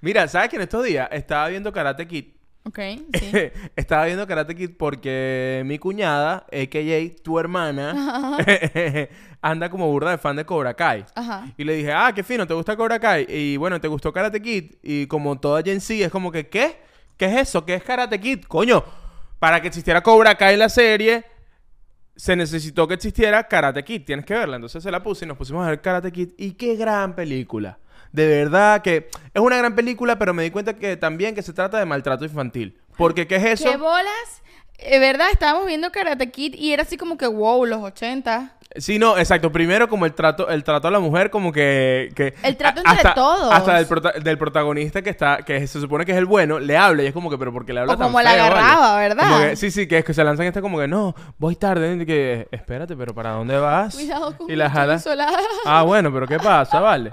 [SPEAKER 1] Mira, ¿sabes que en estos días estaba viendo Karate Kid?
[SPEAKER 2] Ok, sí.
[SPEAKER 1] [laughs] estaba viendo Karate Kid porque mi cuñada, a.k.a. tu hermana, [laughs] anda como burda de fan de Cobra Kai.
[SPEAKER 2] [laughs] Ajá.
[SPEAKER 1] Y le dije, ah, qué fino, ¿te gusta Cobra Kai? Y bueno, ¿te gustó Karate Kid? Y como toda Gen Z es como que, ¿qué? ¿Qué es eso? ¿Qué es Karate Kid? Coño, para que existiera Cobra Kai la serie, se necesitó que existiera Karate Kid. Tienes que verla. Entonces se la puse y nos pusimos a ver Karate Kid. Y qué gran película. De verdad que es una gran película, pero me di cuenta que también que se trata de maltrato infantil. Porque ¿qué es eso?
[SPEAKER 2] ¿Qué bolas? Eh, ¿Verdad? Estábamos viendo Karate Kid y era así como que, wow, los 80.
[SPEAKER 1] Sí, no, exacto. Primero como el trato, el trato a la mujer, como que, que-
[SPEAKER 2] El trato
[SPEAKER 1] a-
[SPEAKER 2] entre
[SPEAKER 1] hasta,
[SPEAKER 2] todos.
[SPEAKER 1] Hasta del, prota- del protagonista que está, que se supone que es el bueno, le habla y es como que, pero porque le habla
[SPEAKER 2] O
[SPEAKER 1] tan
[SPEAKER 2] como la
[SPEAKER 1] feo, vale?
[SPEAKER 2] agarraba, ¿verdad?
[SPEAKER 1] Como que- sí, sí, que es que se lanzan esta como que no, voy tarde, y que espérate, pero ¿para dónde vas? [laughs]
[SPEAKER 2] Cuidado con
[SPEAKER 1] y la
[SPEAKER 2] mucho
[SPEAKER 1] jala.
[SPEAKER 2] [laughs] insolada.
[SPEAKER 1] Ah, bueno, pero ¿qué pasa? Vale.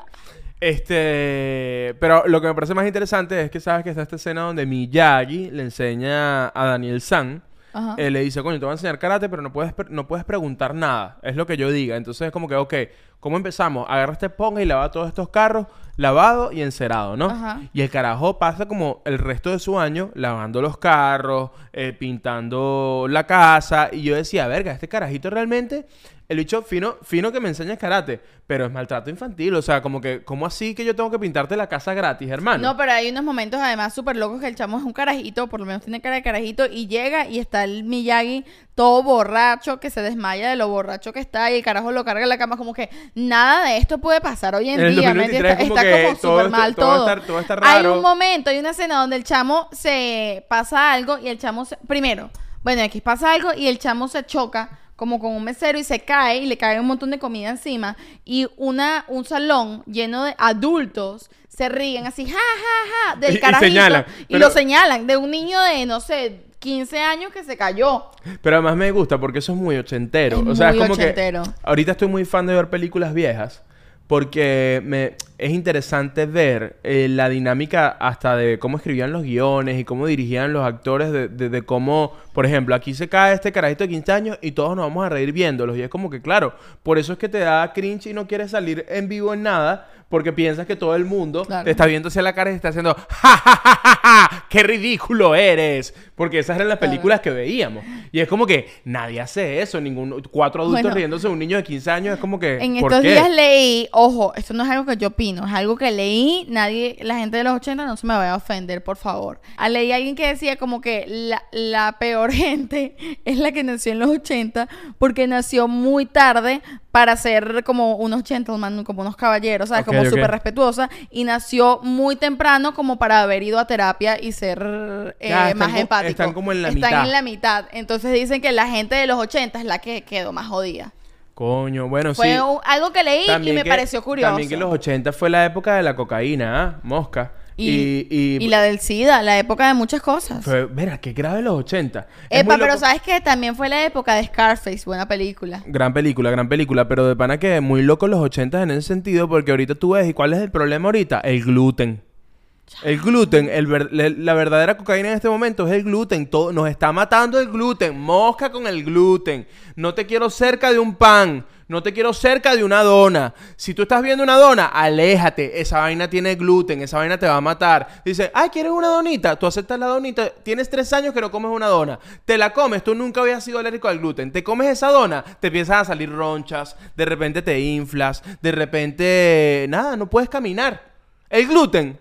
[SPEAKER 1] Este, pero lo que me parece más interesante es que sabes que está esta escena donde Miyagi le enseña a Daniel San.
[SPEAKER 2] Ajá.
[SPEAKER 1] Eh, le dice, coño, te voy a enseñar karate, pero no puedes, pre- no puedes preguntar nada. Es lo que yo diga. Entonces es como que, ok, ¿cómo empezamos? Agarra este ponga y lava todos estos carros, lavado y encerado, ¿no?
[SPEAKER 2] Ajá.
[SPEAKER 1] Y el carajo pasa como el resto de su año lavando los carros, eh, pintando la casa. Y yo decía, verga, este carajito realmente, el bicho fino, fino que me enseña es karate, pero es maltrato infantil. O sea, como que, ¿cómo así que yo tengo que pintarte la casa gratis, hermano?
[SPEAKER 2] No, pero hay unos momentos además súper locos que el chamo es un carajito, por lo menos tiene cara de carajito, y llega y está el Miyagi todo borracho, que se desmaya de lo borracho que está, y el carajo lo carga en la cama, como que nada de esto puede pasar hoy en,
[SPEAKER 1] En el
[SPEAKER 2] día,
[SPEAKER 1] 2023
[SPEAKER 2] ¿me entiendes?
[SPEAKER 1] como
[SPEAKER 2] Está,
[SPEAKER 1] que
[SPEAKER 2] como
[SPEAKER 1] todo
[SPEAKER 2] súper
[SPEAKER 1] está-
[SPEAKER 2] mal
[SPEAKER 1] todo
[SPEAKER 2] todo.
[SPEAKER 1] está- todo está
[SPEAKER 2] Hay un
[SPEAKER 1] raro.
[SPEAKER 2] momento, hay una escena donde el chamo se pasa algo y el chamo se... Primero, bueno, aquí pasa algo y el chamo se choca como con un mesero y se cae y le cae un montón de comida encima y una un salón lleno de adultos se ríen así ja ja ja del
[SPEAKER 1] Y- y
[SPEAKER 2] carajito y,
[SPEAKER 1] señalan,
[SPEAKER 2] lo
[SPEAKER 1] pero-
[SPEAKER 2] señalan de un niño de no sé 15 años que se cayó
[SPEAKER 1] Pero además me gusta porque eso es muy ochentero.
[SPEAKER 2] Es
[SPEAKER 1] o sea,
[SPEAKER 2] muy
[SPEAKER 1] es como
[SPEAKER 2] ochentero.
[SPEAKER 1] que ahorita estoy muy fan de ver películas viejas porque me es interesante ver eh, la dinámica hasta de cómo escribían los guiones y cómo dirigían los actores de, de- de cómo Por ejemplo, aquí se cae este carajito de 15 años y todos nos vamos a reír viéndolos. Y es como que, claro, por eso es que te da cringe y no quieres salir en vivo en nada, porque piensas que todo el mundo
[SPEAKER 2] Claro.
[SPEAKER 1] te está viendo hacia la cara y está haciendo, ¡ja, ja, ja, ja, ja! ¡Qué ridículo eres! Porque esas eran las películas que veíamos. Y es como que nadie hace eso. Ningún, cuatro adultos
[SPEAKER 2] Bueno.
[SPEAKER 1] riéndose de un niño de 15 años es como que.
[SPEAKER 2] En
[SPEAKER 1] ¿por
[SPEAKER 2] estos
[SPEAKER 1] qué?
[SPEAKER 2] días leí, ojo, esto no es algo que yo opino, es algo que leí, nadie, la gente de los 80 no se me vaya a ofender, por favor. Ah, Leí a alguien que decía como que la, la peor [laughs] gente es la que nació en los 80 porque nació muy tarde para ser como unos gentlemen, como unos caballeros, ¿sabes?
[SPEAKER 1] Ok,
[SPEAKER 2] como
[SPEAKER 1] ok.
[SPEAKER 2] súper respetuosa y nació muy temprano como para haber ido a terapia y ser eh,
[SPEAKER 1] Ya, están
[SPEAKER 2] más
[SPEAKER 1] como-
[SPEAKER 2] empático.
[SPEAKER 1] están como en la
[SPEAKER 2] Están
[SPEAKER 1] mitad.
[SPEAKER 2] en la mitad. Entonces dicen que la gente de los 80 es la que quedó más jodida.
[SPEAKER 1] Coño, bueno,
[SPEAKER 2] Fue
[SPEAKER 1] sí.
[SPEAKER 2] un- algo que leí y me
[SPEAKER 1] que-
[SPEAKER 2] pareció curioso.
[SPEAKER 1] También que los 80 fue la época de la cocaína, ¿ah? Mosca.
[SPEAKER 2] y,
[SPEAKER 1] Y, y,
[SPEAKER 2] y la del SIDA, la época de muchas cosas.
[SPEAKER 1] fue- mira, qué grave los 80. Es
[SPEAKER 2] Epa,
[SPEAKER 1] muy
[SPEAKER 2] pero
[SPEAKER 1] loco-
[SPEAKER 2] ¿sabes qué? También fue la época de Scarface, buena película.
[SPEAKER 1] Gran película, gran película, pero de pana que muy loco los 80 en ese sentido, porque ahorita tú ves, ¿y cuál es el problema ahorita? El gluten. El gluten, el ver- le- la verdadera cocaína en este momento es el gluten. Todo, nos está matando el gluten. Mosca con el gluten. No te quiero cerca de un pan. No te quiero cerca de una dona. Si tú estás viendo una dona, aléjate. Esa vaina tiene gluten. Esa vaina te va a matar. Dice, ay, ¿quieres una donita? Tú aceptas la donita. Tienes tres años que no comes una dona. Te la comes. Tú nunca habías sido alérgico al gluten. Te comes esa dona. Te empiezan a salir ronchas. De repente te inflas. De repente, nada, no puedes caminar. El gluten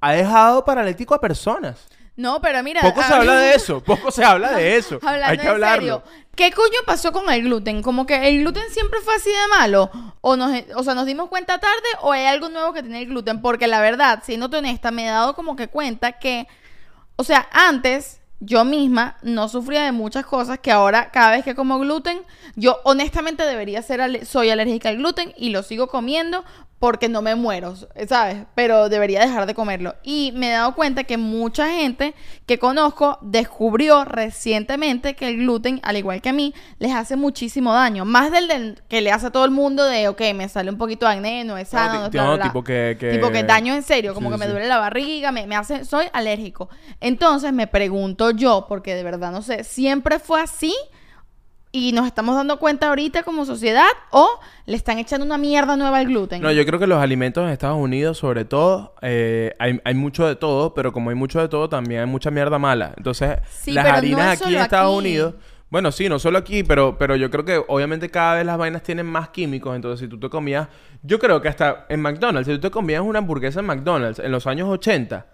[SPEAKER 1] ha dejado paralítico a
[SPEAKER 2] [laughs]
[SPEAKER 1] personas.
[SPEAKER 2] No, pero mira.
[SPEAKER 1] Poco se
[SPEAKER 2] hab-
[SPEAKER 1] habla de eso, poco se habla
[SPEAKER 2] [laughs]
[SPEAKER 1] de eso.
[SPEAKER 2] Hablando
[SPEAKER 1] Hay que
[SPEAKER 2] en
[SPEAKER 1] hablarlo.
[SPEAKER 2] serio, ¿Qué coño pasó con el gluten? Como que el gluten siempre fue así de malo. O, nos, o sea, nos dimos cuenta tarde o hay algo nuevo que tiene el gluten. Porque la verdad, siéndote honesta, me he dado como que cuenta que, o sea, antes yo misma no sufría de muchas cosas que ahora cada vez que como gluten, yo honestamente debería ser, ale- soy alérgica al gluten y lo sigo comiendo porque no me muero, ¿sabes? Pero debería dejar de comerlo. Y me he dado cuenta que mucha gente que conozco descubrió recientemente que el gluten, al igual que a mí, les hace muchísimo daño. Más del, del que le hace a todo el mundo de, ok, me sale un poquito de acné, no es sano,
[SPEAKER 1] ti-
[SPEAKER 2] no, es
[SPEAKER 1] no,
[SPEAKER 2] bla, bla, bla".
[SPEAKER 1] tipo que- que-
[SPEAKER 2] Tipo que daño en serio, como
[SPEAKER 1] Sí,
[SPEAKER 2] que me
[SPEAKER 1] sí.
[SPEAKER 2] duele la barriga, me, me hace, soy alérgico. Entonces me pregunto yo, porque de verdad no sé, ¿siempre fue así? Y nos estamos dando cuenta ahorita como sociedad, o le están echando una mierda nueva al gluten.
[SPEAKER 1] No, yo creo que los alimentos en Estados Unidos, sobre todo, eh, hay, hay mucho de todo, pero como hay mucho de todo, también hay mucha mierda mala. Entonces,
[SPEAKER 2] Sí,
[SPEAKER 1] las
[SPEAKER 2] pero no
[SPEAKER 1] harinas
[SPEAKER 2] es
[SPEAKER 1] aquí en
[SPEAKER 2] solo
[SPEAKER 1] Estados
[SPEAKER 2] aquí.
[SPEAKER 1] Unidos, bueno, sí, no solo aquí, pero, pero yo creo que obviamente cada vez las vainas tienen más químicos. Entonces, si tú te comías, yo creo que hasta en McDonald's, si tú te comías una hamburguesa en McDonald's en los años 80,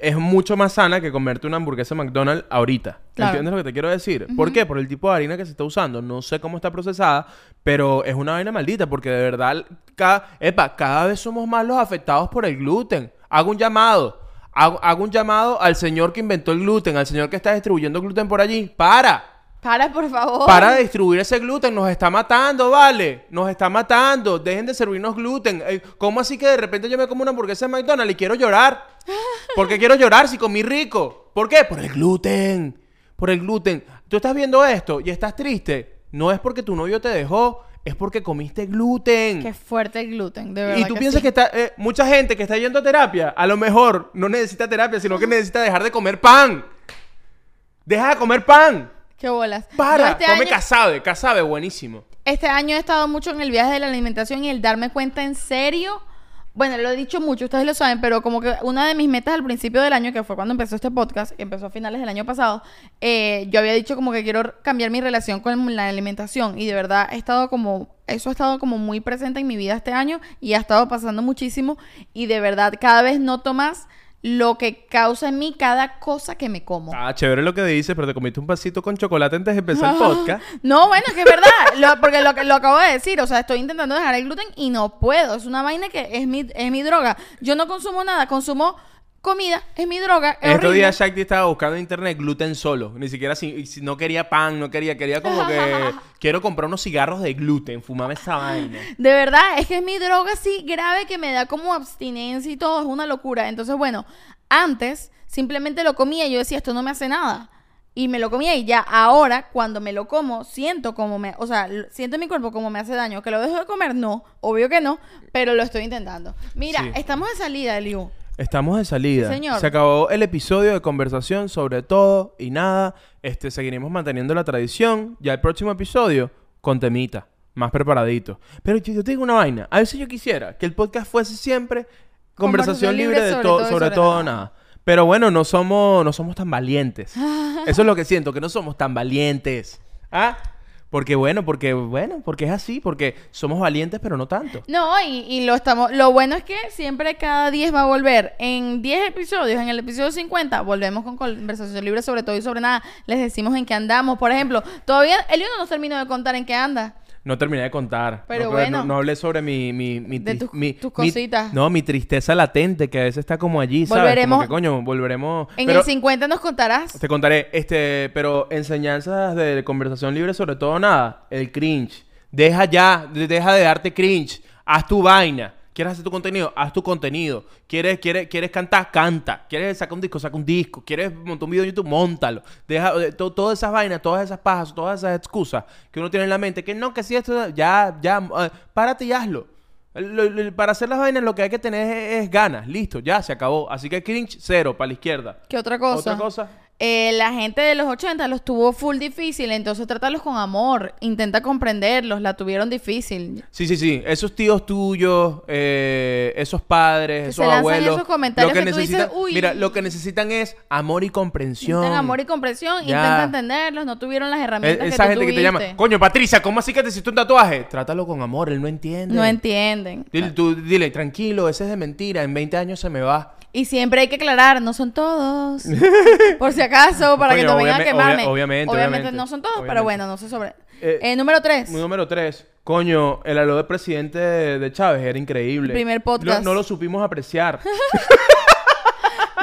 [SPEAKER 1] es mucho más sana que comerte una hamburguesa en McDonald's ahorita.
[SPEAKER 2] Claro.
[SPEAKER 1] ¿Entiendes lo que te quiero decir? ¿Por qué? Por el tipo de harina que se está usando. No sé cómo está procesada, pero es una vaina maldita porque de verdad, cada, epa, cada vez somos más los afectados por el gluten. Hago un llamado. Hago, hago un llamado al señor que inventó el gluten, al señor que está distribuyendo gluten por allí. ¡Para!
[SPEAKER 2] Para, por favor.
[SPEAKER 1] Para de distribuir ese gluten, nos está matando, vale. Nos está matando. Dejen de servirnos gluten. Eh, ¿Cómo así que de repente yo me como una hamburguesa de McDonald's y quiero llorar? ¿Por qué quiero llorar si comí rico? ¿Por qué? Por el gluten. Por el gluten. Tú estás viendo esto y estás triste. No es porque tu novio te dejó, es porque comiste gluten.
[SPEAKER 2] Qué fuerte el gluten, de verdad.
[SPEAKER 1] Y tú piensas
[SPEAKER 2] sí.
[SPEAKER 1] que está, eh, mucha gente que está yendo a terapia, a lo mejor no necesita terapia, sino que necesita dejar de comer pan. Deja de comer pan.
[SPEAKER 2] Qué bolas. Yo
[SPEAKER 1] Para,
[SPEAKER 2] este
[SPEAKER 1] come
[SPEAKER 2] año-
[SPEAKER 1] casabe, casabe buenísimo.
[SPEAKER 2] Este año he estado mucho en el viaje de la alimentación y el darme cuenta en serio. Bueno, lo he dicho mucho, ustedes lo saben, pero como que una de mis metas al principio del año, que fue cuando empezó este podcast, que empezó a finales del año pasado, eh, yo había dicho como que quiero cambiar mi relación con la alimentación y de verdad he estado como, eso ha estado como muy presente en mi vida este año y ha estado pasando muchísimo y de verdad cada vez noto más lo que causa en mí cada cosa que me como.
[SPEAKER 1] Ah, chévere lo que dices, pero te comiste un pasito con chocolate antes de empezar
[SPEAKER 2] [laughs]
[SPEAKER 1] el podcast.
[SPEAKER 2] No, bueno, es que es verdad, lo- porque lo, que- lo acabo de decir, o sea, estoy intentando dejar el gluten y no puedo, es una vaina que es mi, es mi droga. Yo no consumo nada, consumo comida, es mi droga. Es
[SPEAKER 1] Estos
[SPEAKER 2] horrible.
[SPEAKER 1] días Shakti estaba buscando en internet gluten solo. Ni siquiera si, y si no quería pan, no quería, quería como
[SPEAKER 2] [laughs]
[SPEAKER 1] que quiero comprar unos cigarros de gluten, fumame esa vaina.
[SPEAKER 2] De verdad, es que es mi droga así grave que me da como abstinencia y todo, es una locura. Entonces, bueno, antes simplemente lo comía y yo decía, esto no me hace nada. Y me lo comía y ya ahora cuando me lo como siento como me, o sea, l- siento en mi cuerpo como me hace daño. Que lo dejo de comer, no, obvio que no, pero lo estoy intentando. Mira,
[SPEAKER 1] Sí.
[SPEAKER 2] estamos de salida, Liu.
[SPEAKER 1] Estamos de salida.
[SPEAKER 2] Sí, señor.
[SPEAKER 1] Se acabó el episodio de conversación sobre todo y nada. Este, seguiremos manteniendo la tradición. Ya el próximo episodio con temita, más preparadito. Pero yo, yo te digo una vaina. A veces yo quisiera que el podcast fuese siempre conversación,
[SPEAKER 2] Conversación
[SPEAKER 1] libre,
[SPEAKER 2] libre
[SPEAKER 1] de
[SPEAKER 2] sobre
[SPEAKER 1] todo,
[SPEAKER 2] todo y
[SPEAKER 1] sobre,
[SPEAKER 2] sobre
[SPEAKER 1] todo
[SPEAKER 2] nada.
[SPEAKER 1] nada. Pero bueno, no somos, no somos tan
[SPEAKER 2] [laughs]
[SPEAKER 1] valientes. Eso es lo que siento, que no somos tan valientes. ¿Ah? Porque bueno, porque bueno, porque es así, porque somos valientes, pero no tanto.
[SPEAKER 2] No, y, y lo estamos. Lo bueno es que siempre cada 10 va a volver. En 10 episodios, en el episodio 50, volvemos con conversación libre sobre todo y sobre nada. Les decimos en qué andamos. Por ejemplo, todavía el no nos terminó de contar en qué anda.
[SPEAKER 1] No terminé de contar.
[SPEAKER 2] Pero
[SPEAKER 1] no,
[SPEAKER 2] bueno.
[SPEAKER 1] No, no hablé sobre mi... mi, mi
[SPEAKER 2] De
[SPEAKER 1] tris-
[SPEAKER 2] tus-
[SPEAKER 1] mi-
[SPEAKER 2] tus
[SPEAKER 1] mi-
[SPEAKER 2] cositas.
[SPEAKER 1] no, mi tristeza latente, que a veces está como allí, ¿sabes?
[SPEAKER 2] Volveremos-
[SPEAKER 1] Como que, coño, volveremos...
[SPEAKER 2] En
[SPEAKER 1] Pero
[SPEAKER 2] el 50 nos contarás.
[SPEAKER 1] Te contaré, este... Pero enseñanzas de conversación libre, sobre todo, nada. El cringe. Deja ya, de- deja de darte cringe. Haz tu vaina. ¿Quieres hacer tu contenido? Haz tu contenido. ¿Quieres, quieres, quieres cantar? Canta. ¿Quieres sacar un disco? Saca un disco. ¿Quieres montar un video en YouTube? Móntalo. Deja eh, to- todas esas vainas, todas esas pajas, todas esas excusas que uno tiene en la mente. Que no, que si esto... Ya, ya, eh, párate y hazlo. Lo- lo- para hacer las vainas lo que hay que tener es, es ganas. Listo, ya, se acabó. Así que cringe, cero, para la izquierda.
[SPEAKER 2] ¿Qué otra cosa?
[SPEAKER 1] ¿Otra cosa?
[SPEAKER 2] Eh, la gente de los 80 los tuvo full difícil, entonces trátalos con amor. Intenta comprenderlos, la tuvieron difícil.
[SPEAKER 1] Sí, sí, sí. Esos tíos tuyos, eh, esos padres,
[SPEAKER 2] Que se
[SPEAKER 1] esos
[SPEAKER 2] lanzan
[SPEAKER 1] abuelos.
[SPEAKER 2] esos comentarios que tú dices,
[SPEAKER 1] necesitan,
[SPEAKER 2] "Uy".
[SPEAKER 1] Mira, lo que necesitan es amor y comprensión.
[SPEAKER 2] Intentan amor y comprensión,
[SPEAKER 1] Ya.
[SPEAKER 2] intentan entenderlos, no tuvieron las
[SPEAKER 1] Eh,
[SPEAKER 2] herramientas
[SPEAKER 1] Esa
[SPEAKER 2] que tú
[SPEAKER 1] gente que te llama,
[SPEAKER 2] tuviste.
[SPEAKER 1] coño, Patricia, ¿cómo así que te hiciste un tatuaje? Trátalo con amor, él no entiende.
[SPEAKER 2] No entienden.
[SPEAKER 1] Dile, tú, dile, tranquilo, ese es de mentira, en 20 años se me va.
[SPEAKER 2] Y siempre hay que aclarar, no
[SPEAKER 1] [laughs]
[SPEAKER 2] son todos. Por si acaso, para que
[SPEAKER 1] Coño,
[SPEAKER 2] no vengan a
[SPEAKER 1] obviame-
[SPEAKER 2] quemarme.
[SPEAKER 1] obvia- obviamente, obviamente.
[SPEAKER 2] no son todos,
[SPEAKER 1] Obviamente.
[SPEAKER 2] pero bueno, no se sobre.
[SPEAKER 1] Eh,
[SPEAKER 2] Eh, número tres.
[SPEAKER 1] Número 3. Coño, el aló del presidente de, de Chávez era increíble.
[SPEAKER 2] El primer podcast.
[SPEAKER 1] No, no lo supimos
[SPEAKER 2] [laughs]
[SPEAKER 1] apreciar.
[SPEAKER 2] [laughs]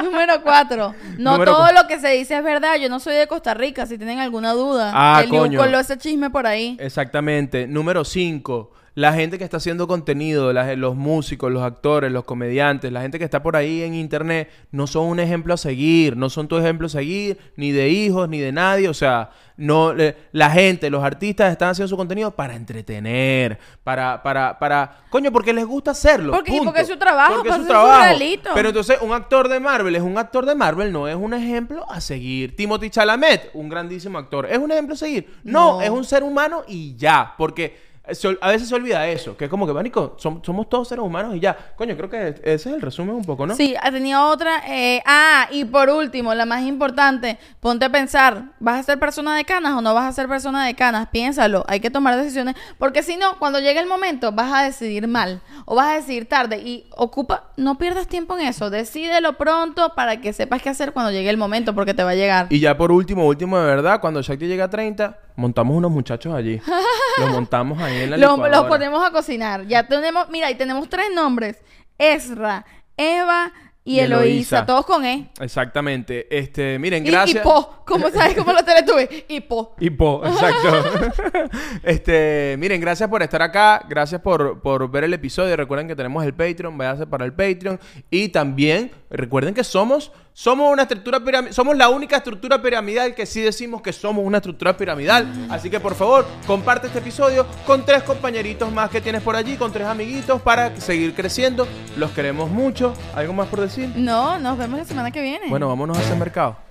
[SPEAKER 2] Número cuatro. No
[SPEAKER 1] Número
[SPEAKER 2] todo
[SPEAKER 1] cu-
[SPEAKER 2] lo que se dice es verdad. Yo no soy de Costa Rica, si tienen alguna duda.
[SPEAKER 1] Ah,
[SPEAKER 2] el Liu
[SPEAKER 1] coño.
[SPEAKER 2] coló ese chisme por ahí.
[SPEAKER 1] Exactamente. Número 5. La gente que está haciendo contenido, las- los músicos, los actores, los comediantes, la gente que está por ahí en internet, no son un ejemplo a seguir, no son tu ejemplo a seguir, ni de hijos, ni de nadie. O sea, no, le- la gente, los artistas están haciendo su contenido para entretener, para, para, para, coño, porque les gusta hacerlo.
[SPEAKER 2] Porque- y
[SPEAKER 1] punto.
[SPEAKER 2] porque es su trabajo,
[SPEAKER 1] Porque es
[SPEAKER 2] para
[SPEAKER 1] su
[SPEAKER 2] hacer su
[SPEAKER 1] trabajo.
[SPEAKER 2] realito.
[SPEAKER 1] Pero entonces, un actor de Marvel es un actor de Marvel, no es un ejemplo a seguir. Timothy Chalamet, un grandísimo actor, ¿es un ejemplo a seguir? No,
[SPEAKER 2] No.
[SPEAKER 1] es un ser humano y ya. Porque se ol- a veces se olvida eso, que es como que, manico, som- somos todos seres humanos y ya. Coño, creo que ese es el resumen un poco, ¿no?
[SPEAKER 2] Sí, ah, tenía otra. eh, ah, y por último, la más importante, ponte a pensar, ¿vas a ser persona de canas o no vas a ser persona de canas? Piénsalo, hay que tomar decisiones, porque si no, cuando llegue el momento, vas a decidir mal o vas a decidir tarde y ocupa, no pierdas tiempo en eso, decídelo pronto para que sepas qué hacer cuando llegue el momento, porque te va a llegar.
[SPEAKER 1] Y ya por último, último de verdad, cuando Shakti llega a 30, montamos unos muchachos allí. los montamos ahí en la
[SPEAKER 2] [laughs] Los,
[SPEAKER 1] licuadora.
[SPEAKER 2] los ponemos a cocinar. Ya tenemos, mira, y tenemos tres nombres, Ezra, Eva y,
[SPEAKER 1] Y
[SPEAKER 2] Eloísa,
[SPEAKER 1] Eloísa.
[SPEAKER 2] todos con E.
[SPEAKER 1] Exactamente. Este, miren,
[SPEAKER 2] Y, y
[SPEAKER 1] gracias.
[SPEAKER 2] Po, ¿cómo sabes cómo lo teletuve? Y Po.
[SPEAKER 1] Y po, [laughs] exacto. este, miren, gracias por estar acá, gracias por, por ver el episodio. Recuerden que tenemos el Patreon, váyanse para el Patreon. Y también recuerden que somos, somos una estructura piramidal, somos la única estructura piramidal que sí decimos que somos una estructura piramidal. Así que por favor, comparte este episodio con tres compañeritos más que tienes por allí, con tres amiguitos para seguir creciendo. Los queremos mucho. ¿Algo más por decir?
[SPEAKER 2] No, nos vemos la semana que viene.
[SPEAKER 1] Bueno, vámonos a ese mercado.